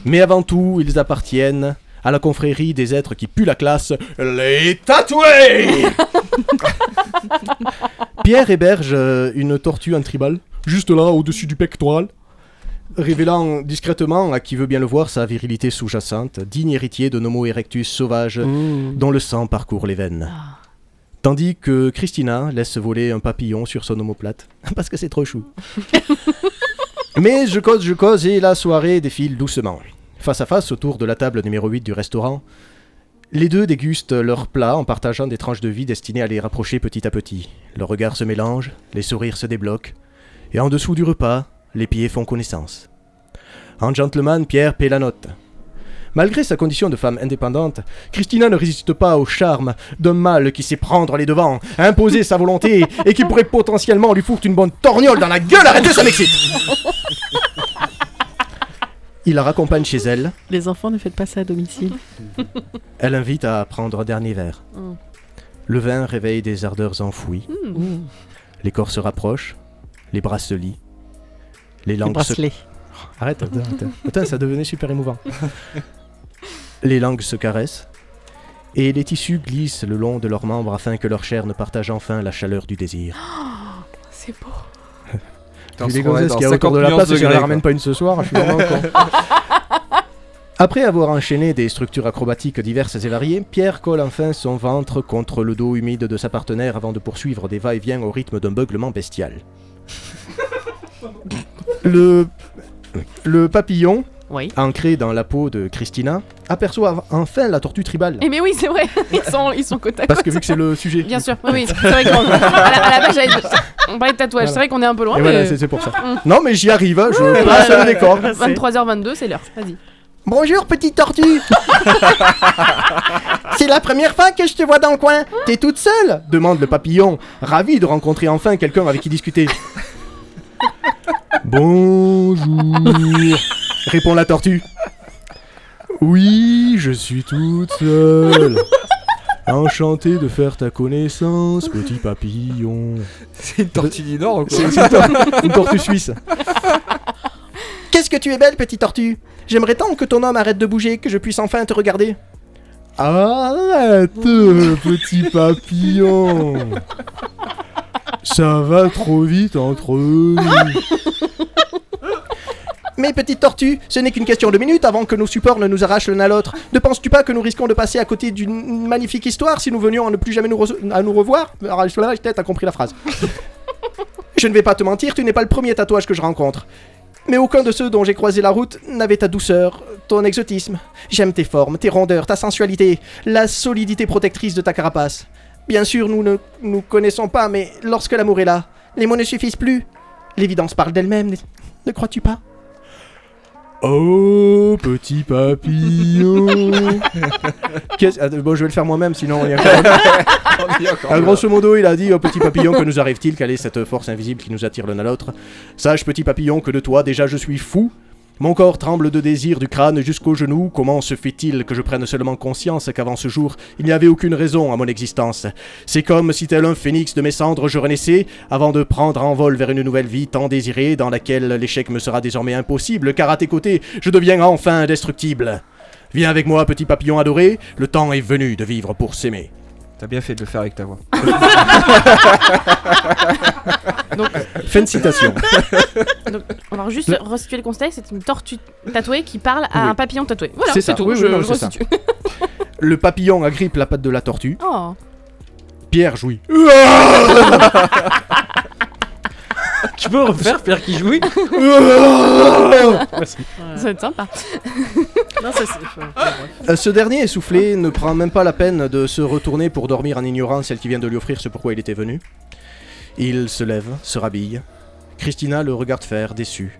[SPEAKER 5] Mais avant tout, ils appartiennent à la confrérie des êtres qui puent la classe, les
[SPEAKER 14] *laughs*
[SPEAKER 5] tatoués Pierre héberge euh, une tortue en tribal, juste là, au-dessus du pectoral, révélant discrètement à qui veut bien le voir sa virilité sous-jacente, digne héritier d'un Homo erectus sauvage dont le sang parcourt les veines. Tandis que Christina laisse voler un papillon sur son omoplate, *laughs* parce que c'est trop chou. Mais je cause, je cause, et la soirée défile doucement. Face à face, autour de la table numéro 8 du restaurant, les deux dégustent leurs plats en partageant des tranches de vie destinées à les rapprocher petit à petit. Leurs regards se mélangent, les sourires se débloquent, et en dessous du repas, les pieds font connaissance. En gentleman, Pierre paie la note. Malgré sa condition de femme indépendante, Christina ne résiste pas au charme d'un mâle qui sait prendre les devants, imposer sa volonté et qui pourrait potentiellement lui foutre une bonne torgnole dans la gueule. Arrêtez, ça m'excite Il la raccompagne chez elle,
[SPEAKER 6] Les enfants, ne faites pas ça à domicile.
[SPEAKER 5] elle invite à prendre un dernier verre.
[SPEAKER 7] Oh.
[SPEAKER 6] Mm.
[SPEAKER 5] Le vin réveille des ardeurs enfouies. Les corps se rapprochent, les bras se lient, les langues
[SPEAKER 6] bracelets.
[SPEAKER 9] Oh,
[SPEAKER 5] se... Arrête, attends,
[SPEAKER 8] *laughs*
[SPEAKER 5] attends. Putain, ça devenait super
[SPEAKER 6] *laughs*
[SPEAKER 5] émouvant. les langues se caressent, et les tissus glissent le long de leurs membres afin que leur chair ne partage enfin la chaleur du désir.
[SPEAKER 7] C'est beau.
[SPEAKER 14] Dans
[SPEAKER 5] Vu les
[SPEAKER 14] ce qu'on est,
[SPEAKER 5] gonzesses
[SPEAKER 14] dans
[SPEAKER 5] qu'il y a autour
[SPEAKER 14] 50
[SPEAKER 5] de la
[SPEAKER 14] nuances
[SPEAKER 5] place, si on
[SPEAKER 14] degrés,
[SPEAKER 5] les ramène
[SPEAKER 14] quoi.
[SPEAKER 5] pas une ce soir, je suis
[SPEAKER 14] *laughs*
[SPEAKER 5] vraiment con. Après avoir enchaîné des structures acrobatiques diverses et variées, Pierre colle enfin son ventre contre le dos humide de sa partenaire avant de poursuivre des va-et-vient au rythme d'un beuglement bestial. Le, le papillon, ancré dans la peau de Christina, aperçoit enfin la tortue tribale.
[SPEAKER 7] Eh ben, mais oui, c'est vrai. *laughs* Ils sont, ils sont côte à côte.
[SPEAKER 5] Parce que vu que c'est le sujet.
[SPEAKER 7] Bien sûr, oui, oui. C'est vrai qu'on.
[SPEAKER 5] *laughs*
[SPEAKER 7] à, la- à la base, j'avais- on parlait de tatouage.
[SPEAKER 5] Voilà.
[SPEAKER 7] C'est vrai qu'on est un peu loin.
[SPEAKER 5] Et
[SPEAKER 7] mais...
[SPEAKER 5] voilà, c'est c'est pour ça.
[SPEAKER 7] Mm.
[SPEAKER 5] Non, mais j'y arrive, hein, je
[SPEAKER 7] Ouh,
[SPEAKER 5] place
[SPEAKER 7] voilà.
[SPEAKER 5] le décor.
[SPEAKER 7] 23h22, c'est l'heure. Vas-y.
[SPEAKER 6] Oh,
[SPEAKER 5] Bonjour, petite tortue C'est la première fois que je te vois dans le coin. T'es toute seule demande le papillon, ravi de rencontrer enfin quelqu'un avec qui discuter. Bonjour, répond la tortue. Oui, je suis toute seule. Enchanté de faire ta connaissance, petit papillon. C'est une tortue du Nord ou
[SPEAKER 14] quoi
[SPEAKER 5] une,
[SPEAKER 8] *laughs*
[SPEAKER 5] tor- une tortue suisse. Qu'est-ce que tu es belle, petite tortue J'aimerais tant que ton homme arrête de bouger, que je puisse enfin te regarder. Arrête, petit
[SPEAKER 8] *laughs*
[SPEAKER 5] papillon Ça va trop vite entre
[SPEAKER 6] *laughs*
[SPEAKER 5] nous. Mais petite tortue, ce n'est qu'une question de minutes avant que nos supports ne nous arrachent l'un à l'autre. Ne penses-tu pas que nous risquons de passer à côté d'une magnifique histoire si nous venions à ne plus jamais nous, re- à nous revoir Alors, je là, peut-être, t'as compris la phrase. je ne vais pas te mentir, tu n'es pas le premier tatouage que je rencontre. Mais aucun de ceux dont j'ai croisé la route n'avait ta douceur, ton exotisme. J'aime tes formes, tes rondeurs, ta sensualité, la solidité protectrice de ta carapace. Bien sûr, nous ne nous connaissons pas, mais lorsque l'amour est là, les mots ne suffisent plus. L'évidence parle d'elle-même, n'est- ne crois-tu pas Oh, petit papillon Qu'est-ce- ah, Bon, je vais le faire moi-même, sinon... il y a encore- Ah, grosso modo, il a dit au petit papillon que nous arrive-t-il Quelle est cette force invisible qui nous attire l'un à l'autre Sache, petit papillon, que de toi, déjà, je suis fou. Mon corps tremble de désir du crâne jusqu'aux genoux. Comment se fait-il que je prenne seulement conscience qu'avant ce jour, il n'y avait aucune raison à mon existence C'est comme si tel un phénix de mes cendres je renaissais, avant de prendre envol vers une nouvelle vie tant désirée, dans laquelle l'échec me sera désormais impossible, car à tes côtés, je deviens enfin indestructible. Viens avec moi, petit papillon adoré, le temps est venu de vivre pour s'aimer.
[SPEAKER 8] T'as bien fait de le faire avec ta voix.
[SPEAKER 5] Donc- Fin de citation.
[SPEAKER 7] Donc, on va juste
[SPEAKER 5] Le-
[SPEAKER 7] resituer le constat c'est une tortue tatouée qui parle à
[SPEAKER 5] Oui.
[SPEAKER 7] un papillon tatoué. Voilà,
[SPEAKER 5] C'est
[SPEAKER 7] c'est
[SPEAKER 5] ça.
[SPEAKER 7] tout.
[SPEAKER 5] Oui, oui,
[SPEAKER 7] je
[SPEAKER 5] non, mais
[SPEAKER 7] je
[SPEAKER 5] c'est ça.
[SPEAKER 7] resitue.
[SPEAKER 5] le papillon agrippe la patte de la tortue.
[SPEAKER 7] Oh.
[SPEAKER 5] Pierre jouit.
[SPEAKER 7] *laughs*
[SPEAKER 9] tu peux refaire Pierre qui jouit
[SPEAKER 7] Ça va être sympa.
[SPEAKER 6] *laughs* Non, ça, c'est.
[SPEAKER 5] Euh, Ce dernier essoufflé ne prend même pas la peine de se retourner pour dormir en ignorant celle qui vient de lui offrir ce pourquoi il était venu. Il se lève, se rhabille. Christina le regarde faire, déçue.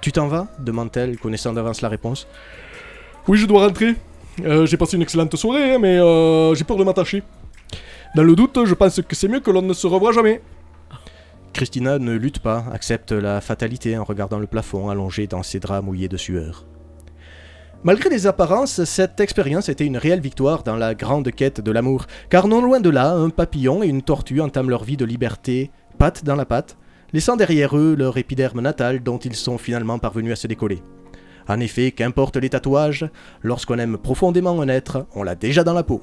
[SPEAKER 5] Tu t'en vas demande-t-elle, connaissant d'avance la réponse.
[SPEAKER 14] Oui, je dois rentrer. Euh, j'ai passé une excellente soirée, hein, mais euh, j'ai peur de m'attacher. Dans le doute, je pense que c'est mieux que l'on ne se revoie jamais.
[SPEAKER 5] Christina ne lutte pas, accepte la fatalité en regardant le plafond allongé dans ses draps mouillés de sueur. Malgré les apparences, cette expérience était une réelle victoire dans la grande quête de l'amour, car non loin de là, un papillon et une tortue entament leur vie de liberté, patte dans la patte, laissant derrière eux leur épiderme natal dont ils sont finalement parvenus à se décoller. En effet, qu'importe les tatouages, lorsqu'on aime profondément un être, on l'a déjà dans la peau.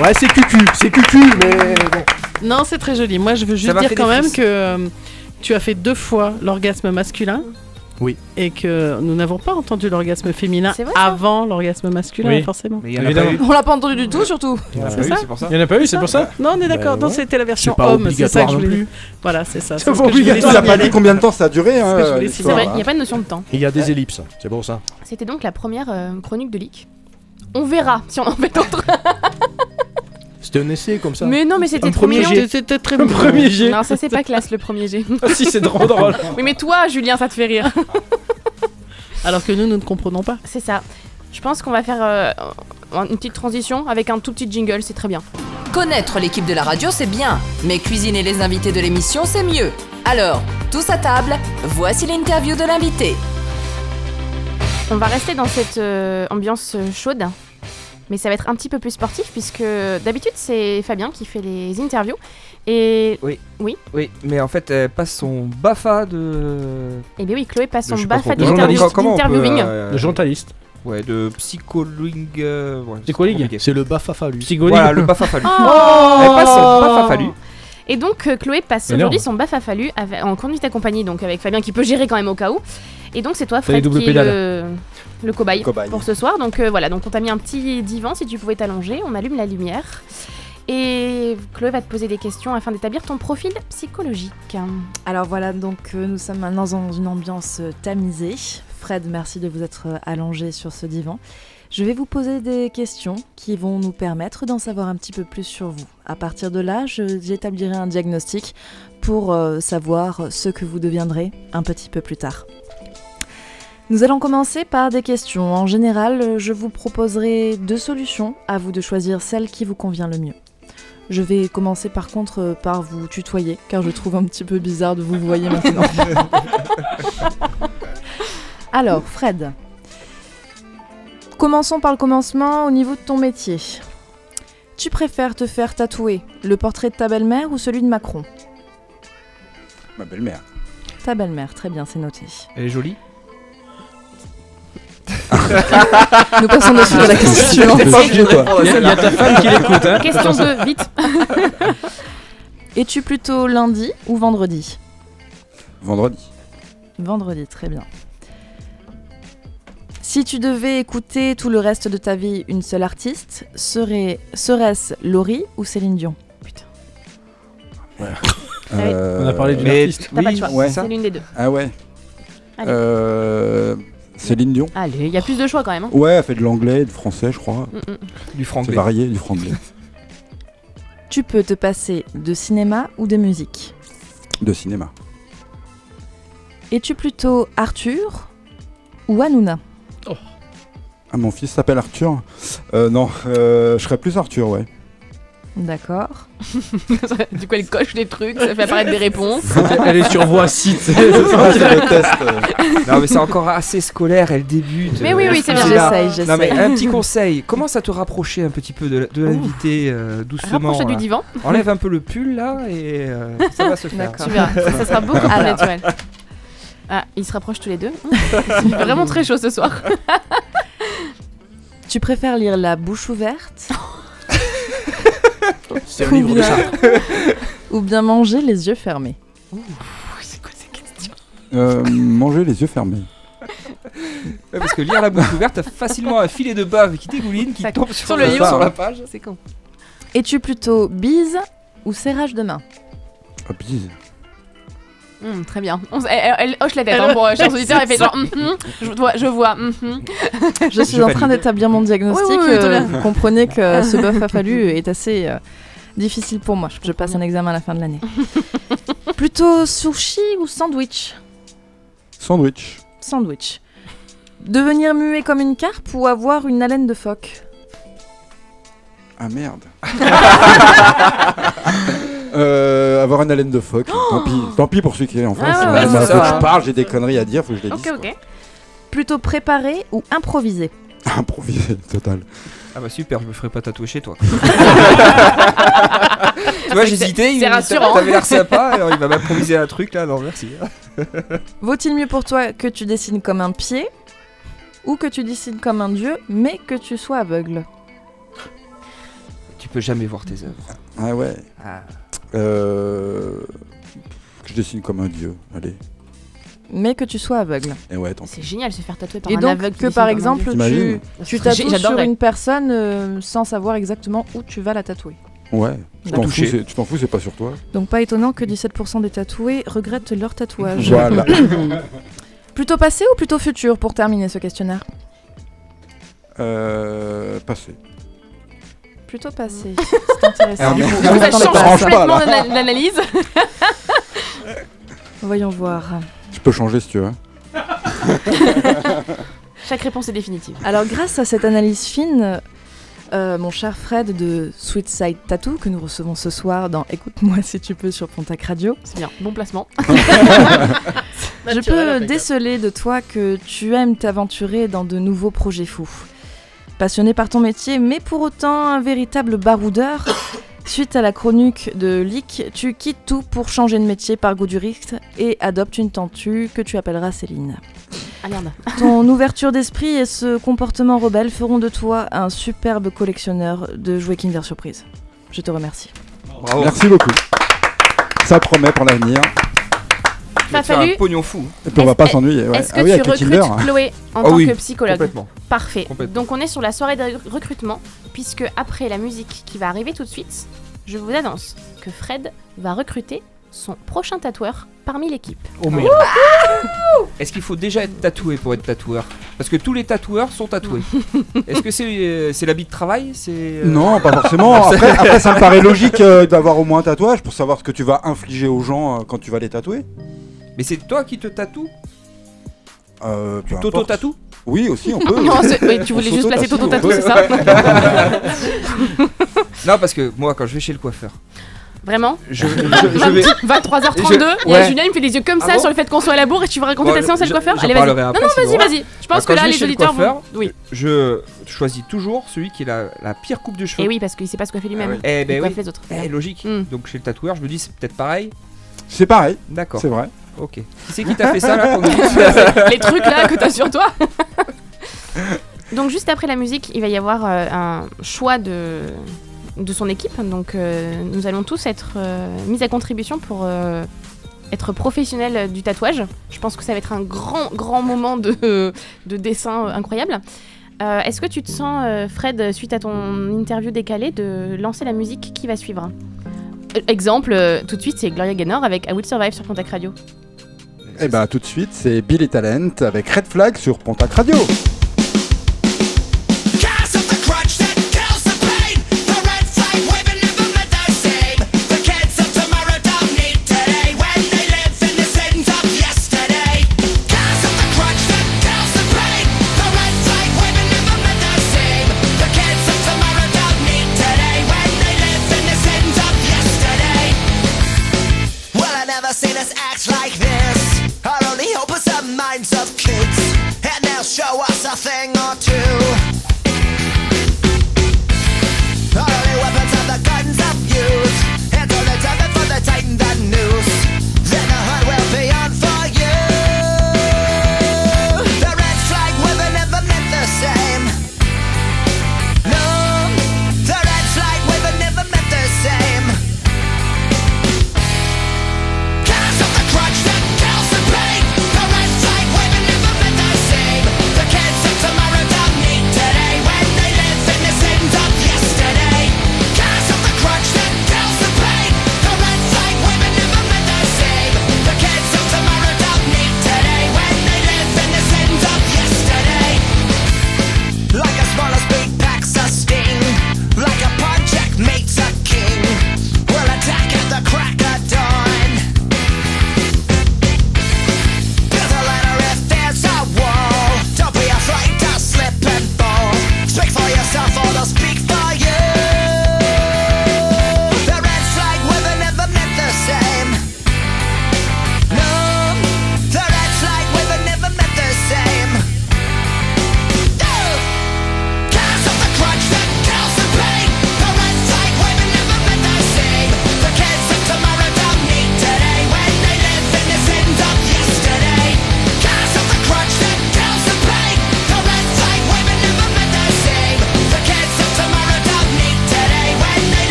[SPEAKER 5] Ouais, c'est cucu, c'est cucu, mais bon.
[SPEAKER 6] Non, c'est très joli. Moi, je veux
[SPEAKER 5] Ça
[SPEAKER 6] juste
[SPEAKER 5] m'a
[SPEAKER 6] dire
[SPEAKER 5] fait
[SPEAKER 6] quand
[SPEAKER 5] des
[SPEAKER 6] même
[SPEAKER 5] frissons.
[SPEAKER 6] que euh, tu as fait deux fois l'orgasme masculin.
[SPEAKER 5] Oui.
[SPEAKER 6] Et que nous n'avons pas entendu l'orgasme féminin
[SPEAKER 3] C'est vrai, ça
[SPEAKER 6] avant l'orgasme masculin,
[SPEAKER 9] Oui.
[SPEAKER 6] forcément. Ah,
[SPEAKER 9] Mais il y en a Évidemment. pas eu.
[SPEAKER 3] On l'a pas entendu du tout,
[SPEAKER 5] Ah,
[SPEAKER 3] surtout.
[SPEAKER 5] bah
[SPEAKER 9] Il y en a
[SPEAKER 6] C'est
[SPEAKER 9] pas eu,
[SPEAKER 6] ça
[SPEAKER 9] c'est pour ça. Il y en a pas eu, c'est pour ça
[SPEAKER 6] Non, on est d'accord.
[SPEAKER 9] Ben
[SPEAKER 6] non,
[SPEAKER 9] ouais.
[SPEAKER 6] c'était la version
[SPEAKER 9] C'est pas
[SPEAKER 6] homme, c'est ça
[SPEAKER 9] obligatoire
[SPEAKER 6] que je
[SPEAKER 9] non
[SPEAKER 6] voulais
[SPEAKER 9] plus.
[SPEAKER 6] Voilà, c'est ça.
[SPEAKER 9] C'est
[SPEAKER 6] c'est ce
[SPEAKER 9] pas
[SPEAKER 6] que je voulais
[SPEAKER 9] obligatoire. Il a pas
[SPEAKER 6] signaler.
[SPEAKER 9] dit combien de temps ça a duré,
[SPEAKER 6] C'est ce que je
[SPEAKER 10] euh,
[SPEAKER 9] hein,
[SPEAKER 6] voulais
[SPEAKER 9] l'histoire.
[SPEAKER 6] signaler.
[SPEAKER 7] C'est vrai,
[SPEAKER 9] hein.
[SPEAKER 7] il n'y a pas de notion de temps.
[SPEAKER 5] Il y a des ellipses, c'est pour ça.
[SPEAKER 7] C'était donc la première euh, chronique de leak. On verra si on en fait d'autres.
[SPEAKER 5] C'était un essai comme ça.
[SPEAKER 7] Mais non, mais c'était
[SPEAKER 5] Un
[SPEAKER 7] trop
[SPEAKER 5] premier
[SPEAKER 7] mignon.
[SPEAKER 5] jet.
[SPEAKER 6] Un premier
[SPEAKER 5] jet.
[SPEAKER 7] Non, ça c'est pas classe le premier jet.
[SPEAKER 5] Ah, si, c'est drôle, drôle.
[SPEAKER 7] *laughs* Oui, mais toi, Julien, ça te fait
[SPEAKER 5] *laughs*
[SPEAKER 7] rire.
[SPEAKER 6] Alors que nous, nous ne comprenons pas.
[SPEAKER 7] C'est ça. Je pense qu'on va faire euh, une petite transition avec un tout petit jingle, c'est très bien.
[SPEAKER 2] Connaître l'équipe de la radio, c'est bien, mais cuisiner les invités de l'émission, c'est mieux. Alors, tous à table, voici l'interview de l'invité.
[SPEAKER 7] On va rester dans cette euh, ambiance euh, chaude, mais ça va être un petit peu plus sportif puisque d'habitude c'est Fabien qui fait les interviews et
[SPEAKER 8] Oui.
[SPEAKER 7] oui.
[SPEAKER 8] Oui, mais en fait, elle passe son BAFA de.
[SPEAKER 7] Eh bien oui, Chloé passe son
[SPEAKER 8] Je sais pas
[SPEAKER 7] BAFA
[SPEAKER 8] trop. De journaliste.
[SPEAKER 7] d'interview-
[SPEAKER 8] Comment on peut,
[SPEAKER 7] d'interviewing.
[SPEAKER 8] euh,
[SPEAKER 9] De journaliste.
[SPEAKER 8] Ouais, de psychologue. euh, ouais,
[SPEAKER 9] Psychologue
[SPEAKER 5] C'est le BAFAFALU.
[SPEAKER 8] Voilà, le
[SPEAKER 9] euh,
[SPEAKER 8] BAFAFALU.
[SPEAKER 7] *laughs* Oh
[SPEAKER 8] elle passe son BAFAFALU.
[SPEAKER 7] Et donc euh, Chloé passe
[SPEAKER 8] Énorme.
[SPEAKER 7] aujourd'hui son bafafalu avec- en conduite accompagnée, donc avec Fabien qui peut gérer quand même au cas où. Et donc c'est toi
[SPEAKER 9] T'as les
[SPEAKER 7] Fred
[SPEAKER 9] doubles
[SPEAKER 7] qui est
[SPEAKER 9] pédales.
[SPEAKER 7] le, le cobaye,
[SPEAKER 9] Cobaye.
[SPEAKER 7] pour ce soir. Donc euh, voilà, donc on t'a mis un petit divan si tu pouvais t'allonger, on allume la lumière. Et Chloé va te poser des questions afin d'établir ton profil psychologique.
[SPEAKER 3] Alors voilà, donc euh, nous sommes maintenant dans une ambiance euh, tamisée. Fred, merci de vous être euh, allongé sur ce divan. Je vais vous poser des questions qui vont nous permettre d'en savoir un petit peu plus sur vous. À partir de là, je- j'établirai un diagnostic pour euh, savoir ce que vous deviendrez un petit peu plus tard. Nous allons commencer par des questions. En général, euh, je vous proposerai deux solutions, à vous de choisir celle qui vous convient le mieux. Je vais commencer par contre euh, par vous tutoyer, car je trouve un petit peu bizarre de vous voyer maintenant. *laughs* Alors, Fred, commençons par le commencement au niveau de ton métier. Tu préfères te faire tatouer le portrait de ta belle-mère ou celui de Macron
[SPEAKER 10] Ma belle-mère.
[SPEAKER 3] Ta belle-mère, très bien, c'est noté.
[SPEAKER 8] Elle
[SPEAKER 5] *laughs*
[SPEAKER 8] est jolie.
[SPEAKER 3] Nous passons dessus
[SPEAKER 9] *laughs*
[SPEAKER 3] à la question.
[SPEAKER 8] T'es pas obligé, toi.
[SPEAKER 9] Il y a- il y a ta femme qui l'écoute, hein.
[SPEAKER 7] Question deux, vite.
[SPEAKER 3] *laughs* Es-tu plutôt lundi ou vendredi
[SPEAKER 10] Vendredi.
[SPEAKER 3] Vendredi, très bien. Si tu devais écouter tout le reste de ta vie une seule artiste, serait- serait-ce Laurie ou Céline Dion
[SPEAKER 6] *laughs*
[SPEAKER 10] Euh,
[SPEAKER 9] On a parlé d'une
[SPEAKER 10] mais-
[SPEAKER 9] artiste.
[SPEAKER 7] T'as pas de choix,
[SPEAKER 10] ouais.
[SPEAKER 7] c'est l'une des deux.
[SPEAKER 10] Ah ouais.
[SPEAKER 7] Allez.
[SPEAKER 10] Euh, Céline Dion.
[SPEAKER 7] Allez, il y a plus de choix quand même. hein.
[SPEAKER 10] Ouais, elle fait de l'anglais, du français, je crois.
[SPEAKER 7] Mm, mm.
[SPEAKER 8] Du franglais.
[SPEAKER 10] C'est varié, du *laughs* franglais.
[SPEAKER 3] Tu peux te passer de cinéma ou de musique
[SPEAKER 10] de cinéma.
[SPEAKER 3] Es-tu plutôt Arthur ou Hanouna
[SPEAKER 10] Ah, mon fils s'appelle Arthur. Euh, non, euh, je serais plus Arthur, ouais.
[SPEAKER 3] D'accord.
[SPEAKER 7] du coup, elle coche des trucs, ça fait apparaître des réponses.
[SPEAKER 9] Elle est sur voici.
[SPEAKER 8] *laughs*
[SPEAKER 9] tu sais,
[SPEAKER 8] Ouais,
[SPEAKER 9] c'est ça.
[SPEAKER 8] je la
[SPEAKER 7] *laughs*
[SPEAKER 8] déteste. non mais c'est encore assez scolaire, elle débute.
[SPEAKER 7] Mais oui,
[SPEAKER 8] euh,
[SPEAKER 7] oui, c'est bien.
[SPEAKER 8] là.
[SPEAKER 7] J'essaye,
[SPEAKER 8] Non, mais
[SPEAKER 7] j'essaye.
[SPEAKER 8] un petit conseil, commence à te rapprocher un petit peu de, la- de l'invité euh, doucement.
[SPEAKER 7] Rapproche-toi du
[SPEAKER 8] là.
[SPEAKER 7] divan.
[SPEAKER 8] Enlève un peu le pull là et euh, ça va se faire.
[SPEAKER 7] *laughs* D'accord. Tu verras, ça- ça sera beaucoup plus
[SPEAKER 8] Alors.
[SPEAKER 7] naturel. Ah, ils se rapprochent tous les deux. C'est vraiment très chaud ce soir.
[SPEAKER 3] Tu préfères lire La bouche ouverte
[SPEAKER 5] C'est un livre de Sartre.
[SPEAKER 3] *laughs* ou bien manger les yeux fermés
[SPEAKER 10] *laughs* Euh, manger les yeux fermés.
[SPEAKER 8] Ouais, parce que lire la bouche ouverte, t'as facilement un filet de bave qui dégouline, qui tombe sur, la- sur la page.
[SPEAKER 7] C'est con.
[SPEAKER 3] Es-tu plutôt bise ou serrage de main
[SPEAKER 10] Ah, bise.
[SPEAKER 7] Hum, très bien. On s- elle, elle hoche la tête.
[SPEAKER 3] Elle-
[SPEAKER 7] hein, pour, euh, chers auditeurs, elle fait
[SPEAKER 8] *laughs*
[SPEAKER 3] C'est
[SPEAKER 7] genre. hum, hum, je vois. Je, vois hum, hum.
[SPEAKER 3] *laughs* Je suis en train d'établir mon diagnostic.
[SPEAKER 7] Oui, oui, oui, très bien.
[SPEAKER 3] euh, vous
[SPEAKER 7] *laughs*
[SPEAKER 3] comprenez que ce bœuf a fallu est assez euh, difficile pour moi. Je passe un examen à la fin
[SPEAKER 7] *laughs*
[SPEAKER 3] de l'année. Plutôt sushi ou sandwich
[SPEAKER 10] Sandwich.
[SPEAKER 3] Sandwich. Devenir muet comme une carpe ou avoir une haleine de phoque
[SPEAKER 10] Ah merde. *laughs* Euh, avoir une haleine de phoque, tant pis. Tant pis pour ceux qui est en France.
[SPEAKER 3] Oh Ah ouais,
[SPEAKER 10] Mais faut
[SPEAKER 3] ouais, c'est
[SPEAKER 10] que
[SPEAKER 3] ça.
[SPEAKER 10] je parle, j'ai des conneries à dire, faut que je les dise. *laughs*
[SPEAKER 3] ok. Plutôt préparé ou improvisé
[SPEAKER 10] Improvisé, total.
[SPEAKER 8] Ah bah super, je me ferai pas tatouer chez toi. tu vois,
[SPEAKER 3] C'est-
[SPEAKER 8] j'hésitais. il-
[SPEAKER 3] c'est rassurant.
[SPEAKER 8] T'avais l'air sympa, alors il va m'improviser un truc là, non merci.
[SPEAKER 3] Vaut-il mieux pour toi que tu dessines comme un pied ou que tu dessines comme un dieu mais que tu sois aveugle
[SPEAKER 8] tu peux jamais voir tes œuvres.
[SPEAKER 10] Ah ouais.
[SPEAKER 8] Ah.
[SPEAKER 10] Euh, que je dessine comme un dieu. Allez.
[SPEAKER 3] Mais que tu sois aveugle.
[SPEAKER 10] Et ouais, tant pis.
[SPEAKER 7] C'est génial de se faire tatouer par
[SPEAKER 3] Et
[SPEAKER 7] un
[SPEAKER 3] donc
[SPEAKER 7] aveugle.
[SPEAKER 3] que par exemple
[SPEAKER 10] T'imagines
[SPEAKER 3] tu, tu
[SPEAKER 7] Ça serait-
[SPEAKER 3] tatoues sur
[SPEAKER 7] j'adorerais.
[SPEAKER 3] une personne euh, sans savoir exactement où tu vas la tatouer.
[SPEAKER 10] Ouais. Tu t'en fous,
[SPEAKER 8] Touché.
[SPEAKER 10] c'est- tu t'en fous, c'est pas sur toi.
[SPEAKER 3] Donc pas étonnant que 17% des tatoués regrettent leur tatouage.
[SPEAKER 10] Voilà.
[SPEAKER 3] *laughs* plutôt passé ou plutôt futur pour terminer ce questionnaire
[SPEAKER 10] Euh, passé.
[SPEAKER 3] Plutôt passé. C'est intéressant.
[SPEAKER 8] Ah,
[SPEAKER 10] Alors, du coup,
[SPEAKER 3] Je
[SPEAKER 10] on
[SPEAKER 3] m'attendais
[SPEAKER 10] change
[SPEAKER 3] pas à *laughs* ça.
[SPEAKER 10] complètement Pas, là.
[SPEAKER 7] d'ana- d'analyse.
[SPEAKER 3] *laughs* Voyons voir.
[SPEAKER 10] Je peux changer si tu veux. hein.
[SPEAKER 7] Chaque réponse est définitive.
[SPEAKER 3] Alors, grâce à cette analyse fine, euh, mon cher Fred de Sweet Side Tattoo, que nous recevons ce soir dans Écoute-moi si tu peux sur Pontac Radio,
[SPEAKER 7] C'est bien. Bon placement.
[SPEAKER 3] je peux déceler de toi que tu aimes t'aventurer dans de nouveaux projets fous. Passionné par ton métier, mais pour autant un véritable baroudeur, *coughs* suite à la chronique de Lick, tu quittes tout pour changer de métier par goût du risque et adoptes une tentue que tu appelleras Céline.
[SPEAKER 7] Ah merde.
[SPEAKER 3] Ton ouverture d'esprit et ce comportement rebelle feront de toi un superbe collectionneur de jouets Kinder Surprise. Je te remercie.
[SPEAKER 8] *laughs* Bravo.
[SPEAKER 10] Merci beaucoup. Ça promet pour l'avenir.
[SPEAKER 7] Ça
[SPEAKER 8] Tu vas
[SPEAKER 7] a
[SPEAKER 8] te faire
[SPEAKER 7] fallu.
[SPEAKER 8] un pognon fou.
[SPEAKER 10] Et puis on va pas s'ennuyer. ouais.
[SPEAKER 7] Est-ce que
[SPEAKER 10] Ah oui,
[SPEAKER 7] tu
[SPEAKER 10] avec les
[SPEAKER 7] recrutes
[SPEAKER 10] Tinder.
[SPEAKER 7] Chloé en
[SPEAKER 10] Ah
[SPEAKER 7] tant
[SPEAKER 10] oui,
[SPEAKER 7] que psychologue
[SPEAKER 10] complètement.
[SPEAKER 7] Parfait.
[SPEAKER 10] Complètement.
[SPEAKER 7] Donc on est sur la soirée de rec- recrutement, puisque après la musique qui va arriver tout de suite, je vous annonce que Fred va recruter son prochain tatoueur parmi l'équipe.
[SPEAKER 8] Oh merde. Est-ce qu'il faut déjà être tatoué pour être tatoueur Parce que tous les tatoueurs sont tatoués. Est-ce que c'est euh, c'est l'habit de travail C'est euh,
[SPEAKER 10] Non, pas forcément.
[SPEAKER 8] *laughs*
[SPEAKER 10] Après, après, ça me paraît logique euh, d'avoir au moins un tatouage pour savoir ce que tu vas infliger aux gens euh, quand tu vas les tatouer.
[SPEAKER 8] Mais c'est toi qui te tatoues
[SPEAKER 10] Euh, peu importe.
[SPEAKER 8] T'auto-tatoues
[SPEAKER 10] Oui, aussi, on
[SPEAKER 7] *laughs*
[SPEAKER 10] peut.
[SPEAKER 8] *laughs* Non, c'est- mais tu
[SPEAKER 10] On
[SPEAKER 8] voulais juste placer
[SPEAKER 10] s'auto-tatoue,
[SPEAKER 8] Toto-tatou,
[SPEAKER 10] on peut.
[SPEAKER 8] c'est
[SPEAKER 10] *laughs*
[SPEAKER 8] ça Non, parce que moi, quand je vais chez le coiffeur,
[SPEAKER 7] Vraiment
[SPEAKER 8] je, je-
[SPEAKER 7] *laughs*
[SPEAKER 8] je vais.
[SPEAKER 7] 23h32,
[SPEAKER 8] Je-
[SPEAKER 7] il y a
[SPEAKER 8] ouais.
[SPEAKER 7] Julien, il me fait des yeux comme
[SPEAKER 8] Ah
[SPEAKER 7] ça
[SPEAKER 8] bon
[SPEAKER 7] sur le fait qu'on soit à la bourre et tu vas raconter
[SPEAKER 8] Bon,
[SPEAKER 7] ta séance à le
[SPEAKER 8] je-
[SPEAKER 7] coiffeur
[SPEAKER 8] j'en
[SPEAKER 7] Allez, vas-y.
[SPEAKER 8] parlerai
[SPEAKER 7] Non,
[SPEAKER 8] après,
[SPEAKER 7] non,
[SPEAKER 8] sinon.
[SPEAKER 7] vas-y, vas-y. Je
[SPEAKER 8] Bah,
[SPEAKER 7] pense
[SPEAKER 8] quand
[SPEAKER 7] que là,
[SPEAKER 8] je vais
[SPEAKER 7] les
[SPEAKER 8] chez le
[SPEAKER 7] auditeurs vont.
[SPEAKER 8] coiffeur, Je choisis toujours celui qui a la pire coupe de cheveux.
[SPEAKER 7] Et Eh oui, parce qu'il sait pas se coiffer lui-même.
[SPEAKER 8] Eh ben
[SPEAKER 7] Il coiffe
[SPEAKER 8] oui.
[SPEAKER 7] les autres. Hmm.
[SPEAKER 8] Eh, logique. Donc chez le tatoueur, je me dis c'est peut-être pareil.
[SPEAKER 10] C'est pareil.
[SPEAKER 8] D'accord.
[SPEAKER 10] C'est vrai.
[SPEAKER 8] Ok. Qui c'est qui t'a fait ça là qu'on nous *laughs* dit
[SPEAKER 7] *laughs* Les trucs là que t'as sur toi *laughs* Donc juste après la musique, il va y avoir euh, un choix de, de son équipe. Donc euh, nous allons tous être euh, mis à contribution pour euh, être professionnels euh, du tatouage. Je pense que ça va être un grand, grand moment de, de dessin euh, incroyable. Euh, Est-ce que tu te sens, euh, Fred, suite à ton interview décalée, de lancer la musique qui va suivre Euh, Exemple, euh, tout de suite, c'est Gloria Gaynor avec I Will Survive sur Contact Radio.
[SPEAKER 10] Et bah, tout de suite, c'est Billy Talent avec Red Flag sur Pontac Radio.
[SPEAKER 13] Cast of the crutch that kills the pain. The red flag waving never meant the same. The kids of tomorrow don't need today when they live in the sins of yesterday. Cast of the crutch that kills the pain. The red flag waving never meant the same. The kids of tomorrow don't need today when they live in the sins of yesterday. Well, I never seen us act like this. Our only hope is the minds of kids, and they'll show us a thing or two. Our only weapons are the guns abused, and all the time before they tighten the noose. Then the hunt will be on for you.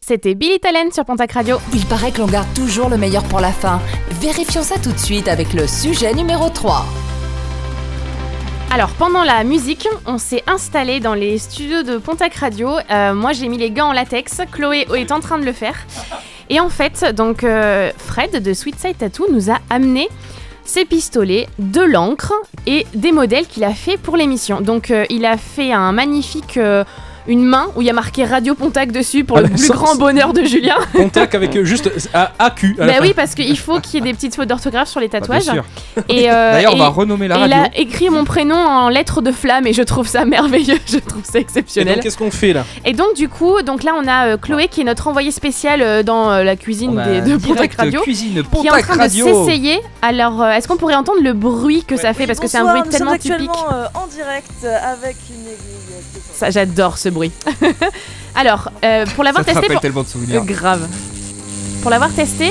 [SPEAKER 7] C'était Billy Talent sur Pontac Radio.
[SPEAKER 2] Il paraît que l'on garde toujours le meilleur pour la fin. Vérifions ça tout de suite avec le sujet numéro 3.
[SPEAKER 7] Alors pendant la musique, on s'est installé dans les studios de Pontac Radio. Euh, moi j'ai mis les gants en latex, Chloé est en train de le faire. Et en fait, donc euh, Fred de Sweet Side Tattoo nous a amené ses pistolets, de l'encre et des modèles qu'il a fait pour l'émission. Donc euh, il a fait un magnifique euh, une main où il y a marqué Radio Pontac dessus pour
[SPEAKER 9] Ah,
[SPEAKER 7] le
[SPEAKER 9] bah,
[SPEAKER 7] plus
[SPEAKER 9] sans-
[SPEAKER 7] grand bonheur de Julien.
[SPEAKER 9] Contact avec euh, juste euh, A- AQ. à la
[SPEAKER 7] Bah
[SPEAKER 9] fin.
[SPEAKER 7] oui, parce qu'il faut qu'il y ait des petites fautes d'orthographe sur les
[SPEAKER 9] bien
[SPEAKER 7] tatouages.
[SPEAKER 9] sûr.
[SPEAKER 7] Et,
[SPEAKER 8] Bah,
[SPEAKER 7] euh,
[SPEAKER 8] D'ailleurs, on
[SPEAKER 7] et-
[SPEAKER 8] va renommer la
[SPEAKER 7] et Il
[SPEAKER 8] radio.
[SPEAKER 7] a écrit mon prénom en lettres de flamme et je trouve ça merveilleux, *laughs* je trouve ça
[SPEAKER 9] Et
[SPEAKER 7] exceptionnel.
[SPEAKER 9] donc, qu'est-ce qu'on fait là
[SPEAKER 7] Et donc du coup, donc là on a euh, Chloé qui est notre envoyée spéciale euh, dans euh, la cuisine
[SPEAKER 8] On a
[SPEAKER 7] des- de
[SPEAKER 8] direct
[SPEAKER 7] Pontac Radio,
[SPEAKER 8] cuisine
[SPEAKER 7] qui est en
[SPEAKER 8] Pontac
[SPEAKER 7] train
[SPEAKER 8] Radio.
[SPEAKER 7] de s'essayer. Alors euh, est-ce qu'on pourrait entendre le bruit que ça fait parce que c'est un
[SPEAKER 15] Bonsoir,
[SPEAKER 7] bruit
[SPEAKER 15] nous
[SPEAKER 7] tellement
[SPEAKER 15] sommes
[SPEAKER 7] typique.
[SPEAKER 15] actuellement euh, en direct avec une aiguille.
[SPEAKER 7] Ça j'adore ce bruit. *laughs* Alors euh, pour l'avoir
[SPEAKER 8] Ça te
[SPEAKER 7] testé,
[SPEAKER 8] rappelle
[SPEAKER 7] pour...
[SPEAKER 8] tellement de souvenirs.
[SPEAKER 7] Euh, grave. Pour l'avoir testé,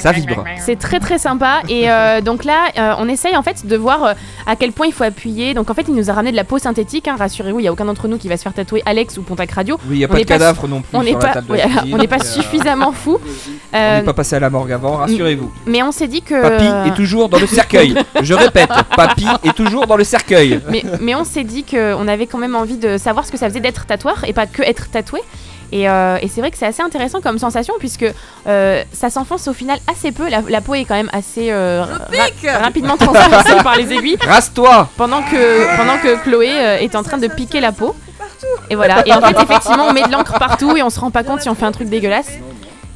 [SPEAKER 8] Ça vibre.
[SPEAKER 7] C'est très très sympa et euh, donc là euh, on essaye en fait de voir euh, à quel point il faut appuyer. Donc en fait il nous a ramené de la peau synthétique, hein, rassurez-vous, il n'y a aucun d'entre nous qui va se faire tatouer Alex ou Pontac Radio.
[SPEAKER 8] Oui, il y a pas
[SPEAKER 7] On
[SPEAKER 8] de
[SPEAKER 7] n'est
[SPEAKER 8] cadavre non plus
[SPEAKER 7] On
[SPEAKER 8] sur
[SPEAKER 7] n'est
[SPEAKER 8] la
[SPEAKER 7] pas,
[SPEAKER 8] table de
[SPEAKER 7] oui,
[SPEAKER 8] cuisine,
[SPEAKER 7] alors, on n'est pas
[SPEAKER 8] euh,
[SPEAKER 7] suffisamment fou. Euh,
[SPEAKER 8] On n'est pas passé à la morgue avant, rassurez-vous.
[SPEAKER 7] Mais on s'est dit que.
[SPEAKER 8] Papy est toujours dans le cercueil. Je répète, papy est toujours dans le cercueil.
[SPEAKER 7] mais, mais on s'est dit qu'on avait quand même envie de savoir ce que ça faisait d'être tatoueur et pas que être tatoué. Et, euh, et c'est vrai que c'est assez intéressant comme sensation puisque euh, ça s'enfonce au final assez peu. La, la peau est quand même assez euh, ra- rapidement transpercée par les aiguilles.
[SPEAKER 8] Rase-toi
[SPEAKER 7] Pendant que, pendant que Chloé euh, est en train de piquer la peau. Et voilà. Et en fait, effectivement, on met de l'encre partout et on se rend pas compte si on fait un truc dégueulasse.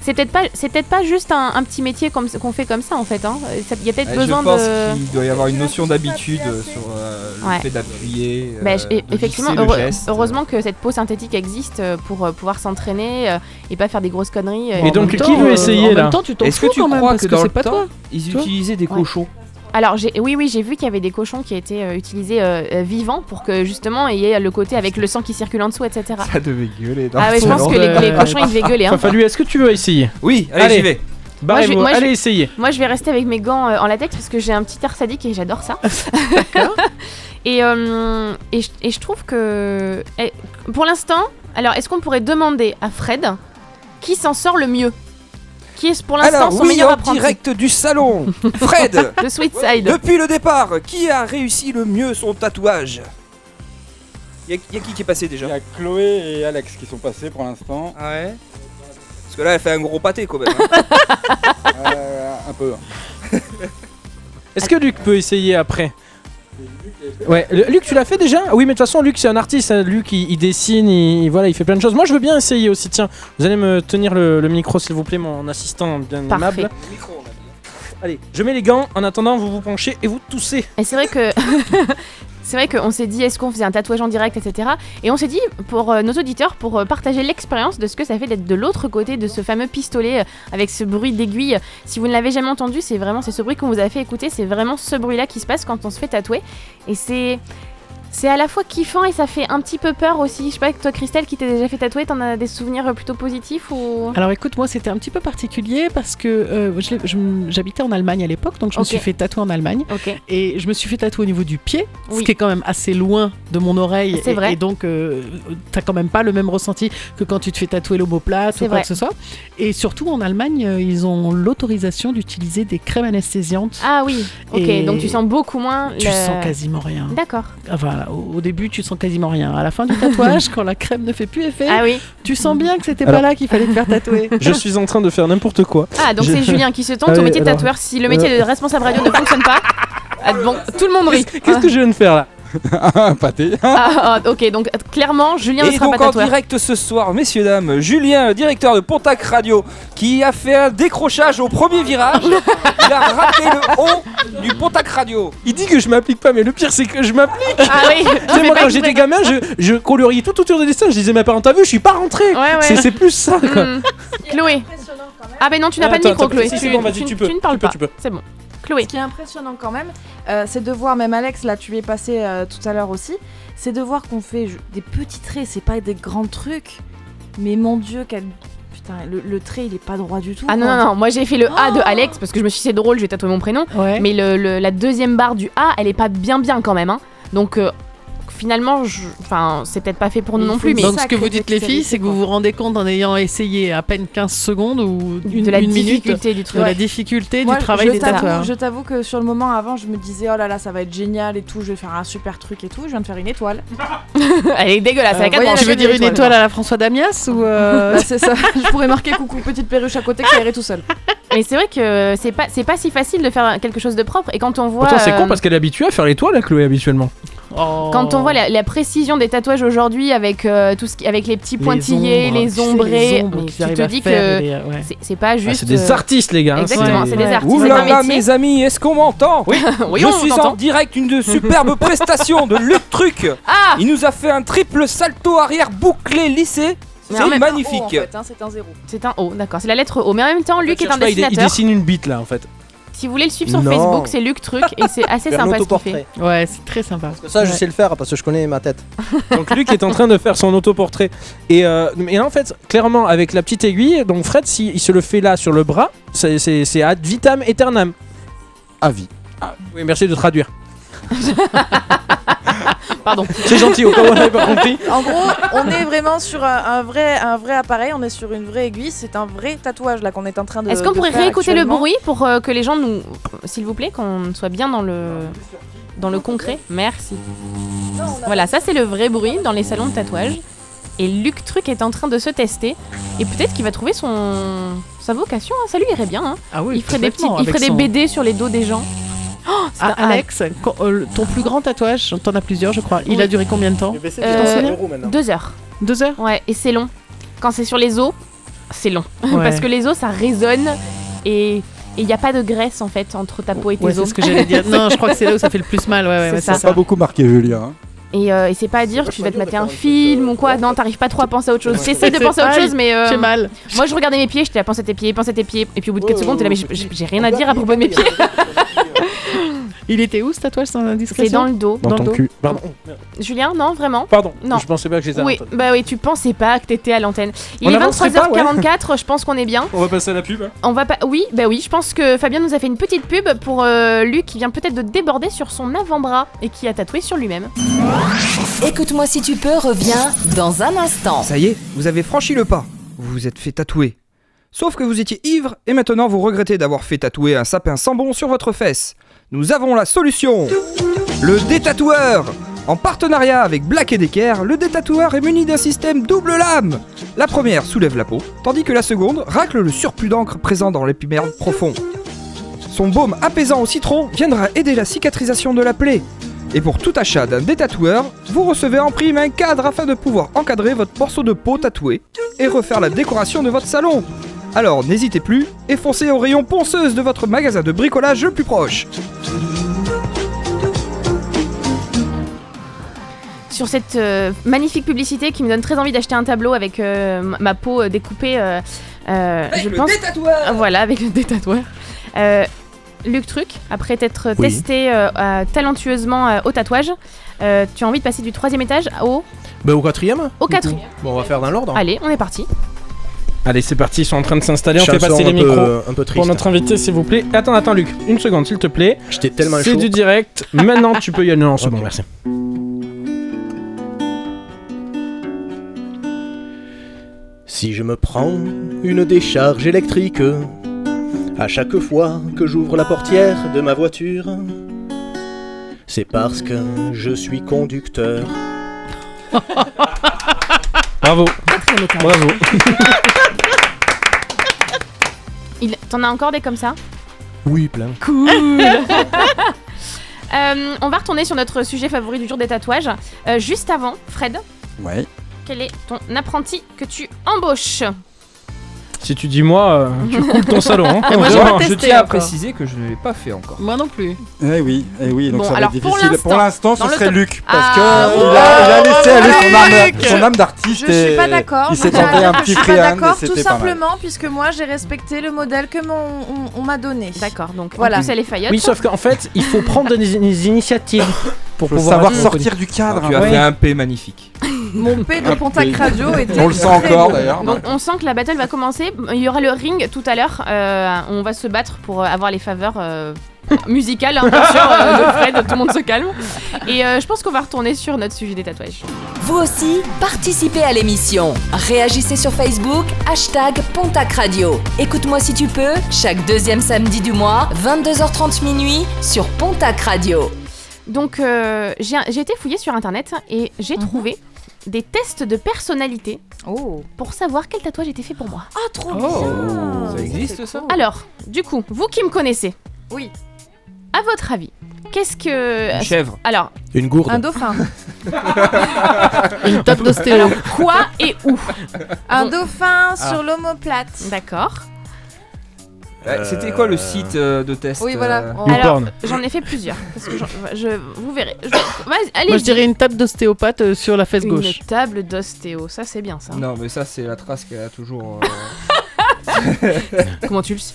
[SPEAKER 7] C'est peut-être pas, c'est peut-être pas juste un, un petit métier comme qu'on fait comme ça en fait. hein. Ça- Il y a peut-être
[SPEAKER 8] Eh,
[SPEAKER 7] besoin
[SPEAKER 8] je pense
[SPEAKER 7] de.
[SPEAKER 8] qu'il doit y avoir une notion d'habitude euh, sur euh, le
[SPEAKER 7] Ouais.
[SPEAKER 8] fait d'appuyer.
[SPEAKER 7] Bah,
[SPEAKER 8] euh,
[SPEAKER 7] je-
[SPEAKER 8] de
[SPEAKER 7] effectivement,
[SPEAKER 8] lisser le
[SPEAKER 7] heureux-
[SPEAKER 8] geste.
[SPEAKER 7] heureusement que cette peau synthétique existe euh, pour euh, pouvoir s'entraîner euh, et pas faire des grosses conneries. euh.
[SPEAKER 9] Et donc, qui veut essayer là
[SPEAKER 8] Est-ce que tu crois que, dans le temps, ils
[SPEAKER 9] Toi
[SPEAKER 8] utilisaient des
[SPEAKER 7] Ouais.
[SPEAKER 8] cochons
[SPEAKER 7] Alors j'ai- oui oui j'ai vu qu'il y avait des cochons qui étaient euh, utilisés euh, euh, vivants pour que justement il y ait le côté avec le sang qui circule en dessous etc.
[SPEAKER 8] Ça devait gueuler. dans
[SPEAKER 7] Ah ouais, je
[SPEAKER 8] ce
[SPEAKER 7] pense
[SPEAKER 8] genre
[SPEAKER 7] que les-
[SPEAKER 8] de-
[SPEAKER 7] les cochons, ils devaient gueuler, hein.
[SPEAKER 9] Enfin, Fallu, est-ce que tu veux essayer
[SPEAKER 8] Oui, allez, j'y vais.
[SPEAKER 7] Moi, je-
[SPEAKER 9] Barrez-vous,
[SPEAKER 7] moi, je-
[SPEAKER 9] allez essayer.
[SPEAKER 7] Moi je vais rester avec mes gants euh, en latex parce que j'ai un petit air sadique et j'adore ça. *laughs* et, euh, et, je, et je trouve que eh, pour l'instant, alors est-ce qu'on pourrait demander à Fred qui s'en sort le mieux Qui est pour l'instant
[SPEAKER 8] Alors,
[SPEAKER 7] son
[SPEAKER 8] oui,
[SPEAKER 7] meilleur
[SPEAKER 8] en
[SPEAKER 7] apprenti
[SPEAKER 8] direct du salon, Fred
[SPEAKER 7] *laughs* De Sweetside.
[SPEAKER 8] Depuis le départ, qui a réussi le mieux son tatouage Y'a y a qui qui est passé déjà
[SPEAKER 10] Il
[SPEAKER 8] Ah
[SPEAKER 10] y a Chloé et Alex qui sont passés pour l'instant.
[SPEAKER 8] ouais Parce que là, elle fait un gros pâté quand même. hein.
[SPEAKER 10] *laughs* Euh, un
[SPEAKER 8] *laughs*
[SPEAKER 10] peu.
[SPEAKER 9] Est-ce que Luc peut essayer après Ouais, le- Luc, tu l'as fait déjà Ah Oui, mais de toute façon, Luc, c'est un artiste. hein. Luc, il, il dessine, il, il- voilà, il fait plein de choses. Moi, je veux bien essayer aussi. Tiens, vous allez me tenir le, le micro, s'il vous plaît, mon assistant bien
[SPEAKER 7] Parfait.
[SPEAKER 9] aimable. Allez, je mets les gants. En attendant, vous vous penchez et vous toussez.
[SPEAKER 7] Et c'est vrai que. *laughs* C'est vrai qu'on s'est dit, est-ce qu'on faisait un tatouage en direct, etc. Et on s'est dit, pour euh, nos auditeurs, pour euh, partager l'expérience de ce que ça fait d'être de l'autre côté de ce fameux pistolet euh, avec ce bruit d'aiguille. Si vous ne l'avez jamais entendu, c'est vraiment c'est ce bruit qu'on vous a fait écouter, c'est vraiment ce bruit-là qui se passe quand on se fait tatouer. Et c'est. C'est à la fois kiffant et ça fait un petit peu peur aussi. Je sais pas, toi Christelle qui t'es déjà fait tatouer, t'en as des souvenirs euh, plutôt positifs ou.
[SPEAKER 6] Alors écoute, moi c'était un petit peu particulier parce que euh, je l'ai- je m- j'habitais en Allemagne à l'époque, donc je me
[SPEAKER 7] Ok.
[SPEAKER 6] suis fait tatouer en Allemagne. Et je me suis fait tatouer au niveau du pied,
[SPEAKER 7] Oui.
[SPEAKER 6] ce qui est quand même assez loin de mon oreille.
[SPEAKER 7] C'est
[SPEAKER 6] et,
[SPEAKER 7] vrai.
[SPEAKER 6] Et donc euh, t'as quand même pas le même ressenti que quand tu te fais tatouer l'omoplate ou
[SPEAKER 7] C'est
[SPEAKER 6] quoi
[SPEAKER 7] vrai.
[SPEAKER 6] que ce soit. Et surtout en Allemagne, euh, ils ont l'autorisation d'utiliser des crèmes anesthésiantes.
[SPEAKER 7] Ah oui, ok,
[SPEAKER 6] Et
[SPEAKER 7] donc tu sens beaucoup moins.
[SPEAKER 6] Tu
[SPEAKER 7] le-
[SPEAKER 6] sens quasiment rien.
[SPEAKER 7] D'accord.
[SPEAKER 6] Enfin, Ah, au, au début, tu sens quasiment rien. À la fin
[SPEAKER 7] *laughs*
[SPEAKER 6] du tatouage, quand la crème ne fait plus effet,
[SPEAKER 7] Ah oui.
[SPEAKER 6] tu sens bien que c'était
[SPEAKER 9] Alors-
[SPEAKER 6] pas là qu'il fallait te faire tatouer.
[SPEAKER 9] *laughs*
[SPEAKER 7] *laughs*
[SPEAKER 9] Je suis en train de faire n'importe quoi.
[SPEAKER 7] Ah, donc
[SPEAKER 9] Je- *laughs*
[SPEAKER 7] c'est Julien qui se tente
[SPEAKER 9] Ah
[SPEAKER 7] au
[SPEAKER 9] oui,
[SPEAKER 7] métier de
[SPEAKER 9] alors,
[SPEAKER 7] tatoueur. Si le métier de
[SPEAKER 9] euh,
[SPEAKER 7] responsable radio ne
[SPEAKER 9] *laughs*
[SPEAKER 7] fonctionne pas, ah, bon, tout le monde rit.
[SPEAKER 9] Qu'est-ce que je viens de faire
[SPEAKER 8] *laughs*
[SPEAKER 9] là
[SPEAKER 10] Un pâté.
[SPEAKER 7] *laughs* Ah, ah, ok, donc euh, clairement, Julien ne
[SPEAKER 8] Et
[SPEAKER 7] sera
[SPEAKER 8] donc
[SPEAKER 7] pas
[SPEAKER 8] en
[SPEAKER 7] tatoueur.
[SPEAKER 8] direct ce soir, messieurs dames, Julien, le directeur de Pontac Radio, qui a fait un décrochage au premier
[SPEAKER 7] *laughs*
[SPEAKER 8] virage, il a raté le haut du Pontac Radio.
[SPEAKER 9] Il dit que je m'applique pas, mais le pire c'est que je m'applique.
[SPEAKER 7] Ah
[SPEAKER 9] *laughs*
[SPEAKER 7] oui,
[SPEAKER 9] Tu
[SPEAKER 7] tu
[SPEAKER 9] sais,
[SPEAKER 7] fais
[SPEAKER 9] moi
[SPEAKER 7] pas
[SPEAKER 9] quand
[SPEAKER 7] exprès.
[SPEAKER 9] j'étais gamin, je, je coloriais tout autour des dessins. Je disais, mais parents, t'as vu, je suis pas rentré.
[SPEAKER 7] ouais.
[SPEAKER 9] C'est- C'est plus ça quoi.
[SPEAKER 7] Hmm. Chloé. Ah, ben non, tu n'as
[SPEAKER 9] Ouais,
[SPEAKER 7] pas de
[SPEAKER 9] attends,
[SPEAKER 7] micro,
[SPEAKER 9] attends,
[SPEAKER 7] Chloé.
[SPEAKER 9] si, si, bon, vas-y,
[SPEAKER 7] tu-
[SPEAKER 9] tu peux,
[SPEAKER 7] Tu ne parles
[SPEAKER 9] tu peux,
[SPEAKER 7] pas.
[SPEAKER 9] tu peux.
[SPEAKER 7] C'est bon. Chloé.
[SPEAKER 3] Ce qui est impressionnant quand même, euh, c'est de voir, même Alex, là tu y es passé euh, tout à l'heure aussi, c'est de voir qu'on fait je- des petits traits, c'est pas des grands trucs. Mais mon dieu, quel. Putain, le, le trait il est pas droit du tout.
[SPEAKER 7] Ah non,
[SPEAKER 3] quoi.
[SPEAKER 7] non, non, moi j'ai fait le A
[SPEAKER 9] Oh.
[SPEAKER 7] de Alex parce que je me suis dit c'est drôle, je vais tatouer mon prénom.
[SPEAKER 6] Ouais.
[SPEAKER 7] Mais le, le- la deuxième barre du A, elle est pas bien bien quand même. Hein. Donc euh, finalement, je- enfin, c'est peut-être pas fait pour nous non plus. Mais
[SPEAKER 6] Donc ce que vous dites les filles, c'est que vous vous rendez compte en ayant essayé à peine 15 secondes ou une,
[SPEAKER 7] la
[SPEAKER 6] une minute
[SPEAKER 7] difficulté du truc.
[SPEAKER 6] de la
[SPEAKER 7] Ouais.
[SPEAKER 6] difficulté
[SPEAKER 3] Moi,
[SPEAKER 6] du travail
[SPEAKER 3] je
[SPEAKER 6] des
[SPEAKER 3] t'avoue-
[SPEAKER 6] tatoueurs.
[SPEAKER 3] Je t'avoue que sur le moment avant, je me disais oh là là, ça va être génial et tout, je vais faire un super truc et tout. Je viens de faire une étoile.
[SPEAKER 7] *laughs* Elle est dégueulasse. elle a
[SPEAKER 3] Euh,
[SPEAKER 7] quatre
[SPEAKER 3] voyage
[SPEAKER 7] branches.
[SPEAKER 3] Tu veux dire une étoile
[SPEAKER 6] à la François Damias ou
[SPEAKER 7] *laughs*
[SPEAKER 6] euh,
[SPEAKER 3] Bah, c'est ça. *laughs* je pourrais marquer coucou petite perruche à côté qui irait tout seul.
[SPEAKER 7] Mais c'est vrai que c'est pas c'est pas si facile de faire quelque chose de propre. Et quand on voit
[SPEAKER 9] Pourtant, c'est
[SPEAKER 7] euh,
[SPEAKER 9] con parce qu'elle est habituée à faire les toiles, la Chloé, habituellement.
[SPEAKER 7] quand on voit la, la précision des tatouages aujourd'hui avec euh, tout ce qui, avec les petits
[SPEAKER 9] Les
[SPEAKER 7] pointillés,
[SPEAKER 9] ombres, tu
[SPEAKER 7] les
[SPEAKER 9] sais, les
[SPEAKER 7] ombrés,
[SPEAKER 9] ombres
[SPEAKER 7] mais
[SPEAKER 9] qu'ils
[SPEAKER 7] tu
[SPEAKER 9] arrivent
[SPEAKER 7] te
[SPEAKER 9] à
[SPEAKER 7] dis
[SPEAKER 9] faire,
[SPEAKER 7] que
[SPEAKER 9] les- ouais. Ah,
[SPEAKER 7] c'est- c'est pas juste.
[SPEAKER 9] c'est des
[SPEAKER 7] euh,
[SPEAKER 9] artistes, les gars, hein,
[SPEAKER 7] Exactement,
[SPEAKER 9] c'est-
[SPEAKER 7] c'est des
[SPEAKER 9] Ouais.
[SPEAKER 7] artistes.
[SPEAKER 8] Ouh
[SPEAKER 7] c'est
[SPEAKER 8] là
[SPEAKER 7] un
[SPEAKER 8] là,
[SPEAKER 7] métier.
[SPEAKER 8] mes amis, est-ce qu'on m'entend
[SPEAKER 7] Oui, oui,
[SPEAKER 8] Je
[SPEAKER 7] on
[SPEAKER 8] suis
[SPEAKER 7] t'entend.
[SPEAKER 8] en direct
[SPEAKER 7] *laughs*
[SPEAKER 8] d'une superbe prestation de Luc Truc.
[SPEAKER 7] Ah
[SPEAKER 8] Il nous a fait un triple salto arrière bouclé lissé.
[SPEAKER 7] Mais
[SPEAKER 8] C'est
[SPEAKER 7] en même-
[SPEAKER 8] magnifique.
[SPEAKER 3] c'est un zéro.
[SPEAKER 7] C'est un O, d'accord. C'est la lettre O. Mais en même temps, Luc est un
[SPEAKER 9] Cherche pas, il, il
[SPEAKER 7] dessinateur.
[SPEAKER 9] dessine une bite là en fait.
[SPEAKER 7] Si vous voulez le suivre sur
[SPEAKER 16] Non.
[SPEAKER 7] Facebook, c'est Luc Truc et c'est
[SPEAKER 9] *laughs*
[SPEAKER 7] assez
[SPEAKER 16] Faire
[SPEAKER 7] sympa ce qu'il
[SPEAKER 16] l'autoportrait.
[SPEAKER 7] fait.
[SPEAKER 6] Ouais, c'est très sympa.
[SPEAKER 16] Ça, je sais le faire parce que je connais ma tête.
[SPEAKER 9] Donc Luc est en train de faire son autoportrait. Et, euh, mais en fait, clairement, avec la petite aiguille, donc Fred, s'il se le fait là sur le bras, c'est- c'est c'est ad vitam aeternam. Ah,
[SPEAKER 10] À vie.
[SPEAKER 9] Oui, merci de traduire.
[SPEAKER 7] *laughs* Pardon.
[SPEAKER 9] C'est gentil, au cas où on n'avait pas compris.
[SPEAKER 15] En gros, on est vraiment sur un, un vrai, un vrai appareil, on est sur une vraie aiguille, c'est un vrai tatouage là qu'on est en train de.
[SPEAKER 7] Est-ce qu'on
[SPEAKER 15] de
[SPEAKER 7] pourrait
[SPEAKER 15] faire
[SPEAKER 7] réécouter le
[SPEAKER 15] actuellement.
[SPEAKER 7] bruit pour euh, que les gens nous. S'il vous plaît, qu'on soit bien dans le. Dans le concret Merci. Voilà, ça c'est le vrai bruit dans les salons de tatouage. Et Luc Truc est en train de se tester. Et peut-être qu'il va trouver son. sa vocation, hein. ça lui irait bien. hein.
[SPEAKER 6] Ah oui,
[SPEAKER 7] il ferait des, petits...
[SPEAKER 6] complètement,
[SPEAKER 7] il ferait
[SPEAKER 6] avec
[SPEAKER 7] des
[SPEAKER 6] son-
[SPEAKER 7] BD sur les dos des gens. Oh, c'est
[SPEAKER 6] Ah,
[SPEAKER 7] un-
[SPEAKER 6] Alex, quand- euh, ton plus grand tatouage, t'en as plusieurs, je crois. Il
[SPEAKER 7] Oui.
[SPEAKER 6] a duré combien de temps Tu t'en
[SPEAKER 7] Euh,
[SPEAKER 6] souviens
[SPEAKER 7] deux heures.
[SPEAKER 6] Deux heures
[SPEAKER 7] Ouais, et c'est long. Quand c'est sur les os, c'est long. *laughs*
[SPEAKER 6] Ouais.
[SPEAKER 7] Parce que les os, ça résonne et il n'y a pas de graisse en fait entre ta peau et tes
[SPEAKER 6] Ouais,
[SPEAKER 7] os.
[SPEAKER 6] c'est ce que
[SPEAKER 7] *laughs*
[SPEAKER 3] *laughs*
[SPEAKER 6] j'allais dire. Non, je crois que c'est là où ça fait le plus mal. Ouais, ouais, ouais,
[SPEAKER 10] Ça n'a pas beaucoup marqué Julien. hein.
[SPEAKER 7] Et, euh, et c'est pas à dire que tu vas te mater un film ou quoi. Non, t'arrives pas trop à penser à autre chose. T'essayes de
[SPEAKER 6] C'est
[SPEAKER 7] penser à autre
[SPEAKER 6] pareil,
[SPEAKER 7] chose, mais. euh,
[SPEAKER 6] j'ai mal.
[SPEAKER 7] Moi, je regardais mes pieds, j'étais à penser à tes pieds, penser à tes pieds. Et puis au bout de 4 secondes, t'es là, mais j'ai- j'ai j'ai rien à Oh. dire à propos de mes pieds. *laughs*
[SPEAKER 6] Il était où ce tatouage sans indiscrétion
[SPEAKER 7] C'est dans le dos.
[SPEAKER 9] Dans, ton
[SPEAKER 6] le dos.
[SPEAKER 9] cul. Pardon.
[SPEAKER 7] Julien, non, vraiment
[SPEAKER 9] Pardon.
[SPEAKER 7] Non.
[SPEAKER 9] Je pensais pas que j'étais à
[SPEAKER 7] Oui,
[SPEAKER 9] l'antenne.
[SPEAKER 7] bah oui, tu pensais pas que t'étais à l'antenne. Il
[SPEAKER 9] On
[SPEAKER 7] est
[SPEAKER 9] avancerait pas, ouais.
[SPEAKER 7] 23h44, je pense qu'on est bien.
[SPEAKER 16] On va passer à la pub. hein.
[SPEAKER 7] On va pas. Oui, bah oui, je pense que Fabien nous a fait une petite pub pour euh, Luc qui vient peut-être de déborder sur son avant-bras et qui a tatoué sur lui-même.
[SPEAKER 2] Écoute-moi si tu peux revient dans un instant.
[SPEAKER 17] Ça y est, vous avez franchi le pas. Vous vous êtes fait tatouer. Sauf que vous étiez ivre et maintenant vous regrettez d'avoir fait tatouer un sapin sans bon sur votre fesse. Nous avons la solution Le détatoueur En partenariat avec Black Decker, le détatoueur est muni d'un système double lame La première soulève la peau, tandis que la seconde racle le surplus d'encre présent dans l'épiderme profond. Son baume apaisant au citron viendra aider la cicatrisation de la plaie. Et pour tout achat d'un détatoueur, vous recevez en prime un cadre afin de pouvoir encadrer votre morceau de peau tatoué et refaire la décoration de votre salon. Alors n'hésitez plus et foncez au rayon ponceuse de votre magasin de bricolage le plus proche.
[SPEAKER 7] Sur cette euh, magnifique publicité qui me donne très envie d'acheter un tableau avec euh, m- ma peau euh, découpée. euh, euh, je
[SPEAKER 17] le
[SPEAKER 7] pense... Ah,
[SPEAKER 17] détatoueur
[SPEAKER 7] Voilà, avec le détatoueur. Euh, Luc Truc, après t'être
[SPEAKER 5] Oui.
[SPEAKER 7] testé euh, euh, talentueusement euh, au tatouage, euh, tu as envie de passer du troisième étage au.
[SPEAKER 9] Bah, au quatrième
[SPEAKER 7] Au
[SPEAKER 9] du coup.
[SPEAKER 7] quatrième.
[SPEAKER 9] Bon, on va faire dans l'ordre.
[SPEAKER 7] Allez, on est parti.
[SPEAKER 9] Allez, c'est parti, ils sont en train de s'installer. On
[SPEAKER 5] Je suis
[SPEAKER 9] fait
[SPEAKER 5] un
[SPEAKER 9] passer les
[SPEAKER 5] soir un
[SPEAKER 9] micros
[SPEAKER 5] peu- euh, un peu triste.
[SPEAKER 9] pour notre invité, s'il vous plaît. Attends, attends, Luc, une seconde, s'il te plaît.
[SPEAKER 5] J'étais tellement
[SPEAKER 9] C'est
[SPEAKER 5] chaud.
[SPEAKER 9] du direct. Maintenant, tu peux y aller. Non, c'est bon, merci.
[SPEAKER 5] Si je me prends une décharge électrique, à chaque fois que j'ouvre la portière de ma voiture, c'est parce que je suis
[SPEAKER 7] *laughs*
[SPEAKER 5] conducteur.
[SPEAKER 9] Bravo. Bravo.
[SPEAKER 7] Il... T'en as encore des comme ça
[SPEAKER 9] Oui, plein.
[SPEAKER 7] *laughs* Cool Euh, On va retourner sur notre sujet favori du jour des tatouages. Euh, juste avant, Fred,
[SPEAKER 10] Ouais.
[SPEAKER 7] quel est ton apprenti que tu embauches
[SPEAKER 9] Si tu dis moi, euh, tu coules ton salon. hein.
[SPEAKER 8] Et moi,
[SPEAKER 9] Vraiment,
[SPEAKER 8] j'aurais
[SPEAKER 9] je
[SPEAKER 8] testé
[SPEAKER 9] tiens à
[SPEAKER 8] encore.
[SPEAKER 9] préciser.
[SPEAKER 8] que je ne l'ai pas fait encore.
[SPEAKER 6] Moi non plus.
[SPEAKER 10] Eh oui, eh oui, donc
[SPEAKER 8] Bon,
[SPEAKER 10] ça va
[SPEAKER 8] alors
[SPEAKER 10] être
[SPEAKER 8] pour
[SPEAKER 10] difficile.
[SPEAKER 8] l'instant,
[SPEAKER 10] Pour l'instant,
[SPEAKER 8] dans
[SPEAKER 10] ce
[SPEAKER 8] le
[SPEAKER 10] serait
[SPEAKER 8] top-
[SPEAKER 10] Luc,
[SPEAKER 8] Ah,
[SPEAKER 10] parce que
[SPEAKER 8] bravo,
[SPEAKER 10] il, a,
[SPEAKER 3] oh,
[SPEAKER 15] oh,
[SPEAKER 10] il a laissé aller son
[SPEAKER 15] Luc
[SPEAKER 10] âme, son âme d'artiste.
[SPEAKER 15] Je suis pas
[SPEAKER 10] et
[SPEAKER 15] d'accord.
[SPEAKER 10] Il s'est
[SPEAKER 15] je suis pas
[SPEAKER 10] tenté un
[SPEAKER 15] d'accord,
[SPEAKER 10] petit
[SPEAKER 15] Je suis pas
[SPEAKER 10] freehand,
[SPEAKER 15] d'accord,
[SPEAKER 10] et
[SPEAKER 15] tout
[SPEAKER 10] c'était pas mal.
[SPEAKER 15] simplement, puisque moi j'ai respecté le modèle que mon on, on m'a donné.
[SPEAKER 7] D'accord, donc
[SPEAKER 15] voilà.
[SPEAKER 7] plus, elle est faillotte.
[SPEAKER 9] Oui,
[SPEAKER 3] hein.
[SPEAKER 9] sauf qu'en fait, il faut prendre des, des initiatives pour
[SPEAKER 10] Faut
[SPEAKER 9] pouvoir
[SPEAKER 10] savoir
[SPEAKER 9] être
[SPEAKER 10] sortir
[SPEAKER 9] reconnu.
[SPEAKER 10] du cadre.
[SPEAKER 8] Tu as
[SPEAKER 10] Ouais.
[SPEAKER 8] fait un P magnifique.
[SPEAKER 15] *laughs* Mon P de
[SPEAKER 10] Un
[SPEAKER 15] Pontac
[SPEAKER 10] P.
[SPEAKER 15] Radio était.
[SPEAKER 10] On le sent
[SPEAKER 15] très
[SPEAKER 10] encore,
[SPEAKER 15] bon.
[SPEAKER 10] d'ailleurs.
[SPEAKER 7] Donc on sent que la battle va commencer. Il y aura le ring tout à l'heure. Euh, *laughs* on va se battre pour euh, avoir les faveurs euh, musicale, hein, bien sûr, euh, de Fred, tout le monde se calme. Et euh, je pense qu'on va retourner sur notre sujet des tatouages.
[SPEAKER 2] Vous aussi, participez à l'émission. Réagissez sur Facebook, hashtag Pontac Radio. Écoute-moi si tu peux, chaque deuxième samedi du mois, 22h30 minuit, sur Pontac Radio.
[SPEAKER 7] Donc, euh, j'ai j'ai été fouillée sur internet et j'ai trouvé des tests de personnalité pour savoir quel tatouage était fait pour moi. Oh. Ah, trop
[SPEAKER 8] bien Oh. Ça existe ça
[SPEAKER 7] Alors, du coup, vous qui me connaissez, oui. À votre avis, qu'est-ce que
[SPEAKER 8] Une chèvre.
[SPEAKER 7] Alors,
[SPEAKER 9] Une gourde.
[SPEAKER 7] un *laughs* dauphin.
[SPEAKER 9] Une table d'ostéo.
[SPEAKER 7] Alors, quoi et où
[SPEAKER 15] Un
[SPEAKER 7] Bon.
[SPEAKER 15] dauphin
[SPEAKER 8] Ah.
[SPEAKER 15] sur l'omoplate.
[SPEAKER 7] D'accord.
[SPEAKER 8] Euh, C'était quoi le site euh, de test
[SPEAKER 7] Oui,
[SPEAKER 8] euh,
[SPEAKER 7] voilà. Alors, j'en ai fait plusieurs. Parce que j'en- je, vous verrez. Je- vas-y, allez,
[SPEAKER 6] Moi, je dirais une table d'ostéopathe euh, sur la fesse
[SPEAKER 7] une
[SPEAKER 6] gauche.
[SPEAKER 7] table d'ostéo. Ça, c'est bien,
[SPEAKER 17] Ah.
[SPEAKER 7] ça.
[SPEAKER 8] Non, mais ça, c'est la trace qu'elle a toujours.
[SPEAKER 7] *laughs*
[SPEAKER 17] euh.
[SPEAKER 7] *laughs*
[SPEAKER 17] *laughs*
[SPEAKER 7] Comment tu le sais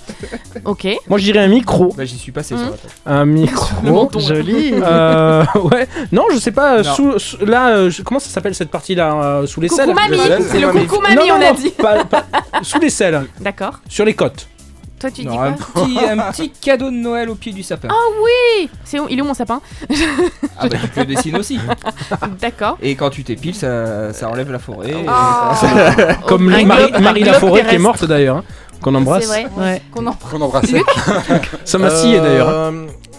[SPEAKER 7] Ok.
[SPEAKER 9] Moi, je dirais un micro.
[SPEAKER 8] Bah, j'y suis passé
[SPEAKER 7] Mhm.
[SPEAKER 8] sur la tête.
[SPEAKER 9] Un
[SPEAKER 7] Le
[SPEAKER 9] micro,
[SPEAKER 7] menton.
[SPEAKER 9] joli. Euh, ouais. Non, je sais pas. euh,
[SPEAKER 8] Non.
[SPEAKER 9] sous- sous- là, euh, je- comment ça s'appelle cette partie-là euh, sous les
[SPEAKER 7] Coucou
[SPEAKER 9] selles
[SPEAKER 7] mamie. Le sel. C'est le coucou mamie,
[SPEAKER 9] Non, non,
[SPEAKER 7] on a
[SPEAKER 9] non,
[SPEAKER 7] dit.
[SPEAKER 9] pas- pas- sous les selles.
[SPEAKER 7] D'accord.
[SPEAKER 9] Sur les côtes.
[SPEAKER 7] Toi, tu
[SPEAKER 9] Non,
[SPEAKER 7] dis
[SPEAKER 9] un
[SPEAKER 7] quoi
[SPEAKER 8] Petit- un petit cadeau de Noël au pied du sapin.
[SPEAKER 7] Ah oui C'est où Il est où mon sapin *laughs*
[SPEAKER 8] Ah bah tu te le dessines aussi.
[SPEAKER 7] D'accord.
[SPEAKER 8] Et quand tu t'épiles, ça, ça enlève la forêt. et
[SPEAKER 7] Ah.
[SPEAKER 8] *laughs* ça-
[SPEAKER 9] Comme
[SPEAKER 8] Un
[SPEAKER 9] Marie,
[SPEAKER 8] globe-
[SPEAKER 9] Marie
[SPEAKER 8] un globe
[SPEAKER 9] Laforêt qui est
[SPEAKER 8] terrestre.
[SPEAKER 9] morte d'ailleurs. hein, Qu'on embrasse.
[SPEAKER 7] C'est vrai. Qu'on en
[SPEAKER 9] Qu'on embrasse.
[SPEAKER 10] *laughs*
[SPEAKER 9] *laughs* ça m'a scié
[SPEAKER 16] Euh,
[SPEAKER 9] d'ailleurs.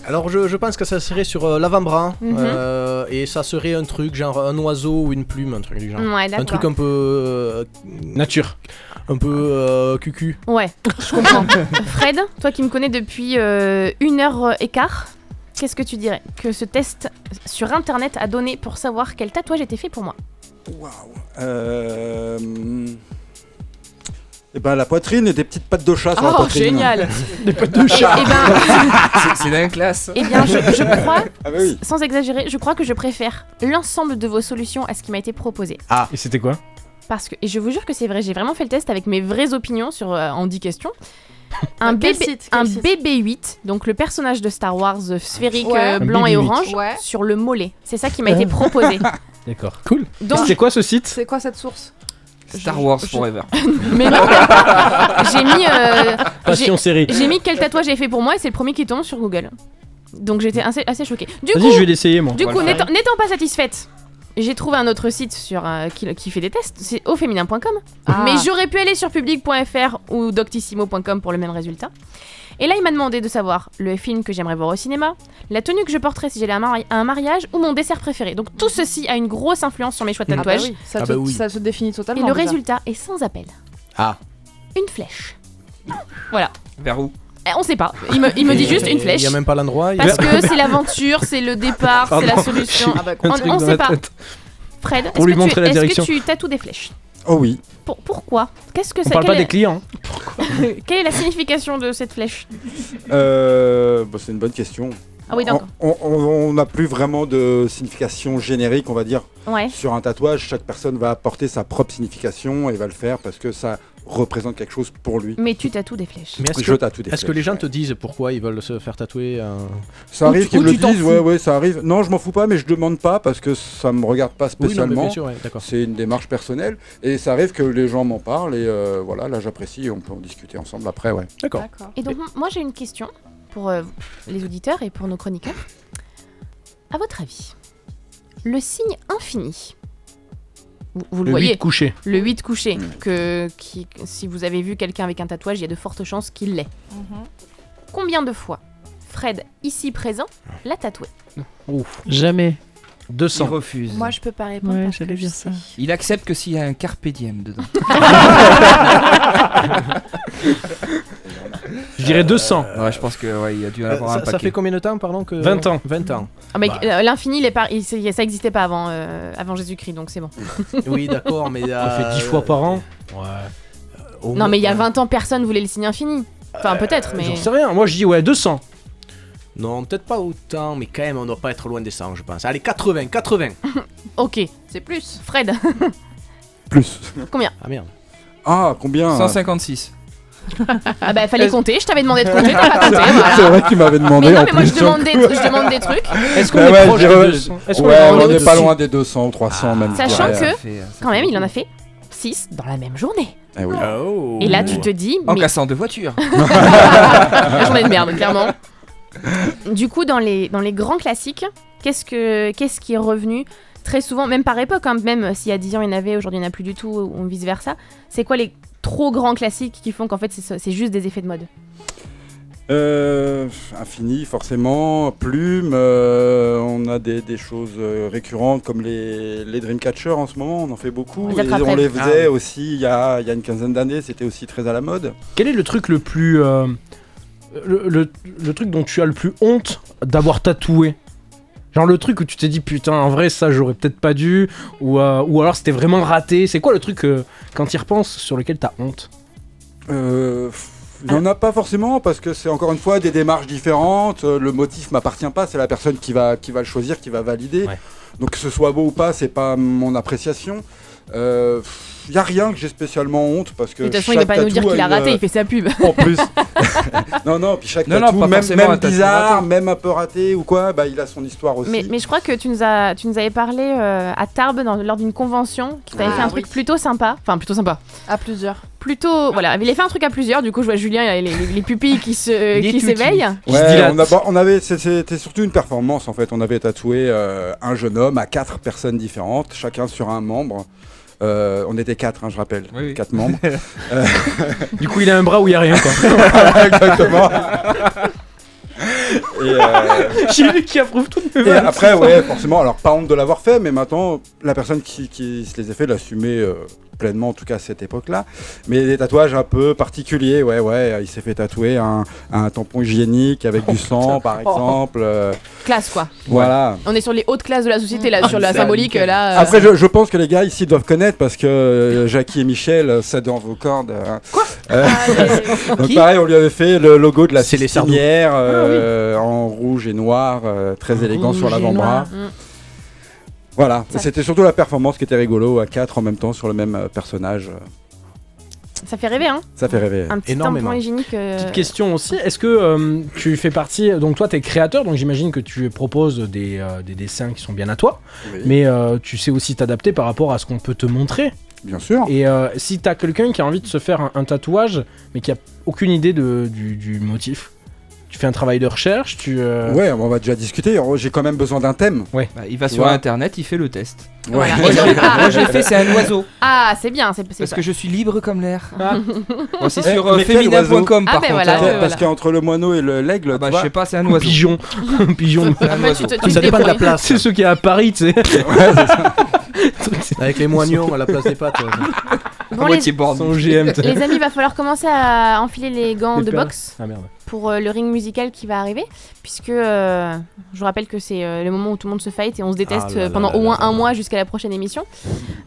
[SPEAKER 16] Alors je, je pense que ça serait sur euh, l'avant-bras
[SPEAKER 7] Mhm.
[SPEAKER 16] euh, et ça serait un truc genre un oiseau ou une plume, un truc du genre.
[SPEAKER 7] Ouais, d'accord.
[SPEAKER 16] un truc un peu euh,
[SPEAKER 9] nature,
[SPEAKER 16] un peu euh, cucu.
[SPEAKER 7] Ouais, je comprends. Fred, toi qui me connais depuis euh, une heure et quart, qu'est-ce que tu dirais que ce test sur internet a donné pour savoir quel tatouage était fait pour moi
[SPEAKER 10] Euh, Et ben la poitrine et des petites pattes de chat sur la
[SPEAKER 7] Oh,
[SPEAKER 10] poitrine. *laughs*
[SPEAKER 7] génial
[SPEAKER 9] Des pattes
[SPEAKER 7] de chat. Eh- eh ben-
[SPEAKER 8] C'est- C'est d'un classe
[SPEAKER 7] Eh bien, je, je crois,
[SPEAKER 10] Ah bah oui.
[SPEAKER 7] sans exagérer, je crois que je préfère l'ensemble de vos solutions à ce qui m'a été proposé.
[SPEAKER 9] Ah. Et c'était quoi
[SPEAKER 7] Parce que, et je vous jure que c'est vrai, j'ai vraiment fait le test avec mes vraies opinions sur euh, en
[SPEAKER 15] *laughs*
[SPEAKER 7] 10 questions. Un,
[SPEAKER 15] Quel
[SPEAKER 7] BB,
[SPEAKER 15] site, quel
[SPEAKER 7] un
[SPEAKER 15] site
[SPEAKER 7] BB-8, donc le personnage de Star Wars euh, sphérique
[SPEAKER 15] Ouais.
[SPEAKER 7] euh,
[SPEAKER 9] Un
[SPEAKER 7] blanc et
[SPEAKER 9] BB-8.
[SPEAKER 7] orange, sur le mollet. C'est ça qui m'a été
[SPEAKER 9] Ah.
[SPEAKER 7] proposé.
[SPEAKER 9] D'accord. Cool.
[SPEAKER 7] Donc-
[SPEAKER 9] C'est quoi ce site
[SPEAKER 15] C'est quoi cette source
[SPEAKER 8] Star
[SPEAKER 16] *laughs*
[SPEAKER 8] Wars Forever.
[SPEAKER 7] Mais non J'ai mis. euh,
[SPEAKER 9] Passion
[SPEAKER 7] j'ai-
[SPEAKER 9] série.
[SPEAKER 7] J'ai mis quel tatouage j'ai fait pour moi et c'est le premier qui tombe sur Google. Donc j'étais assez, assez choquée. Du
[SPEAKER 9] Vas-y,
[SPEAKER 7] coup,
[SPEAKER 9] je vais l'essayer, moi.
[SPEAKER 7] Du
[SPEAKER 9] On va
[SPEAKER 7] coup,
[SPEAKER 9] le faire.
[SPEAKER 7] n'étant n'étant pas satisfaite. J'ai trouvé un autre site sur, euh, qui, qui fait des tests, c'est auféminin.com.
[SPEAKER 15] Ah.
[SPEAKER 7] Mais j'aurais pu aller sur public.fr ou doctissimo.com pour le même résultat. Et là, il m'a demandé de savoir le film que j'aimerais voir au cinéma, la tenue que je porterais si j'allais à un mari- à un mariage ou mon dessert préféré. Donc tout ceci a une grosse influence sur mes choix de
[SPEAKER 15] Ah bah
[SPEAKER 7] tatouage.
[SPEAKER 15] oui, ça, te- ça se définit
[SPEAKER 7] Et
[SPEAKER 15] totalement.
[SPEAKER 7] le
[SPEAKER 15] déjà.
[SPEAKER 7] résultat est sans appel.
[SPEAKER 8] Ah.
[SPEAKER 7] Une flèche. Voilà.
[SPEAKER 8] Vers où
[SPEAKER 7] Eh,
[SPEAKER 16] *laughs*
[SPEAKER 7] On sait pas. Il me, il me dit juste une flèche.
[SPEAKER 16] Il y a même pas l'endroit. il y a-
[SPEAKER 7] Parce
[SPEAKER 8] *laughs*
[SPEAKER 7] que c'est l'aventure, c'est le départ, c'est la
[SPEAKER 16] Pardon, *laughs*
[SPEAKER 7] solution.
[SPEAKER 16] j'ai
[SPEAKER 7] Ah bah,
[SPEAKER 16] un
[SPEAKER 7] on
[SPEAKER 16] truc
[SPEAKER 7] on
[SPEAKER 16] dans
[SPEAKER 7] sait
[SPEAKER 16] la
[SPEAKER 7] pas.
[SPEAKER 16] tête.
[SPEAKER 7] Fred, est-ce
[SPEAKER 16] Pour lui
[SPEAKER 7] que, tu-
[SPEAKER 16] montrer la
[SPEAKER 7] est-ce que
[SPEAKER 16] direction.
[SPEAKER 7] tu tatoues des flèches
[SPEAKER 10] Oh oui.
[SPEAKER 7] Pour- Pourquoi Qu'est-ce que
[SPEAKER 9] On
[SPEAKER 7] ça
[SPEAKER 9] parle
[SPEAKER 7] quelle
[SPEAKER 9] pas
[SPEAKER 7] est-
[SPEAKER 9] des clients.
[SPEAKER 7] *laughs* Quelle est la signification de cette flèche
[SPEAKER 10] Euh, bah, c'est une bonne question.
[SPEAKER 7] Ah oui, d'accord.
[SPEAKER 10] On- on- On n'a plus vraiment de signification générique, on va dire.
[SPEAKER 7] Ouais.
[SPEAKER 10] Sur un tatouage, chaque personne va apporter sa propre signification et va le faire parce que ça représente quelque chose pour lui.
[SPEAKER 7] Mais tu tatoues des flèches.
[SPEAKER 10] Mais est-ce Je que- tatoue des
[SPEAKER 16] Est-ce que
[SPEAKER 10] flèches,
[SPEAKER 16] les gens te disent pourquoi ils veulent se faire tatouer euh,
[SPEAKER 10] Ça
[SPEAKER 16] ou
[SPEAKER 10] arrive
[SPEAKER 16] tu-
[SPEAKER 10] qu'ils
[SPEAKER 16] ou
[SPEAKER 10] me le
[SPEAKER 16] tu t'en
[SPEAKER 10] disent, ouais,
[SPEAKER 16] fous
[SPEAKER 10] ouais, ça arrive. Non, je m'en fous pas, mais je demande pas parce que ça me regarde pas
[SPEAKER 16] mais bien
[SPEAKER 10] spécialement.
[SPEAKER 16] sûr, ouais, d'accord.
[SPEAKER 10] c'est une démarche personnelle et ça arrive que les gens m'en parlent et euh, voilà, là j'apprécie et on peut en discuter ensemble après, ouais.
[SPEAKER 16] D'accord.
[SPEAKER 7] Et donc, moi, j'ai une question pour euh, les auditeurs et pour nos chroniqueurs. À votre avis, le signe infini, vous, vous le,
[SPEAKER 9] Le
[SPEAKER 7] voyez
[SPEAKER 9] huit couché.
[SPEAKER 7] Le 8 couché,
[SPEAKER 16] Mmh.
[SPEAKER 7] que qui, si vous avez vu quelqu'un avec un tatouage, il y a de fortes chances qu'il l'ait.
[SPEAKER 15] Mhm.
[SPEAKER 7] Combien de fois Fred, ici présent, l'a tatoué
[SPEAKER 9] Ouf. Jamais.
[SPEAKER 8] 200. Il refuse.
[SPEAKER 15] je peux pas
[SPEAKER 6] répondre Ouais, parce que j'allais je dire sais. ça.
[SPEAKER 8] Il accepte que s'il y a un carpe
[SPEAKER 16] *laughs*
[SPEAKER 8] diem dedans.
[SPEAKER 9] Je dirais 200.
[SPEAKER 8] ouais, je pense que ouais, il y a dû en
[SPEAKER 16] Euh,
[SPEAKER 8] avoir un
[SPEAKER 16] ça,
[SPEAKER 8] paquet.
[SPEAKER 16] ça fait combien de temps, pardon que...
[SPEAKER 9] 20 ans.
[SPEAKER 16] 20 ans.
[SPEAKER 7] Ah, mais
[SPEAKER 16] Bah.
[SPEAKER 7] euh, l'infini, il est pas- il- c'est- ça n'existait pas avant, euh, avant Jésus-Christ, donc c'est bon.
[SPEAKER 16] Oui, d'accord, mais.
[SPEAKER 9] On fait 10 fois par an. Ouais.
[SPEAKER 7] *laughs* non, mais il y a 20 ans, personne voulait le signe infini. Enfin, peut-être, mais.
[SPEAKER 16] Euh, J'en sais rien. Moi, je dis ouais, 200. Non, peut-être pas autant, mais quand même, on doit pas être loin des 100, je pense. Allez, 80, 80.
[SPEAKER 7] Ok. C'est plus. *laughs* Fred.
[SPEAKER 10] Plus.
[SPEAKER 7] Combien
[SPEAKER 16] Ah merde.
[SPEAKER 10] Ah, combien
[SPEAKER 8] 156.
[SPEAKER 7] ah bah, fallait compter, je t'avais demandé de compter, t'as pas compté. voilà.
[SPEAKER 10] C'est vrai qu'il m'avait demandé.
[SPEAKER 7] Mais non,
[SPEAKER 10] en
[SPEAKER 7] mais moi,
[SPEAKER 10] plus,
[SPEAKER 7] je demande
[SPEAKER 10] donc.
[SPEAKER 7] des, je demande des trucs.
[SPEAKER 9] Est-ce
[SPEAKER 10] Bah ouais, je dirais-
[SPEAKER 9] Est-ce qu'on est
[SPEAKER 10] Ouais,
[SPEAKER 9] loin
[SPEAKER 10] on
[SPEAKER 9] des
[SPEAKER 10] n'est pas
[SPEAKER 9] 200?
[SPEAKER 10] loin des 200, 300 même.
[SPEAKER 7] Sachant
[SPEAKER 10] Ouais.
[SPEAKER 8] euh,
[SPEAKER 7] que, quand même, il en a fait 6 dans la même journée.
[SPEAKER 10] Eh oui.
[SPEAKER 7] Et là, tu te dis.
[SPEAKER 8] En
[SPEAKER 7] mais- *laughs*
[SPEAKER 8] cassant deux voitures. *laughs*
[SPEAKER 7] La journée de merde, clairement. Du coup, dans les, dans les grands classiques, qu'est-ce, que, qu'est-ce qui est revenu très souvent, même par époque, hein, même s'il y a 10 ans il y en avait, aujourd'hui il n'y en a plus du tout, ou vice-versa C'est quoi les trop grands classiques qui font qu'en fait c'est, c'est juste des effets de mode
[SPEAKER 10] Euh, infini, forcément. Plume, euh, on a des, des choses euh, récurrentes comme les, les Dreamcatcher en ce moment, on en fait beaucoup.
[SPEAKER 9] Les
[SPEAKER 10] et
[SPEAKER 9] attrape-rêves.
[SPEAKER 10] on les faisait
[SPEAKER 9] Ah.
[SPEAKER 10] aussi il y a, il y a une quinzaine d'années, c'était aussi très à la mode.
[SPEAKER 9] Quel est le truc le plus. euh, le, le- le truc dont tu as le plus honte d'avoir tatoué Genre le truc où tu t'es dit putain, en vrai, ça j'aurais peut-être pas dû, ou, euh, ou alors c'était vraiment raté. C'est quoi le truc euh, quand tu y repenses sur lequel t'as honte
[SPEAKER 10] Euh, pff, Il
[SPEAKER 17] Ah.
[SPEAKER 10] n'y en a pas forcément parce que c'est encore une fois des démarches différentes. euh, Le motif m'appartient pas, c'est la personne qui va, qui va le choisir, qui va valider. Donc que ce soit beau ou pas, c'est pas mon appréciation. Il n'y a rien que j'ai spécialement honte parce que.
[SPEAKER 7] De toute façon, il va
[SPEAKER 10] chaque
[SPEAKER 7] pas nous
[SPEAKER 10] tatou
[SPEAKER 7] dire qu'il a
[SPEAKER 10] une,
[SPEAKER 7] raté,
[SPEAKER 10] euh,
[SPEAKER 7] il fait sa pub.
[SPEAKER 10] Non, non, puis chaque
[SPEAKER 17] Non, non,
[SPEAKER 10] tatou,
[SPEAKER 17] pas
[SPEAKER 10] même,
[SPEAKER 17] forcément
[SPEAKER 10] même
[SPEAKER 17] un tatou
[SPEAKER 10] bizarre,
[SPEAKER 17] raté.
[SPEAKER 10] même un peu raté ou quoi, bah, il a son histoire aussi.
[SPEAKER 7] Mais, mais je crois que tu nous, as, tu nous avais parlé euh, à Tarbes dans- lors d'une convention, qui t'avait
[SPEAKER 15] Ah,
[SPEAKER 7] fait un
[SPEAKER 15] oui.
[SPEAKER 7] truc plutôt sympa. Enfin, plutôt sympa.
[SPEAKER 15] À plusieurs.
[SPEAKER 7] Plutôt. Voilà, il a fait un truc à plusieurs, du coup, je vois Julien, il a les, les- les pupilles qui se-
[SPEAKER 9] Il est
[SPEAKER 7] qui
[SPEAKER 9] tout
[SPEAKER 7] s'éveillent.
[SPEAKER 10] Ouais, on, a- on avait, c'est- c'était surtout une performance en fait. On avait tatoué euh, un jeune homme à quatre personnes différentes, chacun sur un membre. Euh, on était quatre, hein, je rappelle, quatre
[SPEAKER 9] *laughs*
[SPEAKER 10] membres. Euh,
[SPEAKER 9] Du coup, il a un bras où il y a rien quoi.
[SPEAKER 10] *laughs* Voilà,
[SPEAKER 9] *laughs*
[SPEAKER 10] exactement. Et, euh,
[SPEAKER 9] J'ai lu qui approuve toutes mes
[SPEAKER 10] et
[SPEAKER 9] vannes,
[SPEAKER 10] après,
[SPEAKER 9] c'est ça.
[SPEAKER 10] ouais, forcément, alors pas honte de l'avoir fait, mais maintenant, la personne qui, qui se les a fait l'assumer euh, pleinement, en tout cas à cette époque-là. Mais des tatouages un peu particuliers, ouais, ouais, euh, il s'est fait tatouer un, un tampon hygiénique avec du sang, par
[SPEAKER 7] Oh.
[SPEAKER 10] exemple. euh,
[SPEAKER 7] Classe, quoi.
[SPEAKER 10] Voilà.
[SPEAKER 7] On est sur les hautes classes de la société, là, sur la
[SPEAKER 10] ça,
[SPEAKER 7] symbolique, là. euh,
[SPEAKER 10] Après, je, je pense que les gars ici doivent connaître parce que euh, Jackie et Michel, euh, ça dans vos cordes. Quoi *laughs* Donc, pareil, on lui avait fait le logo de la
[SPEAKER 16] C'est les Sardou.
[SPEAKER 10] Sardinière euh, en rouge et noir, euh, très élégant sur
[SPEAKER 16] Rouge et
[SPEAKER 10] l'avant-bras.
[SPEAKER 13] hein.
[SPEAKER 16] noir. Mm.
[SPEAKER 10] Voilà, c'était surtout la performance qui était rigolo à 4 en même temps sur le même euh, personnage.
[SPEAKER 7] Ça fait rêver, hein
[SPEAKER 10] Ça fait rêver.
[SPEAKER 7] Un petit tampon hygiénique. euh,
[SPEAKER 9] Petite question aussi, est-ce que euh, tu fais partie, donc toi tu es créateur, donc j'imagine que tu proposes des, euh, des dessins qui sont bien à toi,
[SPEAKER 10] Oui.
[SPEAKER 9] mais euh, tu sais aussi t'adapter par rapport à ce qu'on peut te montrer.
[SPEAKER 10] Bien sûr.
[SPEAKER 9] Et euh, si t'as quelqu'un qui a envie de se faire un, un tatouage, mais qui a aucune idée de, du, du motif, tu fais un travail de recherche, tu... euh,
[SPEAKER 10] Ouais, on va déjà discuter. Oh, J'ai quand même besoin d'un thème.
[SPEAKER 9] Ouais.
[SPEAKER 17] Bah, il va sur
[SPEAKER 10] Bah, Ouais.
[SPEAKER 17] internet, il fait le test.
[SPEAKER 10] Ouais. *laughs*
[SPEAKER 17] Moi j'ai
[SPEAKER 10] Ah,
[SPEAKER 17] moi, j'ai fait, c'est un oiseau.
[SPEAKER 7] Ah, c'est bien, c'est c'est
[SPEAKER 17] Parce
[SPEAKER 7] pas-
[SPEAKER 17] que je suis libre comme l'air. Bon, c'est
[SPEAKER 10] Eh,
[SPEAKER 17] sur euh,
[SPEAKER 10] mais quel
[SPEAKER 17] féminin.com
[SPEAKER 10] oiseau
[SPEAKER 17] par
[SPEAKER 7] Ah, ben
[SPEAKER 17] contre.
[SPEAKER 7] voilà,
[SPEAKER 17] hein.
[SPEAKER 10] Parce que- Parce qu'entre le moineau et le- l'aigle,
[SPEAKER 17] bah,
[SPEAKER 10] tu
[SPEAKER 17] je
[SPEAKER 10] vois-
[SPEAKER 17] sais pas, c'est un oiseau. *laughs*
[SPEAKER 9] Pigeon. Pigeon.
[SPEAKER 17] C'est un oiseau.
[SPEAKER 9] Ah, ça dépend de la place. C'est ceux qui est à Paris, tu sais. *laughs*
[SPEAKER 16] Avec les moignons à la place des pattes. ouais.
[SPEAKER 7] Bon, les- moitié
[SPEAKER 17] borne.
[SPEAKER 9] Son GM. tu sais.
[SPEAKER 7] *laughs* Les amis, va falloir commencer à enfiler les gants
[SPEAKER 9] Les
[SPEAKER 7] de
[SPEAKER 9] perles.
[SPEAKER 7] boxe
[SPEAKER 9] Ah merde.
[SPEAKER 7] pour euh, le ring musical qui va arriver, puisque euh, je vous rappelle que c'est euh, le moment où tout le monde se fight et on se déteste
[SPEAKER 15] Ah là
[SPEAKER 7] euh,
[SPEAKER 15] là
[SPEAKER 7] pendant
[SPEAKER 15] là
[SPEAKER 7] au
[SPEAKER 15] là
[SPEAKER 7] moins
[SPEAKER 15] là
[SPEAKER 7] un mois jusqu'à la prochaine émission.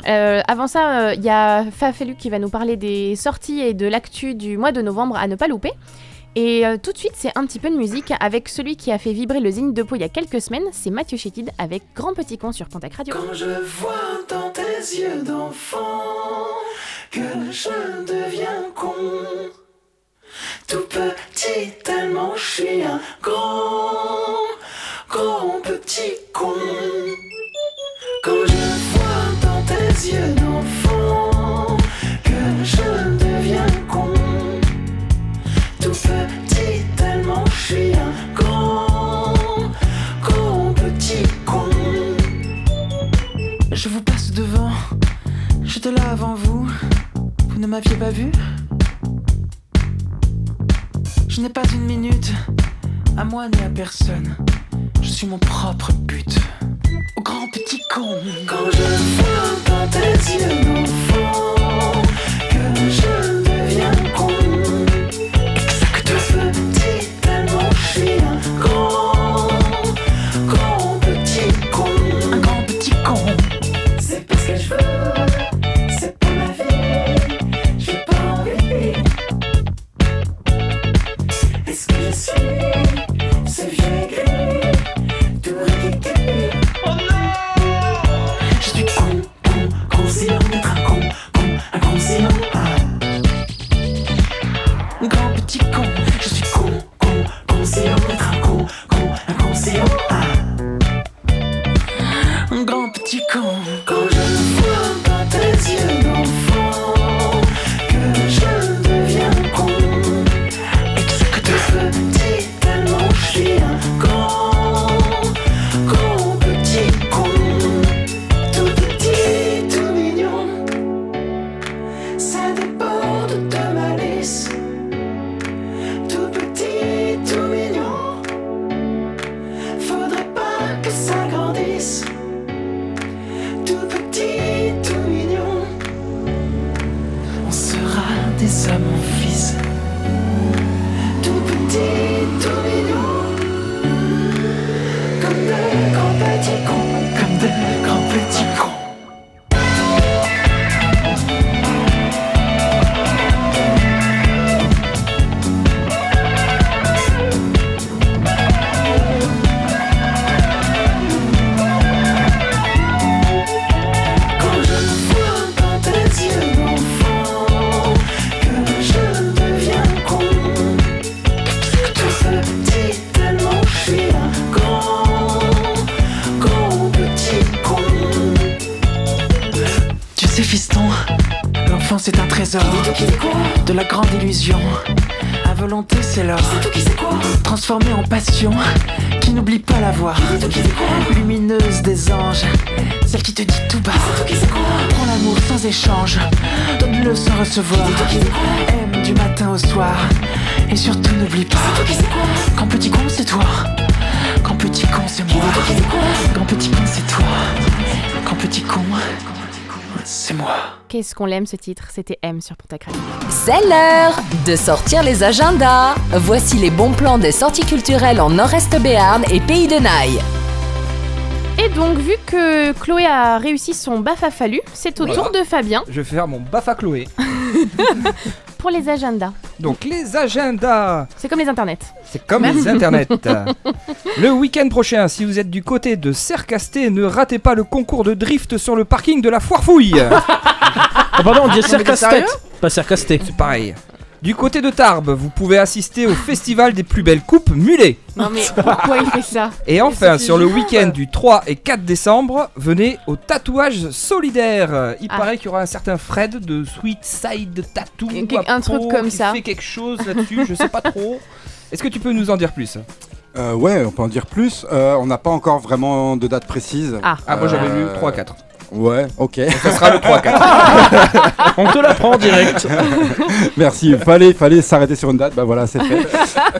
[SPEAKER 7] Euh, avant ça, il y a Fafelu qui va nous parler des sorties et de l'actu du mois de novembre à ne pas louper. Et euh, tout de suite, c'est un petit peu de musique avec celui qui a fait vibrer le zine de peau il y a quelques semaines, c'est Mathieu Chétid avec Grand Petit Con sur Pentac Radio.
[SPEAKER 13] Quand je vois dans tes yeux d'enfant que je deviens con, tout petit tellement je suis un grand, grand petit con. Quand je vois dans tes yeux d'enfant que je deviens con, tout petit tellement je suis un grand, grand petit con. Je vous passe devant, je te là avant vous. Vous ne m'aviez pas vu Je n'ai pas une minute, à moi ni à personne. Je suis mon propre but. Au grand petit con. Quand je vois dans tes yeux d'enfant que je deviens con. Exact. Petit tellement je suis un grand, grand petit con. Un grand petit con. C'est pas ce que je veux, c'est pas ma vie, j'ai pas envie. Est-ce que je suis ce vieux gris, tout riqué? Oh non! Je suis con, con, à mon fils. Tout petit, tout mignon. Comme des grands petits cons. Comme des grands petits cons. Quand je vois dans tes yeux, enfant, que je deviens con, tout ce petit tellement je suis un grand, grand petit
[SPEAKER 18] *laughs*
[SPEAKER 13] con.
[SPEAKER 18] Tu sais, fiston, l'enfance est un trésor. De la grande illusion. À volonté, c'est l'or. Transformé en passion, qui n'oublie pas la voix. Lumineuse des anges, celle qui te dit tout bas. Prends l'amour sans échange, donne-le sans recevoir. Aime du matin au soir, et surtout n'oublie pas. Quand petit con, c'est toi. Quand petit con, c'est moi. Quand petit con, c'est toi. Quand petit con, c'est moi.
[SPEAKER 7] Qu'est-ce qu'on l'aime ce titre C'était M sur Pantacrate.
[SPEAKER 2] C'est l'heure de sortir les agendas. Voici les bons plans des sorties culturelles en Nord-Est Béarn et Pays de Naï.
[SPEAKER 7] Et donc, vu que Chloé a réussi son bafa fallu, c'est au
[SPEAKER 8] Voilà.
[SPEAKER 7] tour de Fabien
[SPEAKER 8] Je vais faire mon bafa Chloé.
[SPEAKER 7] pour les agendas.
[SPEAKER 8] Donc les agendas,
[SPEAKER 7] C'est comme les internets.
[SPEAKER 8] c'est comme les internets.
[SPEAKER 9] *laughs*
[SPEAKER 8] le week-end prochain, si vous êtes du côté de Cercasté, ne ratez pas le concours de drift sur le parking de la
[SPEAKER 9] *laughs*
[SPEAKER 8] Foire Fouille.
[SPEAKER 9] Ah pardon, on dit
[SPEAKER 8] Non, mais t'es
[SPEAKER 9] Cercastet,
[SPEAKER 8] sérieux
[SPEAKER 9] pas Cercasté.
[SPEAKER 8] C'est pareil. Du côté de Tarbes, vous pouvez assister au festival des plus belles coupes mulets.
[SPEAKER 7] Non
[SPEAKER 8] *laughs*
[SPEAKER 7] mais pourquoi il fait ça
[SPEAKER 8] Et enfin, sur le week-end du 3 et 4 décembre, venez au tatouage solidaire. Il
[SPEAKER 7] Ah.
[SPEAKER 8] paraît qu'il y aura un certain Fred de Sweet Side Tattoo.
[SPEAKER 7] Quel- un truc comme ça.
[SPEAKER 8] fait quelque chose là-dessus, je sais pas trop. Est-ce que tu peux nous en dire plus
[SPEAKER 10] Euh, ouais, on peut en dire plus. Euh, on n'a pas encore vraiment de date précise. Euh,
[SPEAKER 8] Ah. Ah, moi, j'avais lu 3 à 4.
[SPEAKER 10] Ouais, ok.
[SPEAKER 8] Ça sera le 3 4.
[SPEAKER 10] on te l'apprend direct. *laughs* Merci, il fallait, fallait s'arrêter sur une date, bah voilà, c'est fait.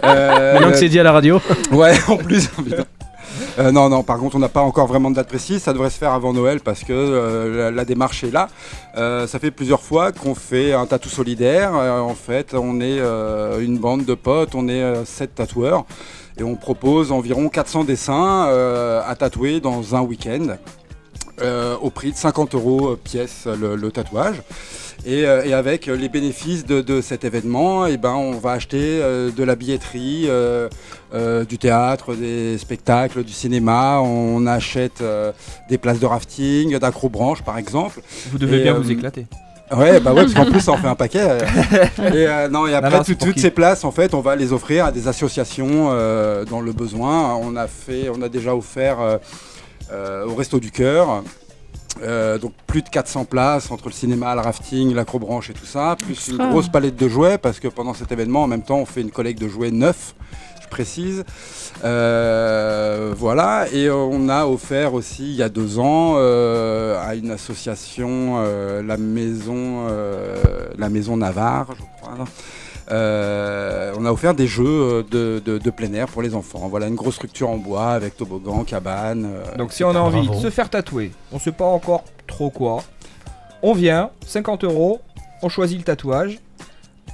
[SPEAKER 10] Euh,
[SPEAKER 9] Maintenant que c'est dit à la radio.
[SPEAKER 10] *laughs* Ouais, en plus. *laughs* putain. Euh, non, non, par contre, on n'a pas encore vraiment de date précise. Ça devrait se faire avant Noël parce que euh, la, la démarche est là. Euh, ça fait plusieurs fois qu'on fait un tatou solidaire. Euh, en fait, on est euh, une bande de potes, on est euh, sept tatoueurs et on propose environ 400 dessins euh, à tatouer dans un week-end. euh, au prix de 50 euros euh, pièce le, le tatouage. Et, euh, et avec euh, les bénéfices de, de cet événement, et ben, on va acheter euh, de la billetterie, euh, euh, du théâtre, des spectacles, du cinéma. On achète euh, des places de rafting, d'acrobranche par exemple.
[SPEAKER 8] Vous devez
[SPEAKER 10] Et, euh,
[SPEAKER 8] bien vous éclater.
[SPEAKER 10] Ouais, bah ouais,
[SPEAKER 8] *laughs*
[SPEAKER 10] parce qu'en plus, ça en fait un paquet. euh. Et, euh, non, et
[SPEAKER 8] Non,
[SPEAKER 10] après,
[SPEAKER 8] non, c'est
[SPEAKER 10] tout-
[SPEAKER 8] pour
[SPEAKER 10] toutes
[SPEAKER 8] qui
[SPEAKER 10] ces places, en fait, on va les offrir à des associations euh, dans le besoin. On a, fait, on a déjà offert euh, euh, au Resto du Cœur. euh, donc plus de 400 places entre le cinéma, le rafting, l'acrobranche et tout ça, plus une
[SPEAKER 8] Extra.
[SPEAKER 10] grosse palette de jouets parce que pendant cet événement en même temps on fait une collecte de jouets neufs, je précise. Euh, voilà, et euh, on a offert aussi il y a deux ans euh, à une association, euh, la, maison, euh, la Maison Navarre, je crois. Euh, on a offert des jeux euh, de, de- de plein air pour les enfants. Voilà une grosse structure en bois avec toboggan, cabane. euh,
[SPEAKER 8] Donc si on a
[SPEAKER 10] etc.
[SPEAKER 8] envie de se faire tatouer, on sait pas encore trop quoi, on vient, 50 euros, on choisit le tatouage,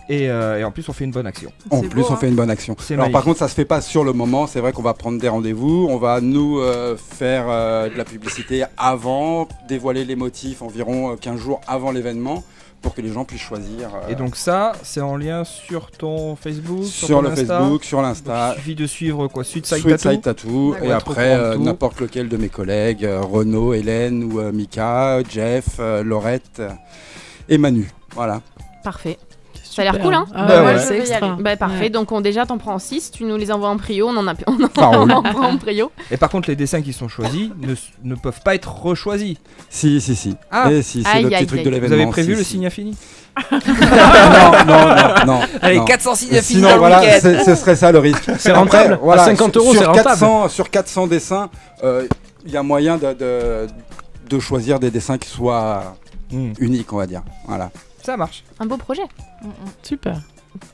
[SPEAKER 8] et, euh, et en plus on fait une bonne action.
[SPEAKER 10] En plus, on fait une bonne action.
[SPEAKER 8] C'est
[SPEAKER 10] Alors, par
[SPEAKER 8] magnifique.
[SPEAKER 10] contre, ça se fait pas sur le moment. C'est vrai qu'on va prendre des rendez-vous. On va nous euh, faire euh, de la publicité avant, dévoiler les motifs environ euh, 15 jours avant l'événement pour que les gens puissent choisir. euh,
[SPEAKER 8] Et donc ça, c'est en lien sur ton Facebook Sur,
[SPEAKER 10] Sur
[SPEAKER 8] ton
[SPEAKER 10] le
[SPEAKER 8] Insta
[SPEAKER 10] Facebook, sur l'Insta.
[SPEAKER 8] Donc, Il suffit de suivre quoi Sweet Side
[SPEAKER 10] Sweet
[SPEAKER 8] Tattoo
[SPEAKER 10] Side Tattoo,
[SPEAKER 8] D'accord.
[SPEAKER 10] et
[SPEAKER 8] On
[SPEAKER 10] après
[SPEAKER 8] retrouve en
[SPEAKER 10] euh,
[SPEAKER 8] tout.
[SPEAKER 10] n'importe lequel de mes collègues, euh, Renaud, Hélène ou euh, Mika, Jeff, euh, Laurette euh, et Manu. Voilà.
[SPEAKER 7] Parfait. Ça a l'air cool, hein
[SPEAKER 10] Ah Bah ouais, ouais.
[SPEAKER 6] c'est extra.
[SPEAKER 7] Bah parfait,
[SPEAKER 6] Ouais.
[SPEAKER 7] donc on, déjà t'en prends 6, tu nous les envoies en prio, on en, a, *laughs* on en-
[SPEAKER 10] *laughs*
[SPEAKER 8] Ça roule.
[SPEAKER 7] on en prend en prio.
[SPEAKER 8] Et par contre, les dessins qui sont choisis ne, s- ne peuvent pas être rechoisis.
[SPEAKER 10] Si, si, si.
[SPEAKER 8] Ah,
[SPEAKER 10] Et si, c'est Aïe, le petit aïe, truc de aïe.
[SPEAKER 8] Vous avez
[SPEAKER 10] l'événement,
[SPEAKER 8] prévu
[SPEAKER 10] si,
[SPEAKER 8] le
[SPEAKER 10] si. *laughs*
[SPEAKER 8] signe infini
[SPEAKER 10] Ah
[SPEAKER 9] *laughs*
[SPEAKER 10] non, non, non, non.
[SPEAKER 8] Allez,
[SPEAKER 10] non.
[SPEAKER 8] 400 signes
[SPEAKER 10] Et
[SPEAKER 8] affichés
[SPEAKER 10] Sinon,
[SPEAKER 8] dans le
[SPEAKER 10] voilà,
[SPEAKER 8] week-end.
[SPEAKER 10] c'est- ce serait ça le risque.
[SPEAKER 9] C'est rentable.
[SPEAKER 10] Après,
[SPEAKER 9] À 50 euros,
[SPEAKER 10] sur
[SPEAKER 9] c'est rentable.
[SPEAKER 10] 400, sur 400 dessins, euh, il y a moyen de, de, de choisir des dessins qui soient
[SPEAKER 9] Hmm.
[SPEAKER 10] uniques, on va dire. Voilà.
[SPEAKER 8] Ça marche.
[SPEAKER 7] Un beau projet. mm.
[SPEAKER 6] Super.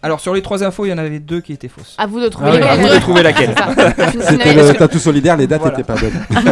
[SPEAKER 8] Alors, sur les trois infos, il y en avait deux qui étaient fausses.
[SPEAKER 7] À vous de trouver Ah oui, laquelle. à vous de trouver laquelle. C'est ça. *laughs* Tu- tu
[SPEAKER 10] C'était
[SPEAKER 7] n'avais- *laughs*
[SPEAKER 10] le tatou solidaire, les dates n'étaient pas bonnes.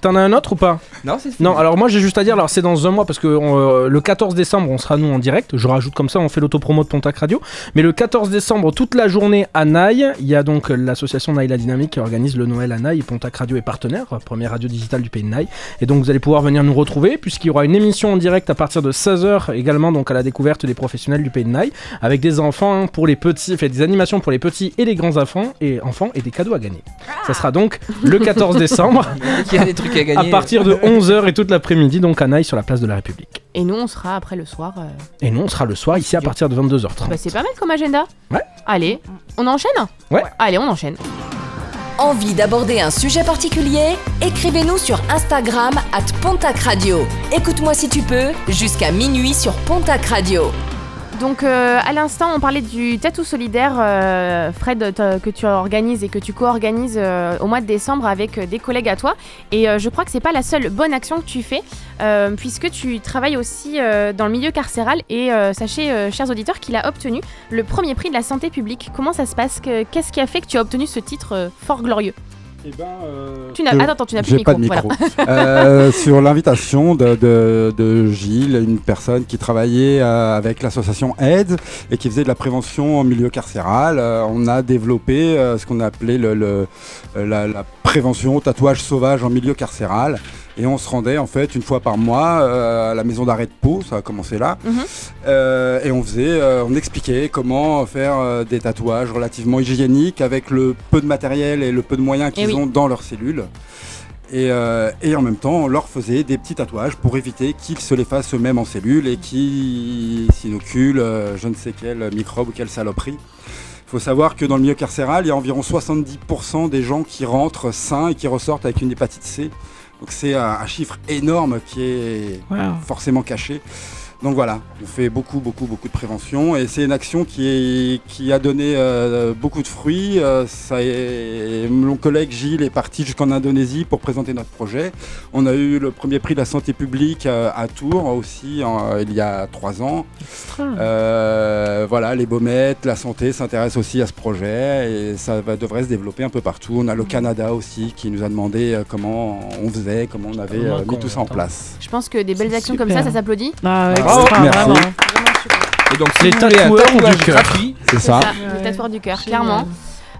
[SPEAKER 9] T'en as un autre ou pas
[SPEAKER 17] Non, c'est
[SPEAKER 9] Non, alors moi j'ai juste à dire, alors c'est dans un mois parce que on, euh, le 14 décembre on sera nous en direct, je rajoute comme ça, on fait l'autopromo de Pontac Radio, mais le 14 décembre toute la journée à Naï, il y a donc euh, l'association Naï la Dynamique qui organise le Noël à Naï, Pontac Radio est partenaire, euh, première radio digitale du pays de Naï, et donc vous allez pouvoir venir nous retrouver puisqu'il y aura une émission en direct à partir de 16h également donc à la découverte des professionnels du pays de Naï, avec des enfants pour les petits, fait des animations pour les petits et les grands enfants et, enfants et des cadeaux à gagner. Ça sera donc le 14
[SPEAKER 7] *laughs*
[SPEAKER 9] décembre.
[SPEAKER 17] Il y a des trucs à gagner.
[SPEAKER 9] À partir de 11h et toute l'après-midi, donc à Naï sur la place de la République.
[SPEAKER 7] Et nous, on sera après le soir. euh,
[SPEAKER 9] Et nous, on sera le soir ici à partir de 22h30.
[SPEAKER 7] Bah, c'est pas mal comme agenda.
[SPEAKER 9] Ouais.
[SPEAKER 7] Allez, on enchaîne
[SPEAKER 9] Ouais.
[SPEAKER 7] Allez, on enchaîne.
[SPEAKER 2] Envie d'aborder un sujet particulier Écrivez-nous sur Instagram at Pontac Radio. Écoute-moi si tu peux, jusqu'à minuit sur Pontac Radio.
[SPEAKER 7] Donc euh, à l'instant, on parlait du tatou solidaire, euh, Fred, t- que tu organises et que tu co-organises euh, au mois de décembre avec euh, des collègues à toi. Et euh, je crois que c'est pas la seule bonne action que tu fais, euh, puisque tu travailles aussi euh, dans le milieu carcéral. Et euh, sachez, euh, chers auditeurs, qu'il a obtenu le premier prix de la santé publique. Comment ça se passe Que- Qu'est-ce qui a fait que tu as obtenu ce titre euh, fort glorieux Tu n'as
[SPEAKER 10] Euh,
[SPEAKER 7] attends, attends, tu n'as plus
[SPEAKER 10] j'ai pas de micro. Euh, sur l'invitation de, de- de Gilles, une personne qui travaillait euh, avec l'association AIDS et qui faisait de la prévention en milieu carcéral, euh, on a développé euh, ce qu'on appelait le, le- euh, la, la prévention au tatouage sauvage en milieu carcéral. Et on se rendait en fait une fois par mois euh, à la maison d'arrêt de Pau, ça a commencé là.
[SPEAKER 7] Mhm.
[SPEAKER 10] Euh, et on faisait, euh, on expliquait comment faire euh, des tatouages relativement hygiéniques avec le peu de matériel et le peu de moyens
[SPEAKER 7] Eh
[SPEAKER 10] qu'ils
[SPEAKER 7] oui.
[SPEAKER 10] ont dans leurs cellules. Et, euh, et en même temps, on leur faisait des petits tatouages pour éviter qu'ils se les fassent eux-mêmes en cellule et qu'ils s'inoculent euh, je ne sais quel microbe ou quelle saloperie. Il faut savoir que dans le milieu carcéral, il y a environ 70% des gens qui rentrent sains et qui ressortent avec une hépatite C. Donc c'est un, un chiffre énorme qui est
[SPEAKER 9] Wow.
[SPEAKER 10] forcément caché. Donc voilà, on fait beaucoup, beaucoup, beaucoup de prévention et c'est une action qui, est- qui a donné euh, beaucoup de fruits. Euh, ça est- mon collègue Gilles est parti jusqu'en Indonésie pour présenter notre projet. On a eu le premier prix de la santé publique euh, à Tours aussi en- euh, il y a trois ans. Euh, voilà, les baumettes, la santé s'intéressent aussi à ce projet et ça va- devrait se développer un peu partout. On a le Canada aussi qui nous a demandé euh, comment on faisait, comment on avait
[SPEAKER 7] Comment
[SPEAKER 10] euh, mis
[SPEAKER 7] qu'on
[SPEAKER 10] tout ça en place.
[SPEAKER 7] *laughs* Je pense que des belles actions comme ça,
[SPEAKER 6] super.
[SPEAKER 7] ça s'applaudit.
[SPEAKER 6] Ah ouais,
[SPEAKER 10] Bravo,
[SPEAKER 6] c'est pas
[SPEAKER 10] merci.
[SPEAKER 6] vraiment.
[SPEAKER 17] Et donc,
[SPEAKER 10] si
[SPEAKER 9] les
[SPEAKER 10] vous voulez un
[SPEAKER 9] tatoueurs
[SPEAKER 10] tatouage
[SPEAKER 9] du cœur.
[SPEAKER 10] gratuit, C'est ça.
[SPEAKER 7] le tatoueur du cœur,
[SPEAKER 6] Génial.
[SPEAKER 7] clairement.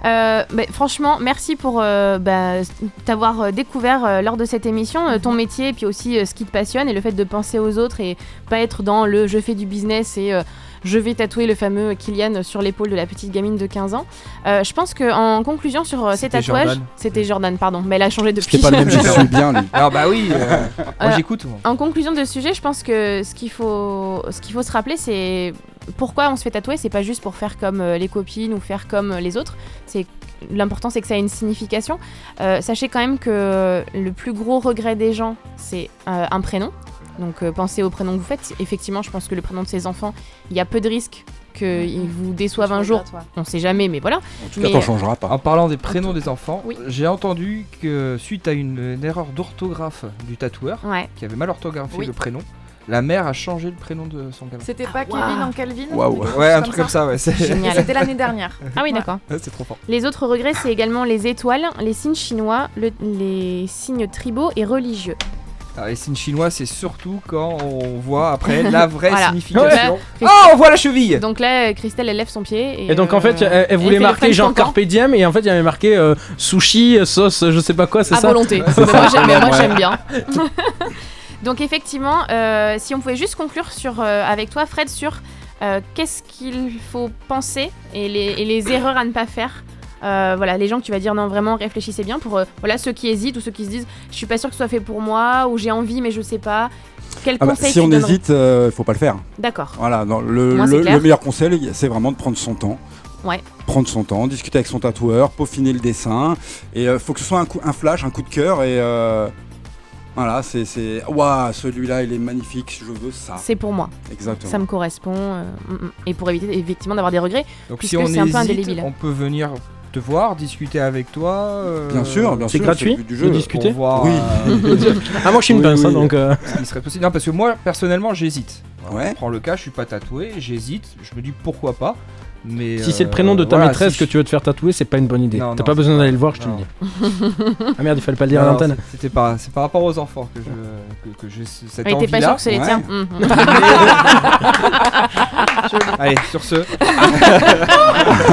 [SPEAKER 7] Euh, bah, franchement, merci pour euh, bah, s- t'avoir euh, découvert euh, lors de cette émission euh, ton métier et puis aussi euh, ce qui te passionne et le fait de penser aux autres et pas être dans le je fais du business et euh, je vais tatouer le fameux Kylian sur l'épaule de la petite gamine de 15 ans. Euh, je pense qu'en conclusion sur euh, ces
[SPEAKER 17] C'était
[SPEAKER 7] tatouages,
[SPEAKER 17] Jordan.
[SPEAKER 7] c'était Jordan, pardon, mais elle a changé depuis.
[SPEAKER 17] C'était pas le
[SPEAKER 7] *laughs*
[SPEAKER 17] même, je suis bien, lui. Ah bah oui, euh, moi,
[SPEAKER 7] Euh,
[SPEAKER 17] j'écoute, moi.
[SPEAKER 7] En conclusion de ce sujet, je pense que ce qu'il faut, ce qu'il faut se rappeler, c'est pourquoi on se fait tatouer. C'est pas juste pour faire comme euh, les copines ou faire comme euh, les autres. C'est l'important, c'est que ça a une signification. Euh, sachez quand même que le plus gros regret des gens, c'est euh, un prénom. Donc euh, pensez au prénom que vous faites. Effectivement, je pense que le prénom de ses enfants, il y a peu de risques qu'ils vous déçoivent un jour. On sait jamais, mais voilà. Mais, euh,
[SPEAKER 10] pas.
[SPEAKER 17] En parlant des prénoms des enfants, j'ai entendu que suite à une, une erreur d'orthographe du tatoueur,
[SPEAKER 7] Ouais.
[SPEAKER 17] qui avait mal orthographié
[SPEAKER 15] Oui.
[SPEAKER 17] le prénom, la mère a changé le prénom de son gamin.
[SPEAKER 15] C'était pas Kevin en Calvin
[SPEAKER 17] Ouais, un truc comme ça, ouais. c'est-
[SPEAKER 15] Et
[SPEAKER 7] Génial.
[SPEAKER 15] C'était l'année dernière.
[SPEAKER 7] Ah oui, d'accord.
[SPEAKER 17] *laughs* Ouais, c'est trop fort.
[SPEAKER 7] Les autres regrets, c'est également les étoiles, les signes chinois, le- les signes tribaux et religieux.
[SPEAKER 17] Alors, les signes chinois, Ah, c'est surtout quand on voit après la vraie
[SPEAKER 7] Voilà. Bah,
[SPEAKER 17] signification.
[SPEAKER 7] Donc là,
[SPEAKER 17] Ah, on voit la cheville
[SPEAKER 7] Donc là, Christelle, elle lève son pied. Et,
[SPEAKER 9] Et donc
[SPEAKER 7] euh,
[SPEAKER 9] en fait, elle, elle voulait
[SPEAKER 7] fait le
[SPEAKER 9] marquer
[SPEAKER 7] French
[SPEAKER 9] genre
[SPEAKER 7] cancan.
[SPEAKER 9] Carpe Diem et en fait il y avait marqué euh, sushi, sauce, je sais pas quoi, c'est
[SPEAKER 7] À
[SPEAKER 9] ça *laughs*
[SPEAKER 7] volonté.
[SPEAKER 9] Ouais, c'est
[SPEAKER 7] Mais
[SPEAKER 9] ça.
[SPEAKER 7] moi, j'aime- mais moi,
[SPEAKER 9] Ouais.
[SPEAKER 7] j'aime bien. *laughs* Donc effectivement, euh, si on pouvait juste conclure sur, euh, avec toi, Fred, sur euh, qu'est-ce qu'il faut penser et les, et les erreurs à ne pas faire. Euh, voilà, les gens que tu vas dire non, vraiment réfléchissez bien pour euh, voilà ceux qui hésitent ou ceux qui se disent je suis pas sûr que ce soit fait pour moi ou j'ai envie mais je sais pas. Quel
[SPEAKER 10] Ah bah,
[SPEAKER 7] conseil
[SPEAKER 10] si
[SPEAKER 7] tu
[SPEAKER 10] on
[SPEAKER 7] donnerais
[SPEAKER 10] hésite, euh, faut pas le faire.
[SPEAKER 7] D'accord.
[SPEAKER 10] Voilà, non, le,
[SPEAKER 7] Moi, c'est
[SPEAKER 10] le-
[SPEAKER 7] clair.
[SPEAKER 10] le meilleur conseil, c'est vraiment de prendre son temps.
[SPEAKER 7] Ouais.
[SPEAKER 10] Prendre son temps, discuter avec son tatoueur, peaufiner le dessin. Et euh, faut que ce soit un, coup, un flash, un coup de cœur. Et euh, voilà, c'est. c'est- Ouah, celui-là, il est magnifique, je veux
[SPEAKER 17] Ah.
[SPEAKER 10] ça.
[SPEAKER 7] c'est pour moi.
[SPEAKER 10] Exactement.
[SPEAKER 7] Ça me correspond. euh, mm, mm. et pour éviter effectivement d'avoir des regrets,
[SPEAKER 17] Donc si
[SPEAKER 7] puisque
[SPEAKER 17] on
[SPEAKER 7] c'est un peu
[SPEAKER 17] hésite,
[SPEAKER 7] indélébile. *laughs*
[SPEAKER 17] on peut venir te voir, discuter avec toi. euh,
[SPEAKER 10] Bien sûr, bien
[SPEAKER 9] C'est
[SPEAKER 10] sûr,
[SPEAKER 9] gratuit
[SPEAKER 10] c'est le but du jeu.
[SPEAKER 9] de discuter
[SPEAKER 17] pour voir,
[SPEAKER 10] Oui.
[SPEAKER 17] euh,
[SPEAKER 10] *laughs*
[SPEAKER 9] Ah, moi, je suis une pince, hein, donc, euh.
[SPEAKER 17] Ce qui serait possible. Non, parce que moi, personnellement, j'hésite.
[SPEAKER 8] Voilà, on prend le cas, je suis pas tatoué, j'hésite, je me dis pourquoi pas. Mais
[SPEAKER 9] Si c'est le
[SPEAKER 8] euh,
[SPEAKER 9] prénom de ta
[SPEAKER 8] voilà,
[SPEAKER 9] maîtresse
[SPEAKER 8] si
[SPEAKER 9] que tu veux te faire tatouer, c'est pas une bonne idée.
[SPEAKER 8] Non,
[SPEAKER 9] T'as pas
[SPEAKER 8] non, c'est
[SPEAKER 9] besoin
[SPEAKER 8] pas-
[SPEAKER 9] d'aller le voir, je te le
[SPEAKER 8] non.
[SPEAKER 9] dis. ah merde, il fallait pas le dire à
[SPEAKER 8] Non,
[SPEAKER 9] l'antenne.
[SPEAKER 8] c'est- C'était pas, c'est par rapport aux enfants que je, que, que j'ai ce- cette
[SPEAKER 7] Ah, il était pas
[SPEAKER 8] envie-là.
[SPEAKER 7] sûr que c'est les tiens. Mhm.
[SPEAKER 8] Mais- *laughs* Allez, sur ce.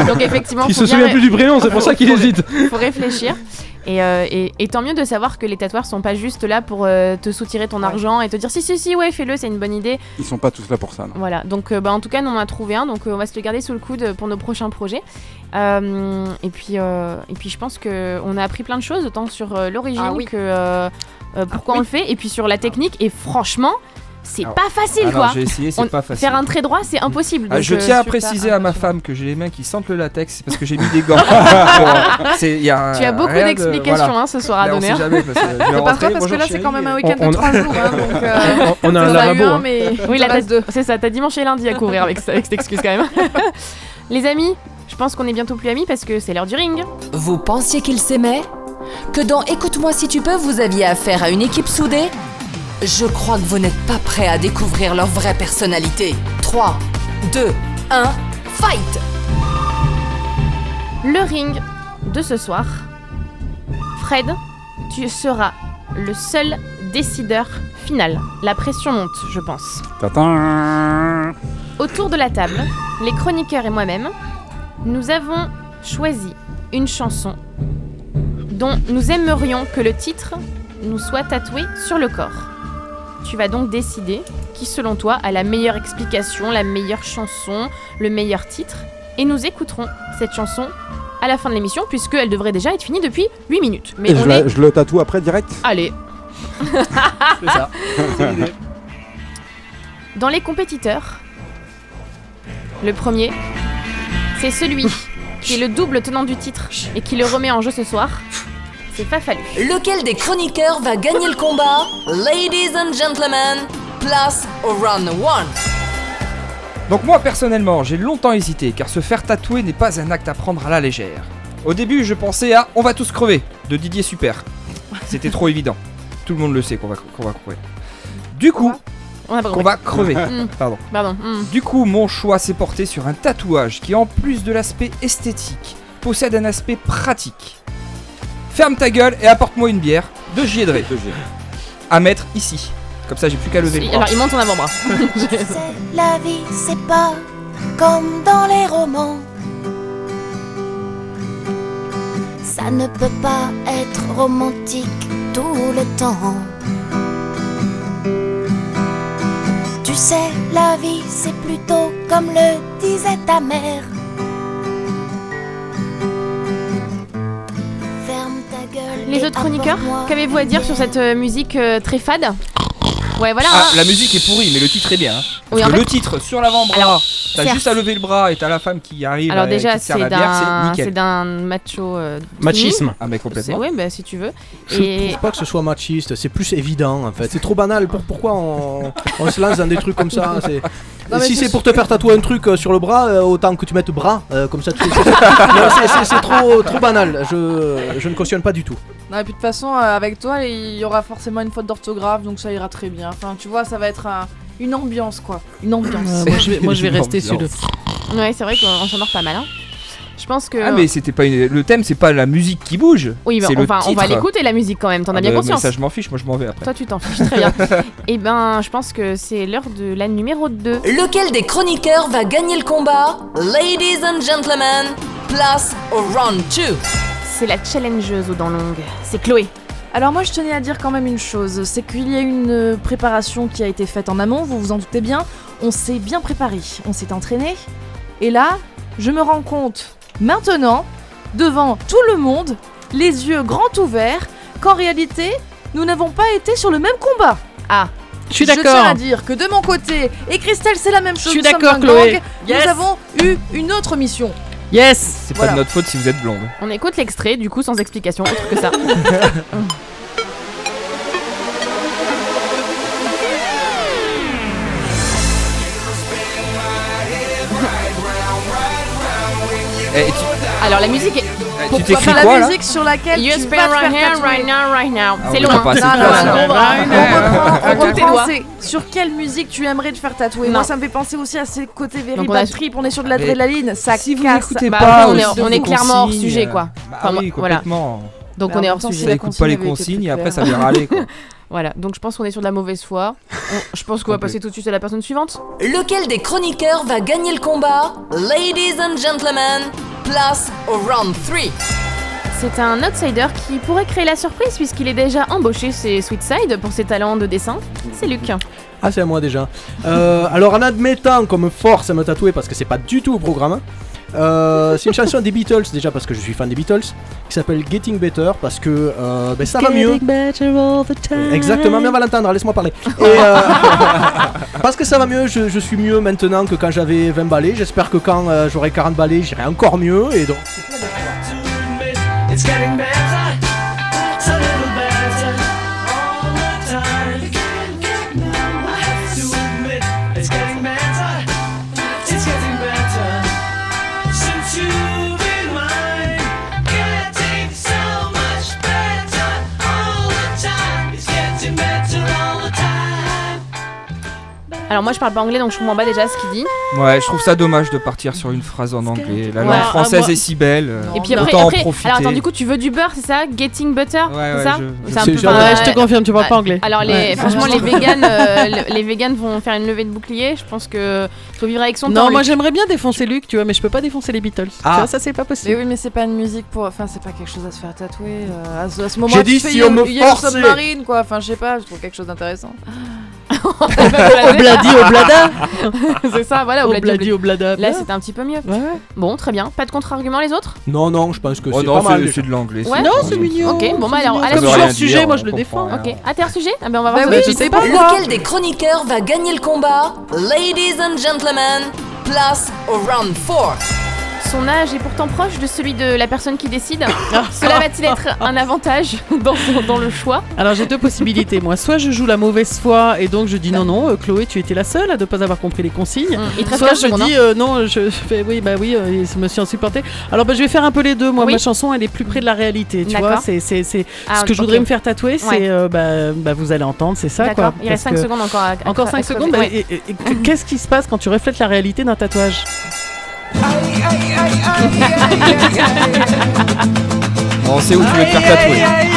[SPEAKER 7] Donc effectivement,
[SPEAKER 9] Il
[SPEAKER 7] faut
[SPEAKER 9] se
[SPEAKER 7] bien
[SPEAKER 9] souvient
[SPEAKER 7] ré-
[SPEAKER 9] plus du prénom, c'est pour ça qu'il hésite.
[SPEAKER 7] *laughs* faut réfléchir. Et, euh, et- et tant mieux de savoir que les tatoueurs sont pas juste là pour euh, te soutirer ton argent et te dire si si si ouais fais-le c'est une bonne idée.
[SPEAKER 10] Ils sont pas tous là pour ça. non.
[SPEAKER 7] Voilà donc euh, bah, en tout cas nous on en a trouvé un donc euh, on va se le garder sous le coude pour nos prochains projets. Euh, et puis euh, et puis je pense que on a appris plein de choses autant sur euh, l'origine
[SPEAKER 19] Ah oui. Ah
[SPEAKER 7] que euh, euh, pourquoi on le fait et puis sur la technique et franchement c'est
[SPEAKER 8] Ah ouais.
[SPEAKER 7] pas facile
[SPEAKER 8] Ah non,
[SPEAKER 7] quoi.
[SPEAKER 8] j'ai essayé, c'est
[SPEAKER 7] On-
[SPEAKER 8] pas facile.
[SPEAKER 7] Faire un trait droit c'est impossible.
[SPEAKER 8] Ah,
[SPEAKER 7] donc,
[SPEAKER 8] je
[SPEAKER 7] euh,
[SPEAKER 8] tiens à
[SPEAKER 7] super.
[SPEAKER 8] préciser à ma femme que j'ai les mains qui sentent le latex, c'est parce que j'ai mis
[SPEAKER 7] *laughs*
[SPEAKER 8] des gants. Bon, c'est- il y a un-
[SPEAKER 7] Tu as beaucoup
[SPEAKER 8] Ah, rien de-
[SPEAKER 7] d'explications,
[SPEAKER 8] voilà.
[SPEAKER 7] hein, ce soir à
[SPEAKER 8] Mais on
[SPEAKER 7] donner.
[SPEAKER 8] sait jamais, parce que je vais
[SPEAKER 7] C'est pas
[SPEAKER 8] rentrer,
[SPEAKER 7] grave, parce que
[SPEAKER 8] bonjour,
[SPEAKER 7] là, c'est
[SPEAKER 8] chérie.
[SPEAKER 7] quand même un week-end de trois jours, hein,
[SPEAKER 8] *laughs*
[SPEAKER 7] donc, euh,
[SPEAKER 9] On a un lavabo. hein.
[SPEAKER 7] Oui, là, t'as- c'est ça, t'as dimanche et lundi à couvrir avec, ça- avec cette excuse quand même. *laughs* Les amis, je pense qu'on est bientôt plus amis parce que c'est l'heure du ring.
[SPEAKER 2] Vous pensiez qu'ils s'aimaient Que dans Écoute-moi si tu peux, vous aviez affaire à une équipe soudée Je crois que vous n'êtes pas prêts à découvrir leur vraie personnalité. 3, 2, 1, fight
[SPEAKER 7] Le ring de ce soir, Fred, tu seras le seul décideur final. La pression monte, je pense.
[SPEAKER 10] Tintin.
[SPEAKER 7] Autour de la table, les chroniqueurs et moi-même, nous avons choisi une chanson dont nous aimerions que le titre nous soit tatoué sur le corps. Tu vas donc décider qui, selon toi, a la meilleure explication, la meilleure chanson, le meilleur titre, et nous écouterons cette chanson à la fin de l'émission, puisqu'elle devrait déjà être finie depuis 8 minutes. Mais
[SPEAKER 10] Et
[SPEAKER 7] on
[SPEAKER 10] je,
[SPEAKER 7] est... Ah.
[SPEAKER 10] la- je le tatoue après direct
[SPEAKER 7] Allez
[SPEAKER 10] C'est ça. *laughs* C'est l'idée.
[SPEAKER 7] Dans les compétiteurs, le premier, c'est celui qui est le double tenant du titre et qui le remet en jeu ce soir. C'est pas fallu.
[SPEAKER 2] Lequel des chroniqueurs va gagner le combat Ladies and gentlemen, place au round 1.
[SPEAKER 8] Donc moi personnellement, j'ai longtemps hésité car se faire tatouer n'est pas un acte à prendre à la légère. Au début, je pensais à On va tous crever de Didier Super. C'était trop évident. Tout le monde le sait qu'on va, qu'on va crever. Du coup,
[SPEAKER 7] On a pas
[SPEAKER 8] qu'on
[SPEAKER 7] compris.
[SPEAKER 8] va crever.
[SPEAKER 7] Mm.
[SPEAKER 8] *laughs* Pardon.
[SPEAKER 7] Pardon. mm.
[SPEAKER 8] Du coup, mon choix s'est porté sur un tatouage qui, en plus de l'aspect esthétique, possède un aspect pratique. Ferme ta gueule et apporte-moi une bière de Giedré. À mettre ici. Comme ça, j'ai plus qu'à lever le bras.
[SPEAKER 7] Alors, il monte en avant-bras.
[SPEAKER 13] La vie, c'est pas comme dans les romans. Ça ne peut pas être romantique tout le temps. Tu sais, la vie, c'est plutôt comme le disait ta mère. Ferme ta gueule.
[SPEAKER 7] *laughs* Les
[SPEAKER 13] et
[SPEAKER 7] autres chroniqueurs,
[SPEAKER 13] apporte-moi
[SPEAKER 7] qu'avez-vous à dire sur cette euh, musique euh, très fade Ouais, voilà.
[SPEAKER 8] Ah,
[SPEAKER 7] hein.
[SPEAKER 8] la musique est pourrie, mais le titre est bien. hein. Parce
[SPEAKER 7] Oui, en
[SPEAKER 8] que
[SPEAKER 7] fait-
[SPEAKER 8] le titre sur l'avant-bras, t'as
[SPEAKER 7] certes.
[SPEAKER 8] juste à lever le bras et t'as la femme qui arrive.
[SPEAKER 7] Alors
[SPEAKER 8] et bah, qui
[SPEAKER 7] déjà,
[SPEAKER 8] te sert
[SPEAKER 7] c'est
[SPEAKER 8] la bière, c'est
[SPEAKER 7] d'un,
[SPEAKER 8] nickel.
[SPEAKER 7] c'est d'un macho. euh, tout nu.
[SPEAKER 8] Ah, mais
[SPEAKER 7] C'est-
[SPEAKER 8] complètement.
[SPEAKER 7] Ouais, bah si tu veux.
[SPEAKER 5] Je
[SPEAKER 7] Et
[SPEAKER 5] trouve pas que ce soit machiste, c'est plus évident en fait. C'est trop banal. Pour, pourquoi on, on se lance dans des trucs comme ça hein, c'est-
[SPEAKER 20] Non, mais
[SPEAKER 5] Si
[SPEAKER 20] c'est-
[SPEAKER 5] c'est pour te faire tatouer un truc euh, sur le bras, euh, autant que tu mettes bras, euh, comme ça tu Non,
[SPEAKER 20] *laughs*
[SPEAKER 5] c'est- c'est- C'est trop, trop banal, je, je ne cautionne pas du tout.
[SPEAKER 3] Non, et puis de toute façon, euh, avec toi, il y aura forcément une faute d'orthographe, donc ça ira très bien. Enfin, tu vois, ça va être un- une ambiance, quoi. Une ambiance.
[SPEAKER 6] Ouais, Ah, moi, je vais- *laughs* moi, je vais rester sur le-
[SPEAKER 7] ouais, c'est vrai qu'on s'endort pas mal. hein. Je pense que.
[SPEAKER 8] Ah, mais c'était pas une- le thème, c'est pas la musique qui bouge.
[SPEAKER 7] Oui, bah,
[SPEAKER 8] c'est
[SPEAKER 7] on
[SPEAKER 8] le
[SPEAKER 7] va, on va
[SPEAKER 8] titre.
[SPEAKER 7] l'écouter la musique quand même. T'en
[SPEAKER 8] Ah
[SPEAKER 7] as bien
[SPEAKER 8] bah, mais
[SPEAKER 7] conscience.
[SPEAKER 8] Ça, je m'en fiche, moi je m'en vais après.
[SPEAKER 7] Toi, tu t'en fiches très bien. Et ben, je pense que c'est l'heure de la numéro 2.
[SPEAKER 2] Lequel des chroniqueurs va gagner le combat Ladies and gentlemen, place au round 2.
[SPEAKER 7] C'est la challengeuse aux dents longues. C'est Chloé.
[SPEAKER 3] Alors moi je tenais à dire quand même une chose, c'est qu'il y a une euh, préparation qui a été faite en amont, vous vous en doutez bien, on s'est bien préparé, on s'est entraîné, et là je me rends compte maintenant, devant tout le monde, les yeux grands ouverts, qu'en réalité nous n'avons pas été sur le même combat.
[SPEAKER 7] Ah
[SPEAKER 6] Je suis
[SPEAKER 3] Je
[SPEAKER 6] d'accord.
[SPEAKER 3] tiens à dire que de mon côté, et Christelle c'est la même chose,
[SPEAKER 6] Je suis
[SPEAKER 3] nous sommes
[SPEAKER 6] d'accord,
[SPEAKER 3] un
[SPEAKER 6] Chloé.
[SPEAKER 3] gang,
[SPEAKER 6] Yes.
[SPEAKER 3] nous avons eu une autre mission.
[SPEAKER 6] Yes
[SPEAKER 8] C'est
[SPEAKER 7] Voilà.
[SPEAKER 8] pas de notre faute si vous êtes blonde.
[SPEAKER 7] On écoute l'extrait, du coup, sans explication,
[SPEAKER 17] *laughs*
[SPEAKER 7] autre que ça.
[SPEAKER 8] Eh, tu-
[SPEAKER 7] Alors, la musique est.
[SPEAKER 8] eh,
[SPEAKER 17] Tu t'écris quoi
[SPEAKER 3] la
[SPEAKER 17] là
[SPEAKER 3] musique sur laquelle
[SPEAKER 7] You
[SPEAKER 3] tu
[SPEAKER 7] spin
[SPEAKER 3] vas te
[SPEAKER 7] right
[SPEAKER 3] faire
[SPEAKER 7] here, right now, right now.
[SPEAKER 17] Ah
[SPEAKER 7] c'est
[SPEAKER 17] oui,
[SPEAKER 7] loin.
[SPEAKER 17] t'as pas assez hein. de place, là.
[SPEAKER 3] euh, On
[SPEAKER 7] Tout est loin.
[SPEAKER 3] reprend, c'est sur quelle musique tu aimerais te faire tatouer
[SPEAKER 7] Non.
[SPEAKER 3] Moi, ça me fait penser aussi à ces côtés
[SPEAKER 7] Donc,
[SPEAKER 3] very
[SPEAKER 7] on a-
[SPEAKER 3] bad trip. On est sur de
[SPEAKER 7] Mais
[SPEAKER 3] l'adrénaline, ça si vous
[SPEAKER 7] n'écoutez pas Bah, on est- aussi on est vos clairement hors consignes, sujet, quoi. euh, bah Enfin, oui, voilà. complètement. Donc, on est hors sujet.
[SPEAKER 17] Ça écoute pas les consignes et après ça vient râler quoi.
[SPEAKER 7] *laughs* Voilà, donc je pense qu'on est sur de la mauvaise foi. On- je pense qu'on va passer tout de suite à la personne suivante.
[SPEAKER 2] Lequel des chroniqueurs va gagner le combat Ladies and gentlemen, place au round 3.
[SPEAKER 7] C'est un outsider qui pourrait créer la surprise puisqu'il est déjà embauché chez Sweetside pour ses talents de dessin. C'est Luc.
[SPEAKER 16] Ah, c'est à moi déjà. Euh, alors, en admettant comme force à me tatouer, parce que c'est pas du tout au programme, hein, euh, c'est une chanson des Beatles déjà, parce que je suis fan des Beatles, qui s'appelle Getting Better, parce que euh, ben, ça va mieux. Exactement, mais on va l'entendre, laisse-moi parler. Et, euh, parce que ça va mieux, je, je suis mieux maintenant que quand j'avais 20 balais. J'espère que quand euh, j'aurai 40 balais, j'irai encore mieux. Et donc.
[SPEAKER 13] It's getting better. It's a little better all the time. I have to admit, it's getting better. It's getting better since you've been mine. Getting so much better all the time. It's getting better all the time.
[SPEAKER 7] Alors moi je parle pas anglais donc je comprends pas déjà ce qu'il dit.
[SPEAKER 17] Ouais, je trouve ça dommage de partir sur une phrase en anglais. La
[SPEAKER 7] Ouais,
[SPEAKER 17] langue
[SPEAKER 7] ah,
[SPEAKER 17] française
[SPEAKER 7] moi-
[SPEAKER 17] est si belle. euh,
[SPEAKER 7] Et puis
[SPEAKER 17] autant
[SPEAKER 7] après,
[SPEAKER 17] en
[SPEAKER 7] après-
[SPEAKER 17] profiter.
[SPEAKER 7] alors attends, du coup, tu veux du beurre, c'est ça Getting butter,
[SPEAKER 17] Ouais,
[SPEAKER 7] c'est
[SPEAKER 17] ouais,
[SPEAKER 7] ça
[SPEAKER 17] je-
[SPEAKER 7] C'est
[SPEAKER 17] je- je-
[SPEAKER 6] Ouais, je te confirme, tu parles pas anglais.
[SPEAKER 7] Alors les,
[SPEAKER 6] Ouais.
[SPEAKER 7] franchement,
[SPEAKER 17] *laughs*
[SPEAKER 7] les véganes, euh, le- les véganes vont faire une levée de bouclier. Je pense que faut vivre avec son temps.
[SPEAKER 6] Non, moi
[SPEAKER 7] Luc.
[SPEAKER 6] j'aimerais bien défoncer Luc, tu vois, mais je peux pas défoncer les Beatles.
[SPEAKER 7] Ah.
[SPEAKER 6] Tu vois, ça c'est pas possible.
[SPEAKER 3] Mais oui, mais c'est pas une musique pour. Enfin, c'est pas quelque chose à se faire tatouer. euh, à ce, à ce moment
[SPEAKER 6] J'ai dit
[SPEAKER 3] tu fais
[SPEAKER 6] si on
[SPEAKER 3] Yellow-
[SPEAKER 6] me
[SPEAKER 3] Yellow
[SPEAKER 6] forçait.
[SPEAKER 3] Submarine, quoi. Enfin, je sais pas, je trouve quelque chose d'intéressant.
[SPEAKER 6] bah,
[SPEAKER 17] *laughs*
[SPEAKER 7] Au
[SPEAKER 6] bladi, au blada. *laughs*
[SPEAKER 7] C'est ça, voilà, au
[SPEAKER 6] Au
[SPEAKER 7] bladi,
[SPEAKER 6] bladi, au blada.
[SPEAKER 7] Là, c'était un petit peu mieux. Bon, très bien. Pas de contre-argument, les autres
[SPEAKER 16] Non, non, je pense que
[SPEAKER 17] Oh
[SPEAKER 16] c'est
[SPEAKER 17] non,
[SPEAKER 16] pas
[SPEAKER 17] c'est-
[SPEAKER 16] mal. déjà.
[SPEAKER 17] c'est de l'anglais,
[SPEAKER 7] Ouais. Ok, bon, bah alors, à
[SPEAKER 16] Ça
[SPEAKER 7] la
[SPEAKER 16] veut
[SPEAKER 7] suite.
[SPEAKER 16] rien dire, sujet, moi, je on le comprend
[SPEAKER 7] défends.
[SPEAKER 16] défends.
[SPEAKER 7] Ok, à terre sujet Ah ben, on va voir
[SPEAKER 2] Bah
[SPEAKER 7] ça
[SPEAKER 2] oui,
[SPEAKER 7] tout de
[SPEAKER 2] je
[SPEAKER 7] suite.
[SPEAKER 2] sais pas, Lequel des chroniqueurs va gagner le combat Ladies and gentlemen, place au round 4.
[SPEAKER 7] Son âge est pourtant proche de celui de la personne qui décide. Cela va-t-il être un avantage *laughs* dans, son- dans le choix
[SPEAKER 6] Alors j'ai deux possibilités, moi. Soit je joue la mauvaise foi et donc je dis non, non, euh, Chloé, tu étais la seule à ne pas avoir compris les consignes.
[SPEAKER 7] Mmh. il te reste
[SPEAKER 6] Soit
[SPEAKER 7] 15
[SPEAKER 6] je
[SPEAKER 7] secondes,
[SPEAKER 6] dis
[SPEAKER 7] hein.
[SPEAKER 6] euh, non, je fais oui, bah oui, euh, je me suis insupportée. Alors bah, je vais faire un peu les deux. Moi, ma chanson, elle est plus près de la réalité. Tu
[SPEAKER 7] D'accord.
[SPEAKER 6] vois, c'est c'est- c'est-
[SPEAKER 7] Ah,
[SPEAKER 6] ce que je voudrais
[SPEAKER 7] ok.
[SPEAKER 6] me faire tatouer,
[SPEAKER 7] Ouais.
[SPEAKER 6] c'est euh, bah, bah, vous allez entendre, c'est ça
[SPEAKER 7] D'accord,
[SPEAKER 6] quoi.
[SPEAKER 7] il reste
[SPEAKER 6] Parce
[SPEAKER 7] 5
[SPEAKER 6] que-
[SPEAKER 7] secondes encore à, à-
[SPEAKER 6] Encore
[SPEAKER 7] à
[SPEAKER 6] 5
[SPEAKER 7] creuser.
[SPEAKER 6] secondes. bah,
[SPEAKER 7] Ouais.
[SPEAKER 6] et- et- et que- Qu'est-ce qui se passe quand tu reflètes la réalité d'un tatouage
[SPEAKER 17] On sait où tu veux te faire tatouer.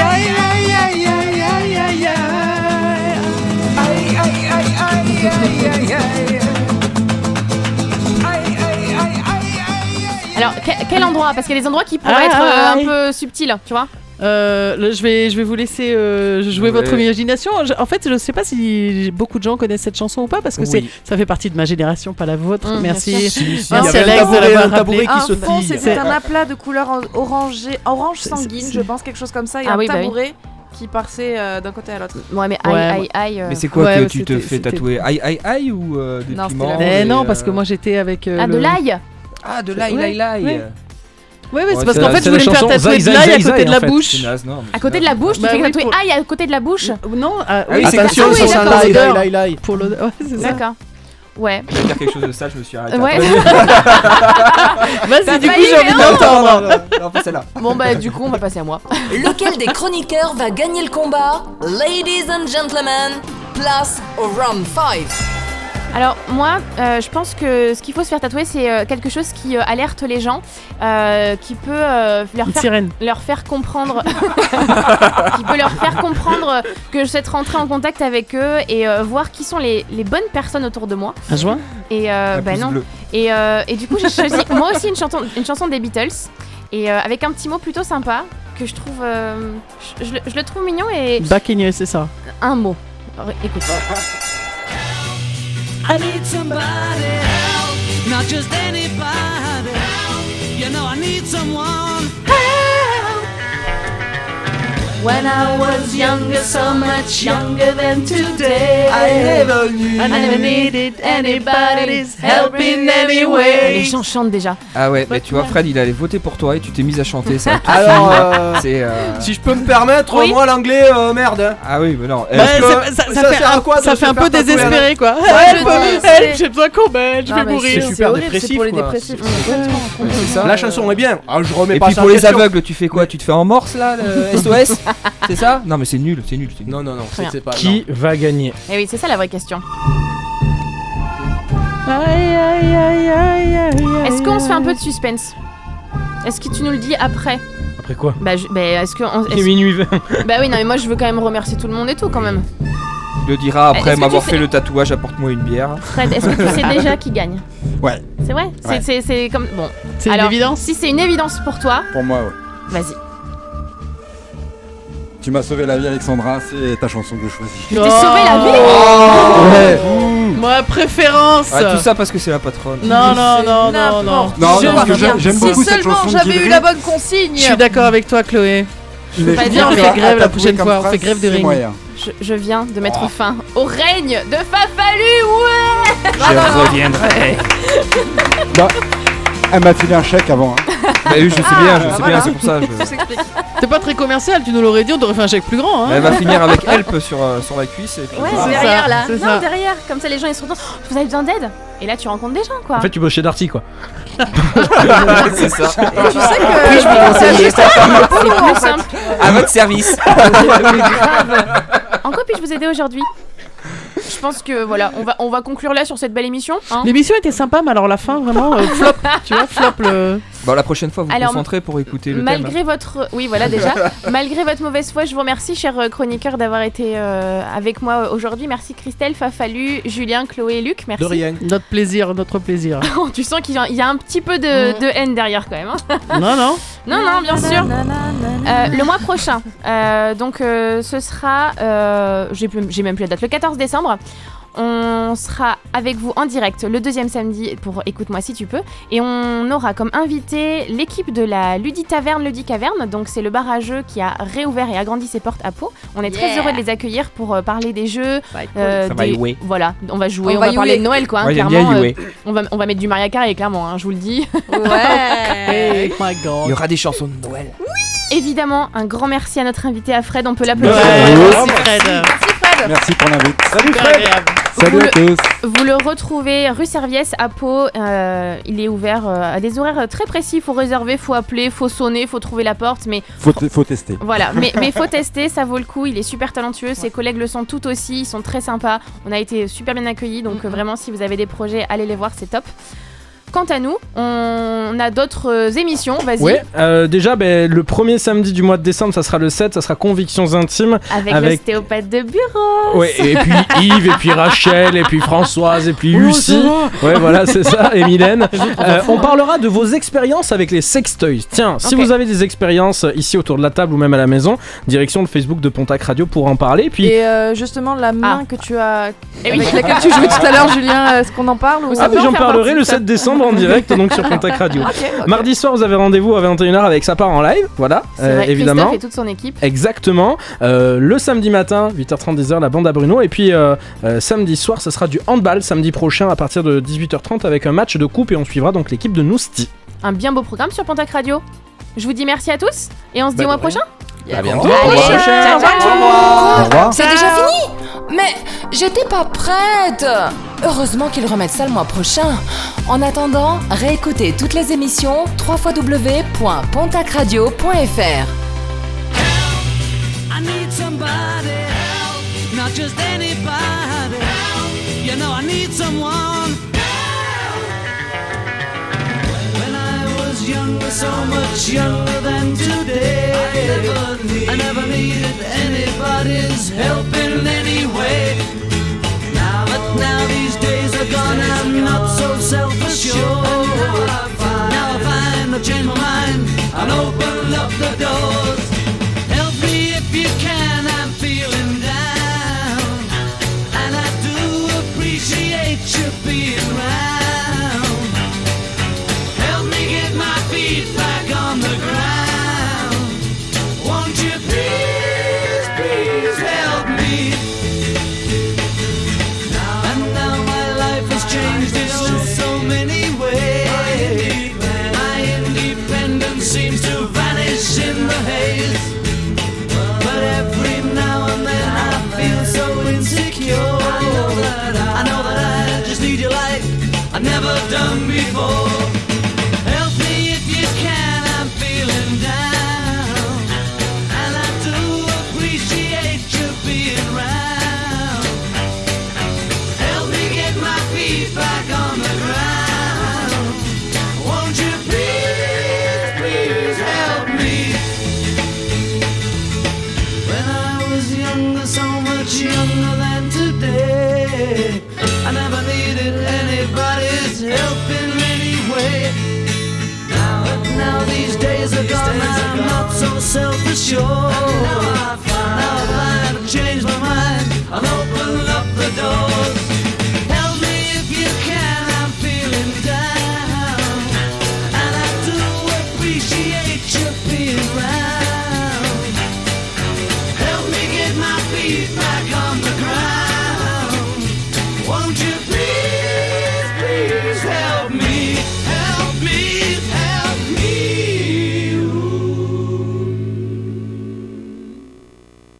[SPEAKER 7] Alors, que- quel endroit Parce qu'il y a des endroits qui pourraient
[SPEAKER 6] Ah,
[SPEAKER 7] être
[SPEAKER 6] ah,
[SPEAKER 7] euh,
[SPEAKER 6] ah,
[SPEAKER 7] un peu subtils, tu vois
[SPEAKER 6] Euh, là, je, vais, je vais vous laisser euh, jouer
[SPEAKER 7] Ouais.
[SPEAKER 6] votre imagination. Je- en fait, je ne sais pas si beaucoup de gens connaissent cette chanson ou pas, parce que
[SPEAKER 16] Oui.
[SPEAKER 6] c'est, ça fait partie de ma génération, pas la
[SPEAKER 3] Mm,
[SPEAKER 6] vôtre.
[SPEAKER 3] Hum,
[SPEAKER 16] Mmh, bien
[SPEAKER 6] Merci.
[SPEAKER 16] sûr. Si, si,
[SPEAKER 6] Merci,
[SPEAKER 16] il y avait un
[SPEAKER 6] Alex, de
[SPEAKER 16] tabouret,
[SPEAKER 6] l'avoir
[SPEAKER 16] un tabouret
[SPEAKER 6] rappelé.
[SPEAKER 16] qui se
[SPEAKER 3] Un fond,
[SPEAKER 16] plie.
[SPEAKER 3] Ah, c'était
[SPEAKER 6] C'est-
[SPEAKER 3] un aplat de couleur en- orangé, orange sanguine, je pense, quelque chose comme ça, et
[SPEAKER 7] Ah
[SPEAKER 3] un
[SPEAKER 7] oui, bah oui.
[SPEAKER 3] tabouret qui passait euh, d'un côté à l'autre.
[SPEAKER 7] Ouais, mais
[SPEAKER 6] Ouais.
[SPEAKER 7] aïe, aïe, aïe. euh.
[SPEAKER 17] Mais c'est quoi
[SPEAKER 6] Ouais,
[SPEAKER 17] que
[SPEAKER 6] ouais,
[SPEAKER 17] tu te
[SPEAKER 6] c'était-
[SPEAKER 17] fais
[SPEAKER 6] c'était-
[SPEAKER 17] tatouer Aïe aïe aïe ou euh, des
[SPEAKER 6] Non,
[SPEAKER 17] piments des,
[SPEAKER 6] Mais eh non,
[SPEAKER 17] euh,
[SPEAKER 6] parce que moi j'étais avec. euh,
[SPEAKER 7] Ah, de
[SPEAKER 6] le-
[SPEAKER 7] l'ail
[SPEAKER 17] Ah, de l'ail, l'ail, l'ail.
[SPEAKER 6] Ouais. Ouais, ouais,
[SPEAKER 17] Ouais,
[SPEAKER 6] c'est parce
[SPEAKER 17] c'est
[SPEAKER 6] qu'en
[SPEAKER 17] la-
[SPEAKER 6] fait,
[SPEAKER 17] c'est
[SPEAKER 6] je
[SPEAKER 17] la
[SPEAKER 6] voulais me faire
[SPEAKER 17] chanson
[SPEAKER 6] tatouer
[SPEAKER 17] Zai,
[SPEAKER 6] de
[SPEAKER 17] Zai,
[SPEAKER 6] l'ail à
[SPEAKER 17] Zai,
[SPEAKER 6] côté
[SPEAKER 17] en
[SPEAKER 6] de la
[SPEAKER 17] fait. Ah, C'est
[SPEAKER 6] bouche.
[SPEAKER 17] naze, non, mais
[SPEAKER 7] À côté de la bouche, tu
[SPEAKER 6] Bah
[SPEAKER 7] fais Ah,
[SPEAKER 6] oui,
[SPEAKER 7] tatouer
[SPEAKER 6] pour-
[SPEAKER 7] aïe à côté de la bouche
[SPEAKER 6] Non, ah,
[SPEAKER 17] Ah oui, c'est
[SPEAKER 6] attention,
[SPEAKER 17] ça,
[SPEAKER 6] sur
[SPEAKER 17] oui,
[SPEAKER 6] ça,
[SPEAKER 17] d'accord.
[SPEAKER 6] l'ail,
[SPEAKER 17] L'ail,
[SPEAKER 6] l'odeur.
[SPEAKER 17] l'ail, l'ail.
[SPEAKER 6] Pour l'odeur, ouais, c'est ça.
[SPEAKER 7] D'accord. Ouais.
[SPEAKER 17] Je vais dire quelque chose de sale, je me suis arrêté.
[SPEAKER 7] Ouais.
[SPEAKER 6] Vas-y,
[SPEAKER 7] *laughs* T'as
[SPEAKER 6] du coup,
[SPEAKER 7] failli,
[SPEAKER 6] j'ai envie
[SPEAKER 7] mais
[SPEAKER 6] de
[SPEAKER 7] non.
[SPEAKER 6] l'entendre.
[SPEAKER 7] *laughs* Bon, bah, du coup, on va passer à moi.
[SPEAKER 2] Lequel des chroniqueurs va gagner le combat Ladies and gentlemen, place au round 5.
[SPEAKER 7] Alors moi, euh, je pense que ce qu'il faut se faire tatouer, c'est euh, quelque chose qui euh, alerte les gens, euh, qui peut euh, leur,
[SPEAKER 6] Une
[SPEAKER 7] faire,
[SPEAKER 6] sirène.
[SPEAKER 7] leur faire
[SPEAKER 6] *laughs*
[SPEAKER 7] comprendre, qui peut leur faire comprendre euh, que je souhaite rentrer en contact avec eux et euh, voir qui sont les, les bonnes personnes autour de moi.
[SPEAKER 6] Un joint
[SPEAKER 7] Et euh,
[SPEAKER 6] Un
[SPEAKER 7] bah
[SPEAKER 6] pouce
[SPEAKER 7] non.
[SPEAKER 6] bleu.
[SPEAKER 7] Et, euh, et du coup, j'ai choisi moi aussi une chanson, une chanson des Beatles et euh, avec un petit mot plutôt sympa que je trouve, euh, je, je le- je le trouve mignon et
[SPEAKER 6] Back in you, c'est ça.
[SPEAKER 7] un mot. Re- Écoute.
[SPEAKER 13] I need somebody help, not just anybody help. You know I need someone help.
[SPEAKER 21] When I was younger, so much younger than today.
[SPEAKER 22] I never knew.
[SPEAKER 21] I never needed anybody's help in any
[SPEAKER 7] Eh, Les
[SPEAKER 21] way.
[SPEAKER 7] gens chantent déjà.
[SPEAKER 8] Ah ouais, mais tu vois, Fred, il allait voter pour toi et tu t'es mise à chanter ça.
[SPEAKER 5] Alors, euh,
[SPEAKER 8] c'est. euh,
[SPEAKER 5] Si je peux me permettre,
[SPEAKER 8] Oui.
[SPEAKER 5] moi l'anglais, euh, merde. hein.
[SPEAKER 8] Ah oui, mais non.
[SPEAKER 5] Parce que
[SPEAKER 6] c'est- ça- ça fait
[SPEAKER 5] sert à
[SPEAKER 6] un-
[SPEAKER 5] quoi de
[SPEAKER 6] ça
[SPEAKER 5] se
[SPEAKER 6] fait un peu
[SPEAKER 5] faire tatouer,
[SPEAKER 6] désespéré,
[SPEAKER 5] alors
[SPEAKER 6] quoi.
[SPEAKER 5] Ouais,
[SPEAKER 6] Elle
[SPEAKER 5] bah,
[SPEAKER 6] peut-
[SPEAKER 5] c'est-
[SPEAKER 6] elle, j'ai besoin qu'on m'aide, je
[SPEAKER 5] Non,
[SPEAKER 6] vais
[SPEAKER 5] mais
[SPEAKER 6] mourir.
[SPEAKER 5] C'est super dépressif. quoi. C'est ça. La chanson est bien. Ah, je remets
[SPEAKER 8] Et
[SPEAKER 5] pas
[SPEAKER 8] puis
[SPEAKER 5] ça
[SPEAKER 8] pour
[SPEAKER 5] en
[SPEAKER 8] les
[SPEAKER 5] question.
[SPEAKER 8] aveugles, tu fais quoi Tu te fais en morse là,
[SPEAKER 5] *laughs*
[SPEAKER 8] le SOS C'est ça Non, mais c'est nul, c'est nul,
[SPEAKER 5] Non, non, non,
[SPEAKER 7] Très bien. c'est pas-
[SPEAKER 9] Qui va gagner
[SPEAKER 7] Et Eh oui, c'est ça la vraie question. Est-ce qu'on se fait un peu de suspense Est-ce que tu nous le dis après
[SPEAKER 9] Après quoi
[SPEAKER 7] Bah, je- bah, est-ce que. on-
[SPEAKER 9] Il est
[SPEAKER 7] est-ce-
[SPEAKER 9] minuit 20.
[SPEAKER 7] Bah oui, non, mais moi je veux quand même remercier tout le monde et tout quand même.
[SPEAKER 8] Tu le dira
[SPEAKER 7] Est-ce
[SPEAKER 8] après
[SPEAKER 7] que
[SPEAKER 8] m'avoir
[SPEAKER 7] tu sais-
[SPEAKER 8] fait le tatouage, apporte-moi une bière.
[SPEAKER 7] Fred, est-ce que tu sais
[SPEAKER 8] *laughs*
[SPEAKER 7] déjà qui gagne
[SPEAKER 8] Ouais.
[SPEAKER 7] C'est vrai C'est-
[SPEAKER 8] Ouais.
[SPEAKER 7] C'est c'est comme. Bon.
[SPEAKER 8] C'est une
[SPEAKER 7] Alors, Si c'est une évidence pour toi,
[SPEAKER 10] Pour moi, ouais.
[SPEAKER 7] vas-y.
[SPEAKER 10] Tu m'as sauvé la vie, Alexandra, c'est ta chanson que je choisis.
[SPEAKER 6] Je t'ai sauvé la vie
[SPEAKER 10] Oh Ouais.
[SPEAKER 6] Moi, préférence
[SPEAKER 8] Ah, tout ça parce que c'est la patronne.
[SPEAKER 6] Non, non, non, non, non.
[SPEAKER 8] Non,
[SPEAKER 6] Je-
[SPEAKER 8] non, parce que j'aime- j'aime beaucoup
[SPEAKER 3] Si
[SPEAKER 8] cette
[SPEAKER 3] seulement
[SPEAKER 8] chanson de
[SPEAKER 3] j'avais eu
[SPEAKER 8] Guilry.
[SPEAKER 3] la bonne consigne
[SPEAKER 6] Je suis d'accord avec toi, Chloé.
[SPEAKER 3] Je vais
[SPEAKER 6] Vas-y,
[SPEAKER 3] dire
[SPEAKER 6] on
[SPEAKER 3] que
[SPEAKER 6] fait
[SPEAKER 3] à
[SPEAKER 6] grève la
[SPEAKER 3] tatouer
[SPEAKER 6] prochaine
[SPEAKER 3] comme
[SPEAKER 6] fois, on
[SPEAKER 3] phrase,
[SPEAKER 6] fait grève de
[SPEAKER 3] c'est
[SPEAKER 6] ring.
[SPEAKER 3] moyen.
[SPEAKER 7] Je, je viens de mettre fin au règne de Fafalu, ouais Bravo.
[SPEAKER 8] reviendrai.
[SPEAKER 10] bah, elle m'a filé un chèque avant. hein.
[SPEAKER 8] Bah oui, je sais bien, je sais
[SPEAKER 10] voilà.
[SPEAKER 8] bien, c'est pour ça. je-
[SPEAKER 6] T'es pas très commercial, tu nous l'aurais dit, on t'aurait fait un chèque plus grand. Hein.
[SPEAKER 8] Elle va finir avec help sur, euh, sur la cuisse. Et puis
[SPEAKER 7] Ouais,
[SPEAKER 8] voilà.
[SPEAKER 7] *laughs* derrière là.
[SPEAKER 6] c'est
[SPEAKER 7] Non,
[SPEAKER 6] ça.
[SPEAKER 7] derrière. Comme ça, les gens ils se retrouvent. Oh, Vous avez besoin d'aide Et là, tu rencontres des gens quoi.
[SPEAKER 9] En fait, tu bosses chez Darty, quoi.
[SPEAKER 8] *laughs* c'est ça.
[SPEAKER 7] tu sais que.
[SPEAKER 8] Puis-je vous conseiller
[SPEAKER 6] *laughs*
[SPEAKER 7] C'est plus simple.
[SPEAKER 8] À votre service.
[SPEAKER 7] En quoi puis-je vous aider aujourd'hui Je pense que voilà, on va, on va conclure là sur cette belle émission. hein.
[SPEAKER 6] L'émission était sympa, mais alors la fin, vraiment, euh, flop. tu vois, flop le.
[SPEAKER 8] Bon, la prochaine fois, vous vous
[SPEAKER 7] Alors,
[SPEAKER 8] concentrez pour écouter le thème.
[SPEAKER 7] Malgré votre. Oui,
[SPEAKER 8] *laughs*
[SPEAKER 7] voilà déjà. Malgré votre mauvaise foi, je vous remercie, chers euh, chroniqueurs, d'avoir été euh, avec moi aujourd'hui. Merci Christelle, Fafalu, Julien, Chloé, Luc. Merci.
[SPEAKER 6] Notre plaisir, notre plaisir.
[SPEAKER 7] Oh, tu sens qu'il y a- il y a un petit peu
[SPEAKER 23] Mm.
[SPEAKER 7] de, de haine derrière quand même.
[SPEAKER 23] *laughs*
[SPEAKER 7] hein.
[SPEAKER 6] non, non.
[SPEAKER 7] Non, non, bien sûr. Euh, le mois prochain, euh, donc euh, ce sera, euh, j'ai plus- j'ai même plus la date, le 14 décembre. On sera avec vous en direct le deuxième samedi pour Écoute-moi si tu peux. Et on aura comme invité l'équipe de la Ludi Taverne, Ludi Caverne. Donc c'est le bar à jeux qui a réouvert et agrandi ses portes à Pau. On est très
[SPEAKER 23] Yeah.
[SPEAKER 7] heureux de les accueillir pour euh, parler des jeux. euh,
[SPEAKER 23] Ça va
[SPEAKER 7] des-
[SPEAKER 23] jouer.
[SPEAKER 7] Voilà, on va jouer,
[SPEAKER 23] On
[SPEAKER 7] on,
[SPEAKER 23] va
[SPEAKER 7] va, parler
[SPEAKER 23] jouer.
[SPEAKER 7] de Noël quoi. hein,
[SPEAKER 8] Ouais, j'aime bien
[SPEAKER 7] clairement,
[SPEAKER 8] jouer.
[SPEAKER 7] on, va, on va mettre du Maria Carré clairement, hein, je vous le dis.
[SPEAKER 6] Ouais. my god.
[SPEAKER 8] Il y aura des chansons de Noël.
[SPEAKER 7] *laughs* Évidemment, un grand merci à notre invité, à Fred. On peut l'applaudir.
[SPEAKER 10] Merci,
[SPEAKER 6] Fred.
[SPEAKER 10] Merci pour l'invite. Salut
[SPEAKER 6] Fred.
[SPEAKER 10] Salut à tous.
[SPEAKER 7] Vous le retrouvez rue Serviès à Pau. Euh, il est ouvert euh, à des horaires très précis. Faut réserver, faut appeler, faut sonner, faut trouver la porte. Mais
[SPEAKER 10] Faut, te- faut tester.
[SPEAKER 7] voilà, mais, mais faut tester, ça vaut le coup. Il est super talentueux, ses collègues le sont tout aussi, ils sont très sympas. On a été super bien accueillis, donc euh, vraiment, si vous avez des projets, allez les voir, c'est top. Quant à nous, on a d'autres euh, émissions, vas-y.
[SPEAKER 9] Ouais, euh, déjà, ben, le premier samedi du mois de décembre, ça sera le 7, ça sera Convictions Intimes.
[SPEAKER 7] Avec, l'ostéopathe de bureau.
[SPEAKER 9] Ouais, et puis Yves, et puis Rachel, et puis Françoise, et puis
[SPEAKER 5] Oh,
[SPEAKER 9] Lucie.
[SPEAKER 5] ça va.
[SPEAKER 9] Ouais, voilà, c'est ça, et Mylène.
[SPEAKER 5] Les autres, on s'en
[SPEAKER 9] Euh,
[SPEAKER 5] fout,
[SPEAKER 9] on
[SPEAKER 5] hein.
[SPEAKER 9] parlera de vos expériences avec les sextoys. Tiens, si vous avez des expériences euh, ici autour de la table ou même à la maison, direction le Facebook de Pontac Radio pour en parler. Puis ah,
[SPEAKER 3] Et euh, justement, la main que tu
[SPEAKER 7] Ah.
[SPEAKER 3] as.
[SPEAKER 7] Eh oui.
[SPEAKER 3] avec laquelle tu jouais tout à l'heure, Julien, est-ce qu'on en parle ou...
[SPEAKER 9] Ah, mais j'en parlerai le 7 décembre en direct donc
[SPEAKER 3] *laughs*
[SPEAKER 9] sur Contact
[SPEAKER 7] *laughs*
[SPEAKER 9] Radio. Mardi soir, vous avez rendez-vous à 21h avec sa part en live, voilà, euh,
[SPEAKER 7] vrai,
[SPEAKER 9] évidemment.
[SPEAKER 7] Christophe et toute son équipe.
[SPEAKER 9] Exactement. Euh, le samedi matin, 8h30, 10h, la bande à Bruno. Et puis euh, euh, samedi soir, ça sera du handball, samedi prochain à partir de 18h30 avec un match de coupe et on suivra donc l'équipe de Nousti.
[SPEAKER 7] Un bien beau programme sur Pontac Radio. Je vous dis merci à tous et on se dit
[SPEAKER 9] Bah,
[SPEAKER 7] au mois prochain.
[SPEAKER 9] À bientôt.
[SPEAKER 7] Allez,
[SPEAKER 9] Au revoir.
[SPEAKER 7] ciao, ciao.
[SPEAKER 9] Au revoir. Au revoir.
[SPEAKER 2] C'est déjà
[SPEAKER 7] Euh.
[SPEAKER 2] fini Mais j'étais pas prête Heureusement qu'ils remettent ça le mois prochain. En attendant, réécoutez toutes les émissions www.pontacradio.fr.
[SPEAKER 22] I need somebody help, not just anybody help. You know I need someone help. When I was younger, so much younger than today, I never, need, I never needed anybody's help in any way. Now, but now these days are gone, I'm not so self-assured. Now I find I've changed my mind and opened up the doors. Help me if you can, I'm feeling down. And I do appreciate you being round. Help me get my feet back on the ground. Won't you please? oh I've never done before. Help me if you can, I'm feeling down. And I do appreciate you being round. Help me get my feet back on the ground. Won't you please, please help me? When I was younger, so much younger than today, I never needed anybody's help in any way. Now, but now these days are gone, I'm not so self assured.